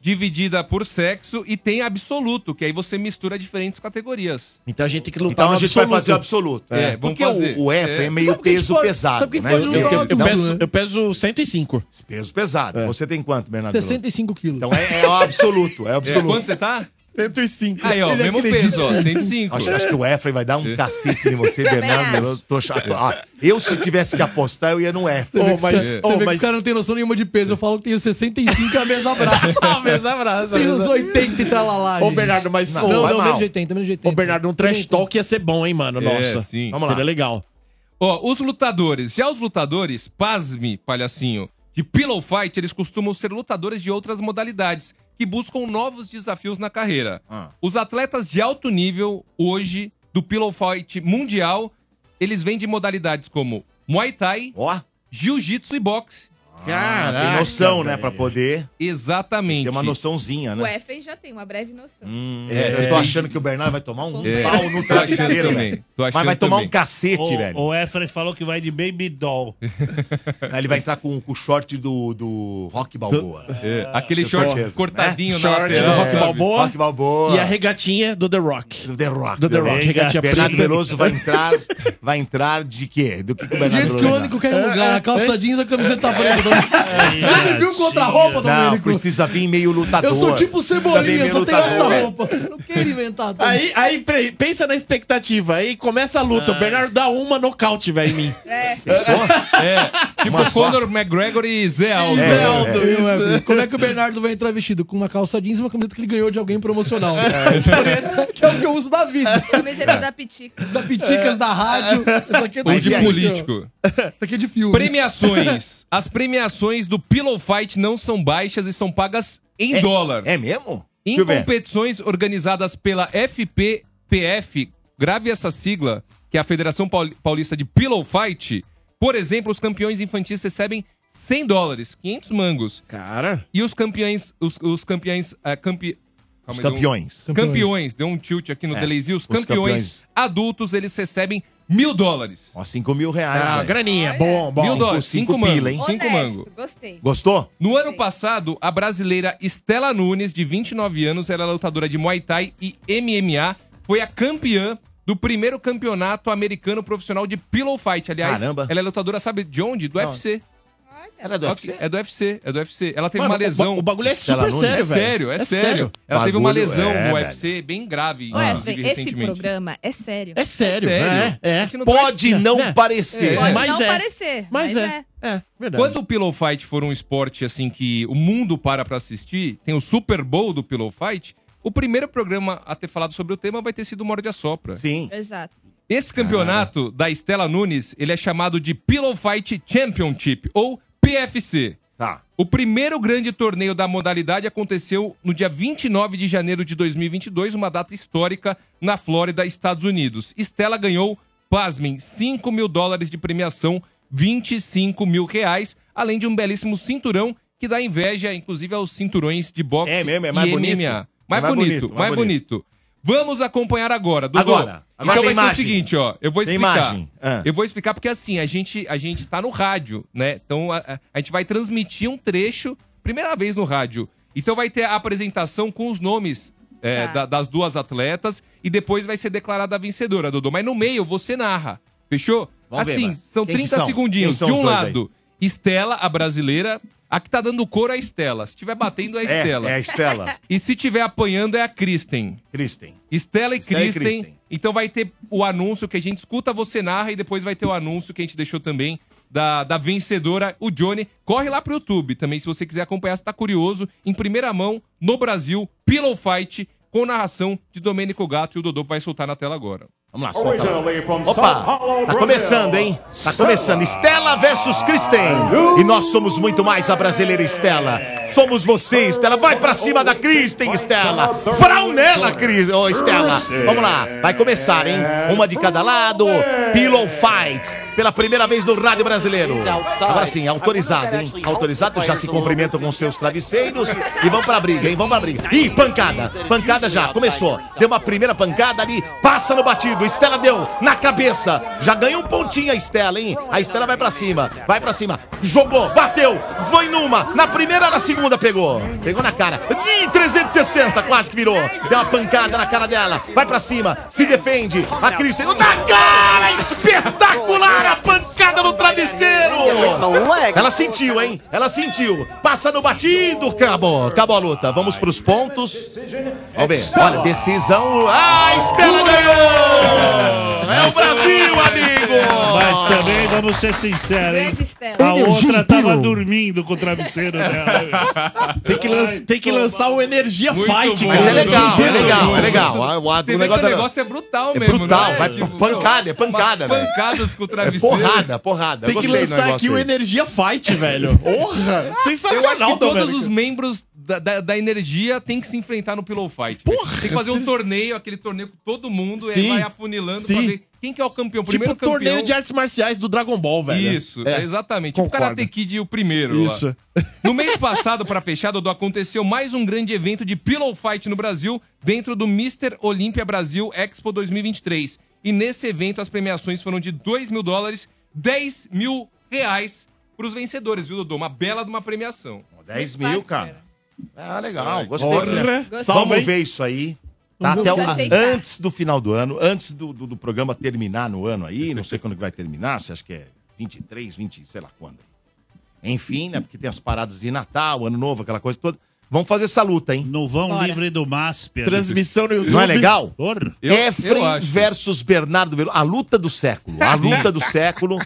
Speaker 2: dividida por sexo, e tem absoluto, que aí você mistura diferentes categorias.
Speaker 4: Então a gente tem que
Speaker 2: lutar
Speaker 1: Então
Speaker 2: no
Speaker 1: a gente
Speaker 2: Ah,
Speaker 1: vai
Speaker 2: absoluto.
Speaker 1: fazer o absoluto.
Speaker 2: É, vamos
Speaker 1: Porque o-
Speaker 2: fazer.
Speaker 1: o Efra é,
Speaker 2: É.
Speaker 1: meio
Speaker 2: Sabe que
Speaker 1: peso
Speaker 2: foi-
Speaker 1: pesado,
Speaker 2: sabe que um
Speaker 1: né?
Speaker 2: foi
Speaker 1: Eu,
Speaker 2: no
Speaker 1: eu-
Speaker 4: Eu
Speaker 1: não,
Speaker 4: peso, eu peso 105.
Speaker 1: Peso pesado. Você tem quanto, Bernardo? Veloso?
Speaker 5: 65 quilos.
Speaker 1: Então é, é o absoluto, é o absoluto.
Speaker 2: quanto você tá?
Speaker 4: 105.
Speaker 2: Aí, ó,
Speaker 1: Ele
Speaker 2: mesmo
Speaker 1: acredita.
Speaker 2: peso, ó, 105.
Speaker 1: Acho, acho que o Efraim vai dar
Speaker 2: É.
Speaker 1: um cacete em você, Bernardo. Eu, tô chato. Ah, eu, se tivesse que apostar, eu ia no Efraim.
Speaker 5: Você vê que os caras- você vê que os caras não têm noção nenhuma de peso. Eu falo que tenho 65 a mesa abraça.
Speaker 4: A mesa abraça,
Speaker 5: Tenho
Speaker 4: a
Speaker 1: né?
Speaker 5: uns
Speaker 4: mesa-
Speaker 5: 80 e tralalá.
Speaker 4: Ô,
Speaker 5: gente.
Speaker 4: Bernardo, mas-
Speaker 5: Não,
Speaker 4: ô,
Speaker 5: não,
Speaker 4: vai
Speaker 5: não
Speaker 4: mal.
Speaker 5: menos de 80, menos de 80.
Speaker 4: Ô, Bernardo, um trash talk ia ser bom, hein, mano?
Speaker 2: É,
Speaker 4: Nossa.
Speaker 2: sim.
Speaker 4: Vamos lá. Seria legal.
Speaker 2: Ó, os lutadores. Já os lutadores, pasme, palhacinho, de pillow fight, eles costumam ser lutadores de outras modalidades, que buscam novos desafios na carreira. Os atletas de alto nível, hoje, do pillow fight mundial, eles vêm de modalidades como Muay Thai,
Speaker 1: Ó.
Speaker 2: Jiu-Jitsu e boxe.
Speaker 1: Caraca, Ah, tem noção, né? Pra poder.
Speaker 2: Exatamente.
Speaker 1: Tem uma noçãozinha,
Speaker 3: O
Speaker 1: né?
Speaker 3: Efren já tem uma breve noção.
Speaker 1: Hum,
Speaker 2: É,
Speaker 1: eu tô
Speaker 2: é.
Speaker 1: achando que o Bernardo vai tomar um
Speaker 2: É,
Speaker 1: pau no
Speaker 2: tô achando
Speaker 1: travesseiro,
Speaker 2: também,
Speaker 1: velho.
Speaker 2: tô
Speaker 1: Mas
Speaker 2: achando
Speaker 1: vai tomar um
Speaker 2: também.
Speaker 1: cacete,
Speaker 6: o,
Speaker 1: velho.
Speaker 6: O Efraim falou que vai de baby doll.
Speaker 1: Aí Ele vai entrar com, com o short do, do Rock Balboa.
Speaker 2: É, aquele
Speaker 1: Eu
Speaker 2: short
Speaker 1: sou certeza,
Speaker 2: cortadinho na É.
Speaker 4: Short
Speaker 2: lateral,
Speaker 4: do Rock
Speaker 2: sabe?
Speaker 4: Balboa.
Speaker 1: Rock Balboa.
Speaker 4: E a regatinha do The Rock.
Speaker 1: Do The Rock.
Speaker 4: Do The Rock. Regatinha
Speaker 1: Bernardo
Speaker 4: preta.
Speaker 1: Veloso vai entrar, vai entrar de quê? Do que, que o
Speaker 5: Do
Speaker 1: Bernardo É,
Speaker 5: jeito que o
Speaker 1: Veloso vai
Speaker 5: único
Speaker 1: entrar?
Speaker 5: quer lugar, a calça jeans e a camiseta tá preta. Já me viu com outra roupa,
Speaker 1: Não,
Speaker 5: Domênico?
Speaker 1: precisa vir meio lutador.
Speaker 5: Eu sou tipo
Speaker 1: Precisa
Speaker 5: cebolinha,
Speaker 1: vir
Speaker 5: só
Speaker 1: meio
Speaker 5: tenho essa
Speaker 1: lutador.
Speaker 5: roupa. Não quero inventar. Tom.
Speaker 4: Aí, aí pre- pensa na expectativa. Aí começa a luta. O Bernardo dá uma nocaute, velho, em mim.
Speaker 3: É.
Speaker 2: É, tipo
Speaker 4: Uma só.
Speaker 2: Conor McGregor e Zé Aldo.
Speaker 5: É,
Speaker 2: É,
Speaker 5: é,
Speaker 2: é.
Speaker 5: é, é. Como é que o Bernardo vai entrar vestido? Com uma calça jeans e uma camiseta que ele ganhou de alguém promocional. né? que é o que eu uso da vida.
Speaker 3: Camiseta da Pitica.
Speaker 5: Da
Speaker 13: É.
Speaker 5: Piticas, da rádio. Essa aqui é da
Speaker 2: Ou de
Speaker 5: rádio.
Speaker 2: político.
Speaker 5: Isso aqui é de filme.
Speaker 2: Premiações. As premiações do Pillow Fight não são baixas e são pagas em
Speaker 1: É-
Speaker 2: dólar.
Speaker 1: É mesmo?
Speaker 2: Em
Speaker 1: Deixa eu ver.
Speaker 2: competições organizadas pela FPPF, grave essa sigla, que é a Federação Pauli- Paulista de Pillow Fight, por exemplo, os campeões infantis recebem 100 dólares, 500 mangos.
Speaker 4: Cara.
Speaker 2: E os campeões. Os, os campeões. ah, campe... Calma aí, deu um-
Speaker 1: campeões.
Speaker 2: Campeões. Deu um tilt aqui no
Speaker 1: É,
Speaker 2: delayzinho. Os
Speaker 1: os
Speaker 2: campeões,
Speaker 1: campeões.
Speaker 2: adultos, eles recebem mil dólares.
Speaker 1: Ó, 5 mil reais.
Speaker 2: Ah,
Speaker 1: velho.
Speaker 4: graninha, bom, bom.
Speaker 2: Mil dólares,
Speaker 1: cinco
Speaker 2: cinco, mango.
Speaker 1: pila, hein?
Speaker 2: Cinco
Speaker 1: Honesto.
Speaker 2: mango.
Speaker 3: Gostei.
Speaker 1: Gostou?
Speaker 2: No ano passado, a brasileira Estela Nunes, de 29 anos, ela é lutadora de Muay Thai e MMA, foi a campeã do primeiro campeonato americano profissional de pillow fight. Aliás,
Speaker 1: Caramba.
Speaker 2: ela é lutadora, sabe de onde? Do UFC.
Speaker 1: Ela é do UFC?
Speaker 2: É do UFC, é do UFC. Ela teve
Speaker 1: Mano,
Speaker 2: uma lesão.
Speaker 1: o ba- o bagulho é Estela super Nunes. sério,
Speaker 2: É
Speaker 1: velho.
Speaker 2: sério, é,
Speaker 1: É
Speaker 2: sério.
Speaker 1: sério.
Speaker 2: Ela teve uma
Speaker 1: Bagulho,
Speaker 2: lesão
Speaker 1: é,
Speaker 2: no
Speaker 1: velho.
Speaker 2: UFC bem grave,
Speaker 1: Ah,
Speaker 3: Ué,
Speaker 2: inclusive,
Speaker 3: Efren, esse
Speaker 2: recentemente.
Speaker 3: programa é sério.
Speaker 4: É sério,
Speaker 2: sério.
Speaker 4: É, é.
Speaker 2: A gente não
Speaker 1: né? Pode
Speaker 2: traz-
Speaker 1: não
Speaker 2: Né?
Speaker 1: parecer.
Speaker 2: É.
Speaker 3: Pode não
Speaker 4: é.
Speaker 3: parecer, mas,
Speaker 4: Mas
Speaker 3: é.
Speaker 4: é. É, verdade.
Speaker 2: Quando o pillow fight for um esporte assim que o mundo para pra assistir, tem o Super Bowl do pillow fight, o primeiro programa a ter falado sobre o tema vai ter sido o Morde a Sopra.
Speaker 1: Sim.
Speaker 3: é. Exato.
Speaker 2: Esse campeonato da Estela Nunes, ele é chamado de Pillow Fight Championship ou PFC.
Speaker 1: Tá.
Speaker 2: O primeiro grande torneio da modalidade aconteceu no dia 29 de janeiro de 2022, uma data histórica na Flórida, Estados Unidos. Estela ganhou, pasmem, 5 mil dólares de premiação, 25 mil reais, além de um belíssimo cinturão que dá inveja, inclusive, aos cinturões de boxe
Speaker 1: É mesmo, é mais
Speaker 2: e
Speaker 1: bonito.
Speaker 2: MMA. Mais, bonito, mais bonito. Vamos acompanhar agora, Dudu.
Speaker 1: Agora. Agora
Speaker 2: então vai
Speaker 1: tem
Speaker 2: ser o
Speaker 1: imagem.
Speaker 2: seguinte, ó. Eu vou
Speaker 1: Tem
Speaker 2: explicar.
Speaker 1: imagem. Ah.
Speaker 2: Eu vou explicar porque assim, a gente, a gente tá no rádio, né? Então a, a- a gente vai transmitir um trecho, primeira vez no rádio. Então vai ter a apresentação com os nomes é,
Speaker 3: Tá.
Speaker 2: da- das duas atletas e depois vai ser declarada a vencedora, Dudu. Mas no meio você narra. Fechou?
Speaker 1: Vamos ver,
Speaker 2: assim,
Speaker 1: vai.
Speaker 2: são
Speaker 1: Quem que
Speaker 2: 30
Speaker 1: são? Quem
Speaker 2: segundinhos.
Speaker 1: são
Speaker 2: De
Speaker 1: os
Speaker 2: um
Speaker 1: dois aí?
Speaker 2: lado, Estela, a brasileira. A que tá dando cor é a Estela. Se tiver batendo, é a Estela.
Speaker 1: É, é a Estela.
Speaker 2: E se tiver apanhando, é a Kristen.
Speaker 1: Kristen.
Speaker 2: Estela e
Speaker 1: Estela e
Speaker 2: Kristen.
Speaker 1: Kristen.
Speaker 2: Então vai ter o anúncio que a gente escuta, você narra, e depois vai ter o anúncio que a gente deixou também da, da vencedora, o Johnny. Corre lá pro YouTube também, se você quiser acompanhar, se tá curioso, em primeira mão, no Brasil, Pillow Fight, com narração de Domênico Gato, e o Dodô vai soltar na tela agora.
Speaker 1: Vamos lá,
Speaker 2: solta lá.
Speaker 1: Opa! Tá começando, hein? Tá começando. Estela versus Kristen. E nós somos muito mais a brasileira Estela. Somos você, Estela. Vai pra cima da Kristen, Estela. Frau nela, Cris. Ô, Estela. Vamos lá. Vai começar, hein? Uma de cada lado. Pillow Fight. Pela primeira vez no rádio brasileiro. Agora sim, autorizado, hein? Autorizado. Já se cumprimentam com seus travesseiros. E vamos pra briga, hein? Vamos pra briga. Ih, pancada. Pancada já. Começou. Deu uma primeira pancada ali. Passa no batido. Estela deu. Na cabeça. Já ganhou um pontinho a Estela, hein? A Estela vai pra cima. Vai pra cima. Jogou. Bateu. Foi numa. Na primeira, na segunda pegou. Pegou na cara. Ih, 360. Quase que virou. Deu uma pancada na cara dela. Vai pra cima. Se defende. A Cris Na cara! Espetacular a pancada no travesseiro. Ela sentiu, hein? Ela sentiu. Passa no batido. Acabou. Acabou a luta. Vamos pros pontos. Vamos ver. Olha, decisão. Ah, Estela ganhou! É o Brasil, amigo!
Speaker 6: Mas também, vamos ser sinceros, hein?
Speaker 3: Grande Estela.
Speaker 6: A outra tava dormindo com o travesseiro dela.
Speaker 4: Tem que, lan- tem que lançar o Energia
Speaker 6: Muito
Speaker 4: Fight.
Speaker 6: bom.
Speaker 4: cara.
Speaker 1: Mas é legal, é
Speaker 6: um
Speaker 4: Muito
Speaker 1: legal,
Speaker 4: bom.
Speaker 1: é legal. O, o-
Speaker 2: Você vê que o
Speaker 1: o negócio da-
Speaker 2: negócio é brutal
Speaker 1: é
Speaker 2: mesmo,
Speaker 1: brutal,
Speaker 2: né?
Speaker 1: vai
Speaker 2: Tipo,
Speaker 1: pancada, é pancada,
Speaker 2: umas
Speaker 1: velho.
Speaker 2: Pancadas com o
Speaker 1: É
Speaker 2: travesseiro.
Speaker 1: porrada, porrada.
Speaker 4: Tem que
Speaker 1: Gostei do
Speaker 4: lançar
Speaker 1: negócio
Speaker 4: aqui o
Speaker 1: aí.
Speaker 4: Energia Fight, velho. Porra!
Speaker 2: Eu acho
Speaker 4: Sensacional,
Speaker 2: que todos
Speaker 4: Domênico.
Speaker 2: os membros da, da, da energia têm que se enfrentar no Pillow Fight. velho. Tem que fazer um torneio, aquele torneio com todo mundo, e aí
Speaker 4: Sim.
Speaker 2: vai afunilando pra
Speaker 4: Sim.
Speaker 2: ver Quem que é o campeão? O
Speaker 4: Tipo
Speaker 2: primeiro
Speaker 4: o torneio
Speaker 2: campeão-
Speaker 4: de artes marciais do Dragon Ball, velho.
Speaker 2: Isso, é, exatamente. Tipo O
Speaker 4: Concordo.
Speaker 2: Karate Kid o primeiro. lá.
Speaker 4: Isso.
Speaker 2: No mês passado, para fechar, Dodô, aconteceu mais um grande evento de Pillow Fight no Brasil, dentro do Mr. Olímpia Brasil Expo 2023. E nesse evento, as premiações foram de 2 mil dólares, 10 mil reais para os vencedores, viu, Dodô? Uma bela de uma premiação.
Speaker 1: 10 mil, cara. Ah, legal.
Speaker 2: Ai,
Speaker 1: Gostei.
Speaker 2: porra.
Speaker 1: né?
Speaker 2: Gostei.
Speaker 1: Vamos
Speaker 2: Hein?
Speaker 1: ver isso aí. Tá,
Speaker 2: Vamos
Speaker 1: até o-
Speaker 2: ajeitar.
Speaker 1: antes do final do ano, antes do, do, do programa terminar no ano aí, não sei quando que vai terminar, se acho que é 23, 20, sei lá quando. Enfim, né? Porque tem as paradas de Natal, Ano Novo, aquela coisa toda. Vamos fazer essa luta, hein?
Speaker 6: No Vão Livre do MASP.
Speaker 1: Transmissão no YouTube. Não é legal?
Speaker 6: Porra.
Speaker 1: Efren versus Bernardo Veloso. A luta do século. A luta do século.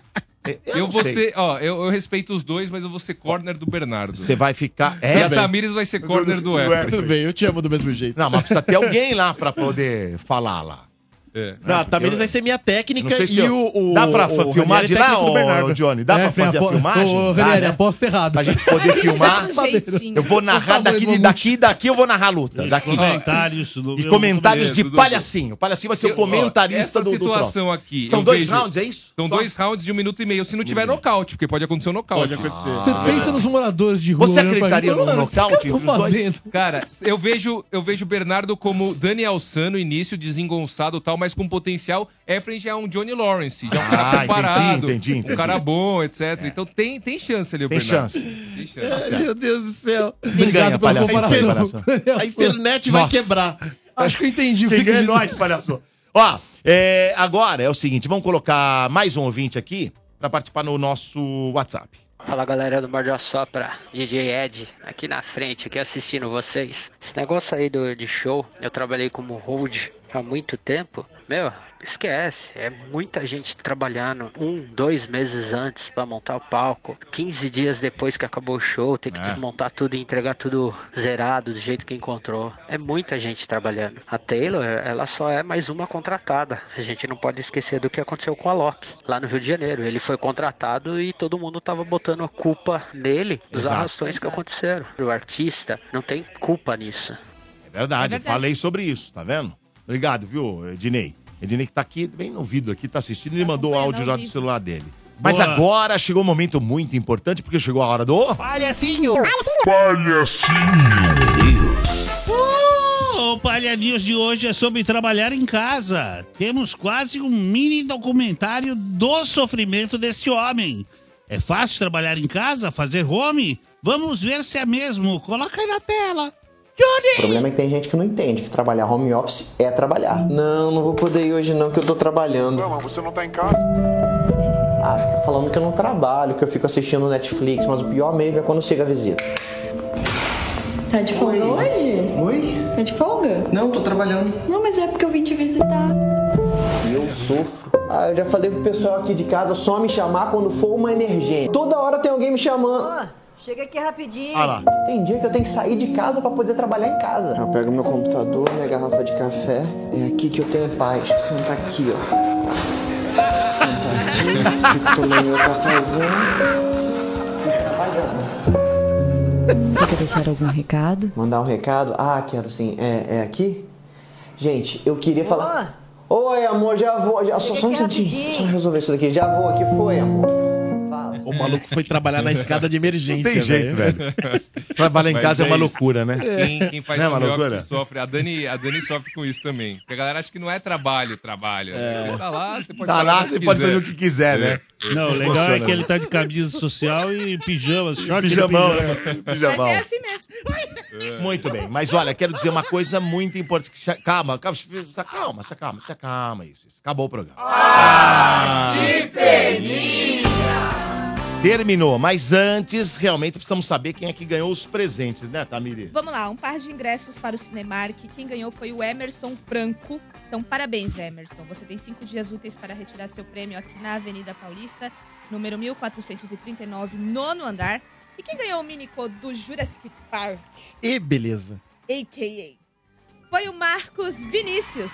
Speaker 1: Eu,
Speaker 2: Eu,
Speaker 1: não
Speaker 2: vou
Speaker 1: sei.
Speaker 2: ser, ó, eu, eu respeito os dois, mas eu vou ser corner do Bernardo.
Speaker 1: Você vai ficar.
Speaker 2: E a Tamires vai ser corner do Efraim.
Speaker 4: Tudo bem, eu te amo do mesmo jeito.
Speaker 1: Não, mas precisa ter alguém lá pra poder falar lá.
Speaker 2: É.
Speaker 4: Não, a Tamires vai ser minha técnica e
Speaker 1: Ah, eu-
Speaker 4: o- o-
Speaker 1: Dá pra
Speaker 4: o
Speaker 1: filmar
Speaker 4: Ranieri
Speaker 1: de
Speaker 4: é
Speaker 1: lá,
Speaker 4: técnico do
Speaker 1: ô,
Speaker 4: Bernardo.
Speaker 1: Johnny? Dá
Speaker 5: É,
Speaker 1: pra
Speaker 5: Fran,
Speaker 1: fazer a
Speaker 5: apo-
Speaker 1: filmagem?
Speaker 5: Ô,
Speaker 1: Dá,
Speaker 5: Ranieri,
Speaker 1: né?
Speaker 5: aposta errado.
Speaker 1: Pra gente poder filmar. Eu vou narrar daqui, daqui, daqui eu vou narrar a luta. Daqui.
Speaker 6: comentários do-
Speaker 1: E
Speaker 6: eu-
Speaker 1: comentários de
Speaker 6: do- do-
Speaker 1: palhacinho. Palhacinho vai ser o
Speaker 2: Eu- ó,
Speaker 1: comentarista
Speaker 2: essa
Speaker 1: do, do
Speaker 2: situação
Speaker 1: troço.
Speaker 2: aqui.
Speaker 1: São
Speaker 2: eu
Speaker 1: dois
Speaker 2: vejo-
Speaker 1: rounds, é isso?
Speaker 2: São
Speaker 1: Só?
Speaker 2: dois rounds de um minuto e meio. Se não tiver nocaute, porque pode acontecer um nocaute.
Speaker 1: Pode acontecer.
Speaker 5: Você pensa nos moradores de rua.
Speaker 2: Você
Speaker 5: olhando pra
Speaker 2: acreditaria
Speaker 5: mim,
Speaker 2: num
Speaker 5: "Mano, o que os
Speaker 2: nocaute
Speaker 5: caras
Speaker 2: entre
Speaker 5: tão
Speaker 2: os dois?"
Speaker 5: fazendo?
Speaker 2: Cara, eu vejo eu vejo o Bernardo como Daniel San no início, desengonçado e tal, mas com potencial. Efren já é um Johnny Lawrence, já é um cara
Speaker 1: Ah, entendi,
Speaker 2: preparado,
Speaker 1: entendi, entendi. É.
Speaker 2: um cara bom, etc. Então tem, tem chance ali, o
Speaker 1: Tem
Speaker 2: Bernardo.
Speaker 1: chance.
Speaker 2: Tem chance.
Speaker 4: Ai, meu Deus do céu.
Speaker 1: Quem ganha, palhaço? Quem ganha, palhaço?
Speaker 4: A internet vai
Speaker 1: Nossa.
Speaker 4: quebrar. Acho que eu entendi. o
Speaker 1: Quem
Speaker 4: que
Speaker 1: ganha é
Speaker 4: você disse.
Speaker 1: nós, palhaço. Ó, é, agora é o seguinte, vamos colocar mais um ouvinte aqui pra participar no nosso WhatsApp.
Speaker 17: Fala galera do Morde Sopra, DJ Ed, aqui na frente, aqui assistindo vocês. Esse negócio aí do, de show, eu trabalhei como hold há muito tempo. Meu, esquece, é muita gente trabalhando um, dois meses antes pra montar o palco, 15 dias depois que acabou o show, tem que desmontar tudo e entregar tudo zerado do jeito que encontrou. É muita gente trabalhando. A Taylor, ela só é mais uma contratada. A gente não pode esquecer do que aconteceu com a Loki lá no Rio de Janeiro. Ele foi contratado e todo mundo tava botando a culpa nele dos
Speaker 1: Exato.
Speaker 17: arrastões que aconteceram. O artista não tem culpa nisso.
Speaker 1: É verdade,
Speaker 17: É verdade.
Speaker 1: falei sobre isso, tá vendo? Obrigado, viu, Ednei? Ednei que tá aqui, bem no ouvido aqui, tá assistindo, ele mandou o áudio já do celular dele. Mas
Speaker 7: Boa.
Speaker 1: agora chegou um momento muito importante, porque chegou a hora do...
Speaker 15: Palhacinho!
Speaker 6: Uh, o Palha News de hoje é sobre trabalhar em casa. Temos quase um mini documentário do sofrimento desse homem. É fácil trabalhar em casa, fazer home? Vamos ver se é mesmo. Coloca aí na tela.
Speaker 19: O problema é que tem gente que não entende que trabalhar home office é trabalhar. Não, não vou poder ir hoje não, que eu tô trabalhando. Não, mas você não tá em casa. Ah, fica falando que eu não trabalho, que eu fico assistindo Netflix, mas o pior mesmo é quando chega a visita.
Speaker 20: Tá de folga hoje? Oi? Tá de folga?
Speaker 19: Não, tô trabalhando.
Speaker 20: Não, mas é porque eu vim te visitar.
Speaker 19: E eu sofro. Ah, eu já falei pro pessoal aqui de casa só me chamar quando for uma emergência. Toda hora tem alguém me chamando.
Speaker 21: Chega aqui rapidinho.
Speaker 19: Ah lá. Tem dia que eu tenho que sair de casa pra poder trabalhar em casa. Eu pego meu computador, minha garrafa de café. É aqui que eu tenho paz. Senta aqui, ó. Senta aqui. Fico tomando meu cafezinho.
Speaker 20: Você quer deixar algum recado?
Speaker 19: Mandar um recado. Ah, quero sim. É, é aqui? Gente, eu queria falar. Oi, amor, já vou. Já, só, só um instantinho. Só resolver isso daqui. Já vou aqui. Foi, amor.
Speaker 4: O maluco foi trabalhar na escada de emergência.
Speaker 1: Não tem jeito, velho. Trabalhar em
Speaker 2: Mas
Speaker 1: casa é, uma
Speaker 2: isso.
Speaker 1: loucura, né?
Speaker 2: Quem, quem faz
Speaker 1: Não é uma
Speaker 2: home
Speaker 1: loucura?
Speaker 2: office sofre. A Dani, a Dani sofre com isso também. Porque a galera acha que não é trabalho, trabalho.
Speaker 1: É.
Speaker 2: Você tá lá, você pode
Speaker 1: Tá
Speaker 2: falar
Speaker 1: lá,
Speaker 2: o que
Speaker 1: você pode
Speaker 2: quiser.
Speaker 1: fazer o que quiser, né?
Speaker 6: Não, o legal
Speaker 1: Funciona,
Speaker 6: é que ele
Speaker 1: né?
Speaker 6: tá de camisa social e pijamas, short de
Speaker 1: Pijamão,
Speaker 6: pijama.
Speaker 1: né? Pijamão. Mas é assim
Speaker 3: mesmo.
Speaker 1: Muito bem. Mas olha, quero dizer uma coisa muito importante. Cha- Calma, calma, se acalma, se acalma, se acalma. Isso, isso. Acabou o programa.
Speaker 6: Ah!
Speaker 15: Que peninha!
Speaker 1: Terminou. Mas antes, realmente, precisamos saber quem é que ganhou os presentes, né, Tamiri?
Speaker 3: Vamos lá, um par de ingressos para o Cinemark. Quem ganhou foi o Emerson Franco. Então, parabéns, Emerson. Você tem cinco dias úteis para retirar seu prêmio aqui na Avenida Paulista, número 1439, nono andar. E quem ganhou o minicô do Jurassic Park,
Speaker 4: E beleza.
Speaker 3: a.k.a., foi o Marcos Vinícius.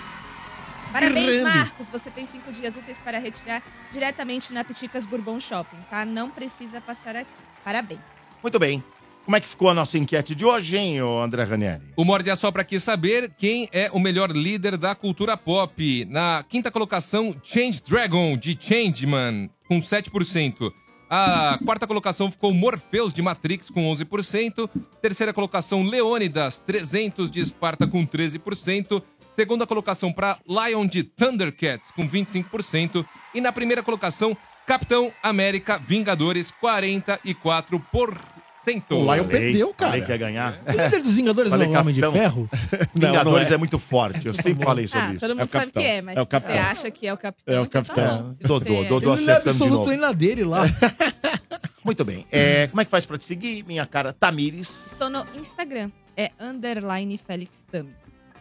Speaker 3: Parabéns,
Speaker 4: Grande.
Speaker 3: Marcos. Você tem cinco dias úteis para retirar diretamente na Piticas Bourbon Shopping, tá? Não precisa passar aqui. Parabéns.
Speaker 1: Muito bem. Como é que ficou a nossa enquete de hoje, hein, ô André Ranieri?
Speaker 2: O Morde a Sopra quis saber quem é o melhor líder da cultura pop. Na quinta colocação, Change Dragon, de Changeman, com 7%. A quarta colocação ficou Morpheus, de Matrix, com 11%. Terceira colocação, Leônidas, 300, de Esparta, com 13%. Segunda colocação para Lion, de Thundercats, com 25%. E na primeira colocação, Capitão América Vingadores, 44%.
Speaker 4: O Lion perdeu, cara.
Speaker 1: Falei que ia ganhar.
Speaker 5: O líder dos Vingadores
Speaker 1: Falei
Speaker 5: não é o Homem de
Speaker 1: capitão.
Speaker 5: Ferro?
Speaker 1: Não, Vingadores
Speaker 5: não
Speaker 1: é. muito forte. Eu sempre falei sobre
Speaker 3: Ah,
Speaker 1: isso.
Speaker 3: todo mundo
Speaker 1: o
Speaker 3: sabe
Speaker 1: capitão.
Speaker 3: que é, mas
Speaker 1: é o
Speaker 3: se você
Speaker 1: capitão.
Speaker 3: acha que é o capitão.
Speaker 1: É o capitão.
Speaker 3: Se você
Speaker 1: Dodô,
Speaker 3: é-
Speaker 1: Dodô
Speaker 5: Ele não é
Speaker 1: acertando de
Speaker 5: absoluto
Speaker 1: novo.
Speaker 5: nem na dele lá.
Speaker 1: Muito bem. É, como é que faz pra te seguir, minha cara? Tamires,
Speaker 3: Estou no Instagram. É underline Félix Tami.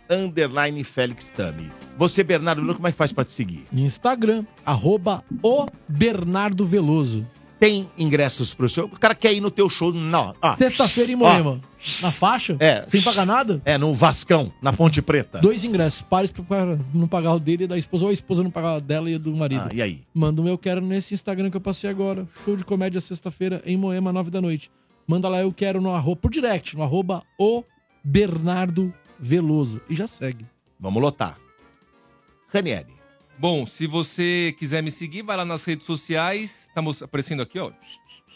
Speaker 1: underline Félix Tami. Você, Bernardo Luna, como é que faz pra te seguir?
Speaker 5: No Instagram, arroba o Bernardo Veloso.
Speaker 1: Tem ingressos pro show? O cara quer ir no teu show na... ah,
Speaker 5: Sexta-feira em
Speaker 1: ó,
Speaker 5: Moema. Na faixa?
Speaker 1: É.
Speaker 5: Sem pagar nada?
Speaker 1: É, no Vascão, na Ponte Preta.
Speaker 5: Dois ingressos. Pares pro cara não pagar o dele e da esposa, ou a esposa não pagar o dela e o do marido.
Speaker 1: Ah, e aí?
Speaker 5: Manda um eu quero nesse Instagram que eu passei agora. Show de comédia sexta-feira em Moema, nove da noite. Manda lá eu quero no arroba, por direct, no arroba o Bernardo Veloso. E já segue.
Speaker 1: Vamos lotar. Ranieri.
Speaker 2: Bom, se você quiser me seguir, vai lá nas redes sociais. Tá mos- aparecendo aqui, ó.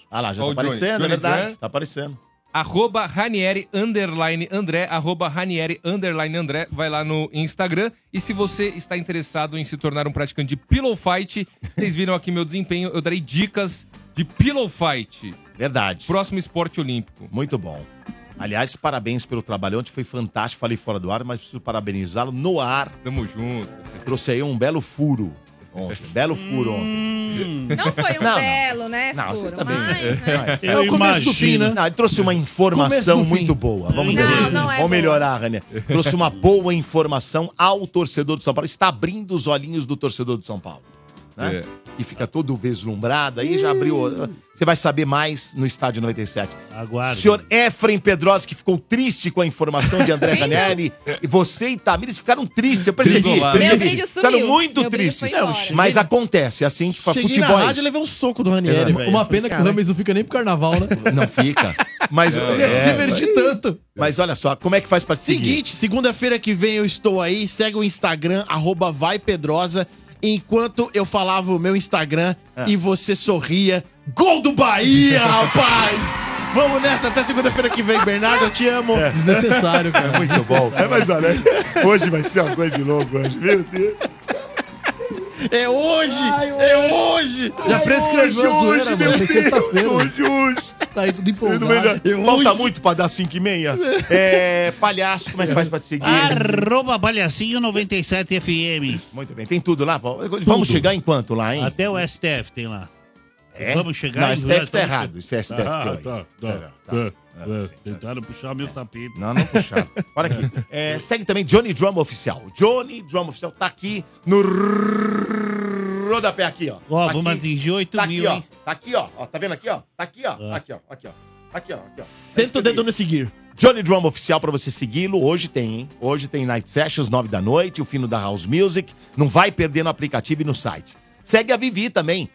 Speaker 1: Ah lá, já tá
Speaker 2: Ó o Johnny.
Speaker 1: aparecendo, é
Speaker 2: Johnny
Speaker 1: verdade.
Speaker 2: Dran.
Speaker 1: Tá aparecendo.
Speaker 2: Arroba Ranieri underline André, arroba Ranieri underline André, vai lá no Instagram. E se você está interessado em se tornar um praticante de Pillow Fight, vocês viram aqui meu desempenho, eu darei dicas de Pillow Fight.
Speaker 1: Verdade.
Speaker 2: Próximo esporte olímpico.
Speaker 1: Muito bom. Aliás, parabéns pelo trabalho. Ontem foi fantástico, falei fora do ar, mas preciso parabenizá-lo no ar.
Speaker 2: Tamo junto.
Speaker 1: Trouxe aí um belo furo ontem. Belo furo ontem.
Speaker 3: Não foi um
Speaker 1: Não, não.
Speaker 3: belo, né?
Speaker 1: Não, vocês
Speaker 3: furo,
Speaker 1: também.
Speaker 3: mas, né?
Speaker 1: É o começo do fim, né? Não, ele trouxe uma informação
Speaker 4: Começo do fim.
Speaker 1: muito boa. Vamos
Speaker 3: Não,
Speaker 1: dizer assim.
Speaker 3: não é
Speaker 1: Vamos
Speaker 3: boa.
Speaker 1: melhorar, René. Trouxe uma boa informação ao torcedor do São Paulo. Está abrindo os olhinhos do torcedor do São Paulo. Né?
Speaker 2: É.
Speaker 1: E fica todo vislumbrado. Aí já abriu. Você vai saber mais no Estádio 97.
Speaker 6: Aguarde.
Speaker 1: Senhor Efraim Pedrosa, que ficou triste com a informação de André Ranieri, e você e Tamires ficaram tristes. Eu percebi.
Speaker 4: Desolado.
Speaker 1: percebi.
Speaker 4: Meu brilho
Speaker 1: ficaram
Speaker 4: sumiu.
Speaker 1: muito
Speaker 4: Meu brilho foi
Speaker 1: tristes.
Speaker 4: embora. Não, cheguei-
Speaker 1: Mas acontece, é assim que faz
Speaker 4: Cheguei
Speaker 1: futebol.
Speaker 4: na
Speaker 1: é
Speaker 4: rádio e
Speaker 1: isso.
Speaker 4: levei um soco do Ranieri,
Speaker 1: Exato.
Speaker 4: velho.
Speaker 5: Uma pena que o Rames não fica nem pro carnaval, né?
Speaker 1: Não fica. Mas é,
Speaker 5: Eu me diverti tanto.
Speaker 1: Mas olha só, como é que faz pra te seguir?
Speaker 4: Seguinte, segunda-feira que vem eu estou aí. Segue o Instagram, arroba vai Pedrosa. Enquanto eu falava o meu Instagram
Speaker 5: Ah.
Speaker 4: e você sorria. Gol do Bahia, rapaz! Vamos nessa, até segunda-feira que vem, Bernardo. Eu te amo.
Speaker 5: É. Desnecessário, cara.
Speaker 1: Muito bom. É, mas olha, hoje vai ser uma coisa de louco hoje, meu Deus.
Speaker 4: É hoje! é hoje!
Speaker 5: Já prescreveu a zoeira, mano. Foi sexta-feira.
Speaker 1: Hoje, hoje.
Speaker 5: Tá aí tudo empolgado.
Speaker 1: Falta muito pra dar 5 e meia. É, palhaço, como é que faz pra te seguir?
Speaker 6: Arroba Balhacinho97FM.
Speaker 1: Muito bem, tem tudo lá. Paulo? Vamos chegar enquanto lá, hein?
Speaker 6: Até o STF tem lá.
Speaker 1: É?
Speaker 6: Vamos chegar
Speaker 1: Não,
Speaker 6: em-
Speaker 1: STF tá errado, esse STF que
Speaker 6: Ah,
Speaker 1: eu-
Speaker 6: tá, tá,
Speaker 1: É,
Speaker 6: tá, tá. Tentaram puxar meu tapete.
Speaker 1: Não, não puxaram. Olha aqui. É, segue também Johnny Drum Oficial. Johnny Drum Oficial tá aqui no rodapé aqui, ó.
Speaker 6: Ó,
Speaker 1: Aqui.
Speaker 6: vamos assim, atingir 8
Speaker 1: Tá aqui,
Speaker 6: mil,
Speaker 1: ó.
Speaker 6: hein? Ah.
Speaker 1: Tá aqui, ó. Ó, Tá vendo aqui, ó? Tá aqui, ó. Aqui, ó. Aqui, ó. Aqui, ó. Aqui, ó.
Speaker 4: Senta o dedo no seguir.
Speaker 1: Johnny Drum Oficial pra você segui-lo. Hoje tem, hein? Hoje tem Night Sessions, 9 da noite, o fino da House Music. Não vai perder no aplicativo e no site. Segue a Vivi também.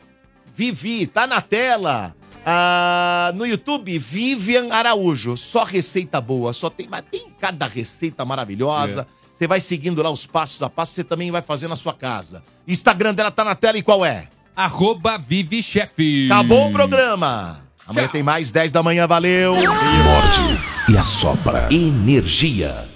Speaker 1: Vivi, tá na tela. Ah, no YouTube, Vivian Araújo. Só receita boa, só tem, mas tem cada receita
Speaker 6: É.
Speaker 1: maravilhosa. Você vai seguindo lá os passos a passo, você também vai fazer na sua casa. Instagram dela tá na tela e qual é?
Speaker 2: Arroba Vivi Chefe.
Speaker 1: Acabou o programa. Amanhã tem mais, 10 da manhã, valeu.
Speaker 7: Morde e assopra. Energia.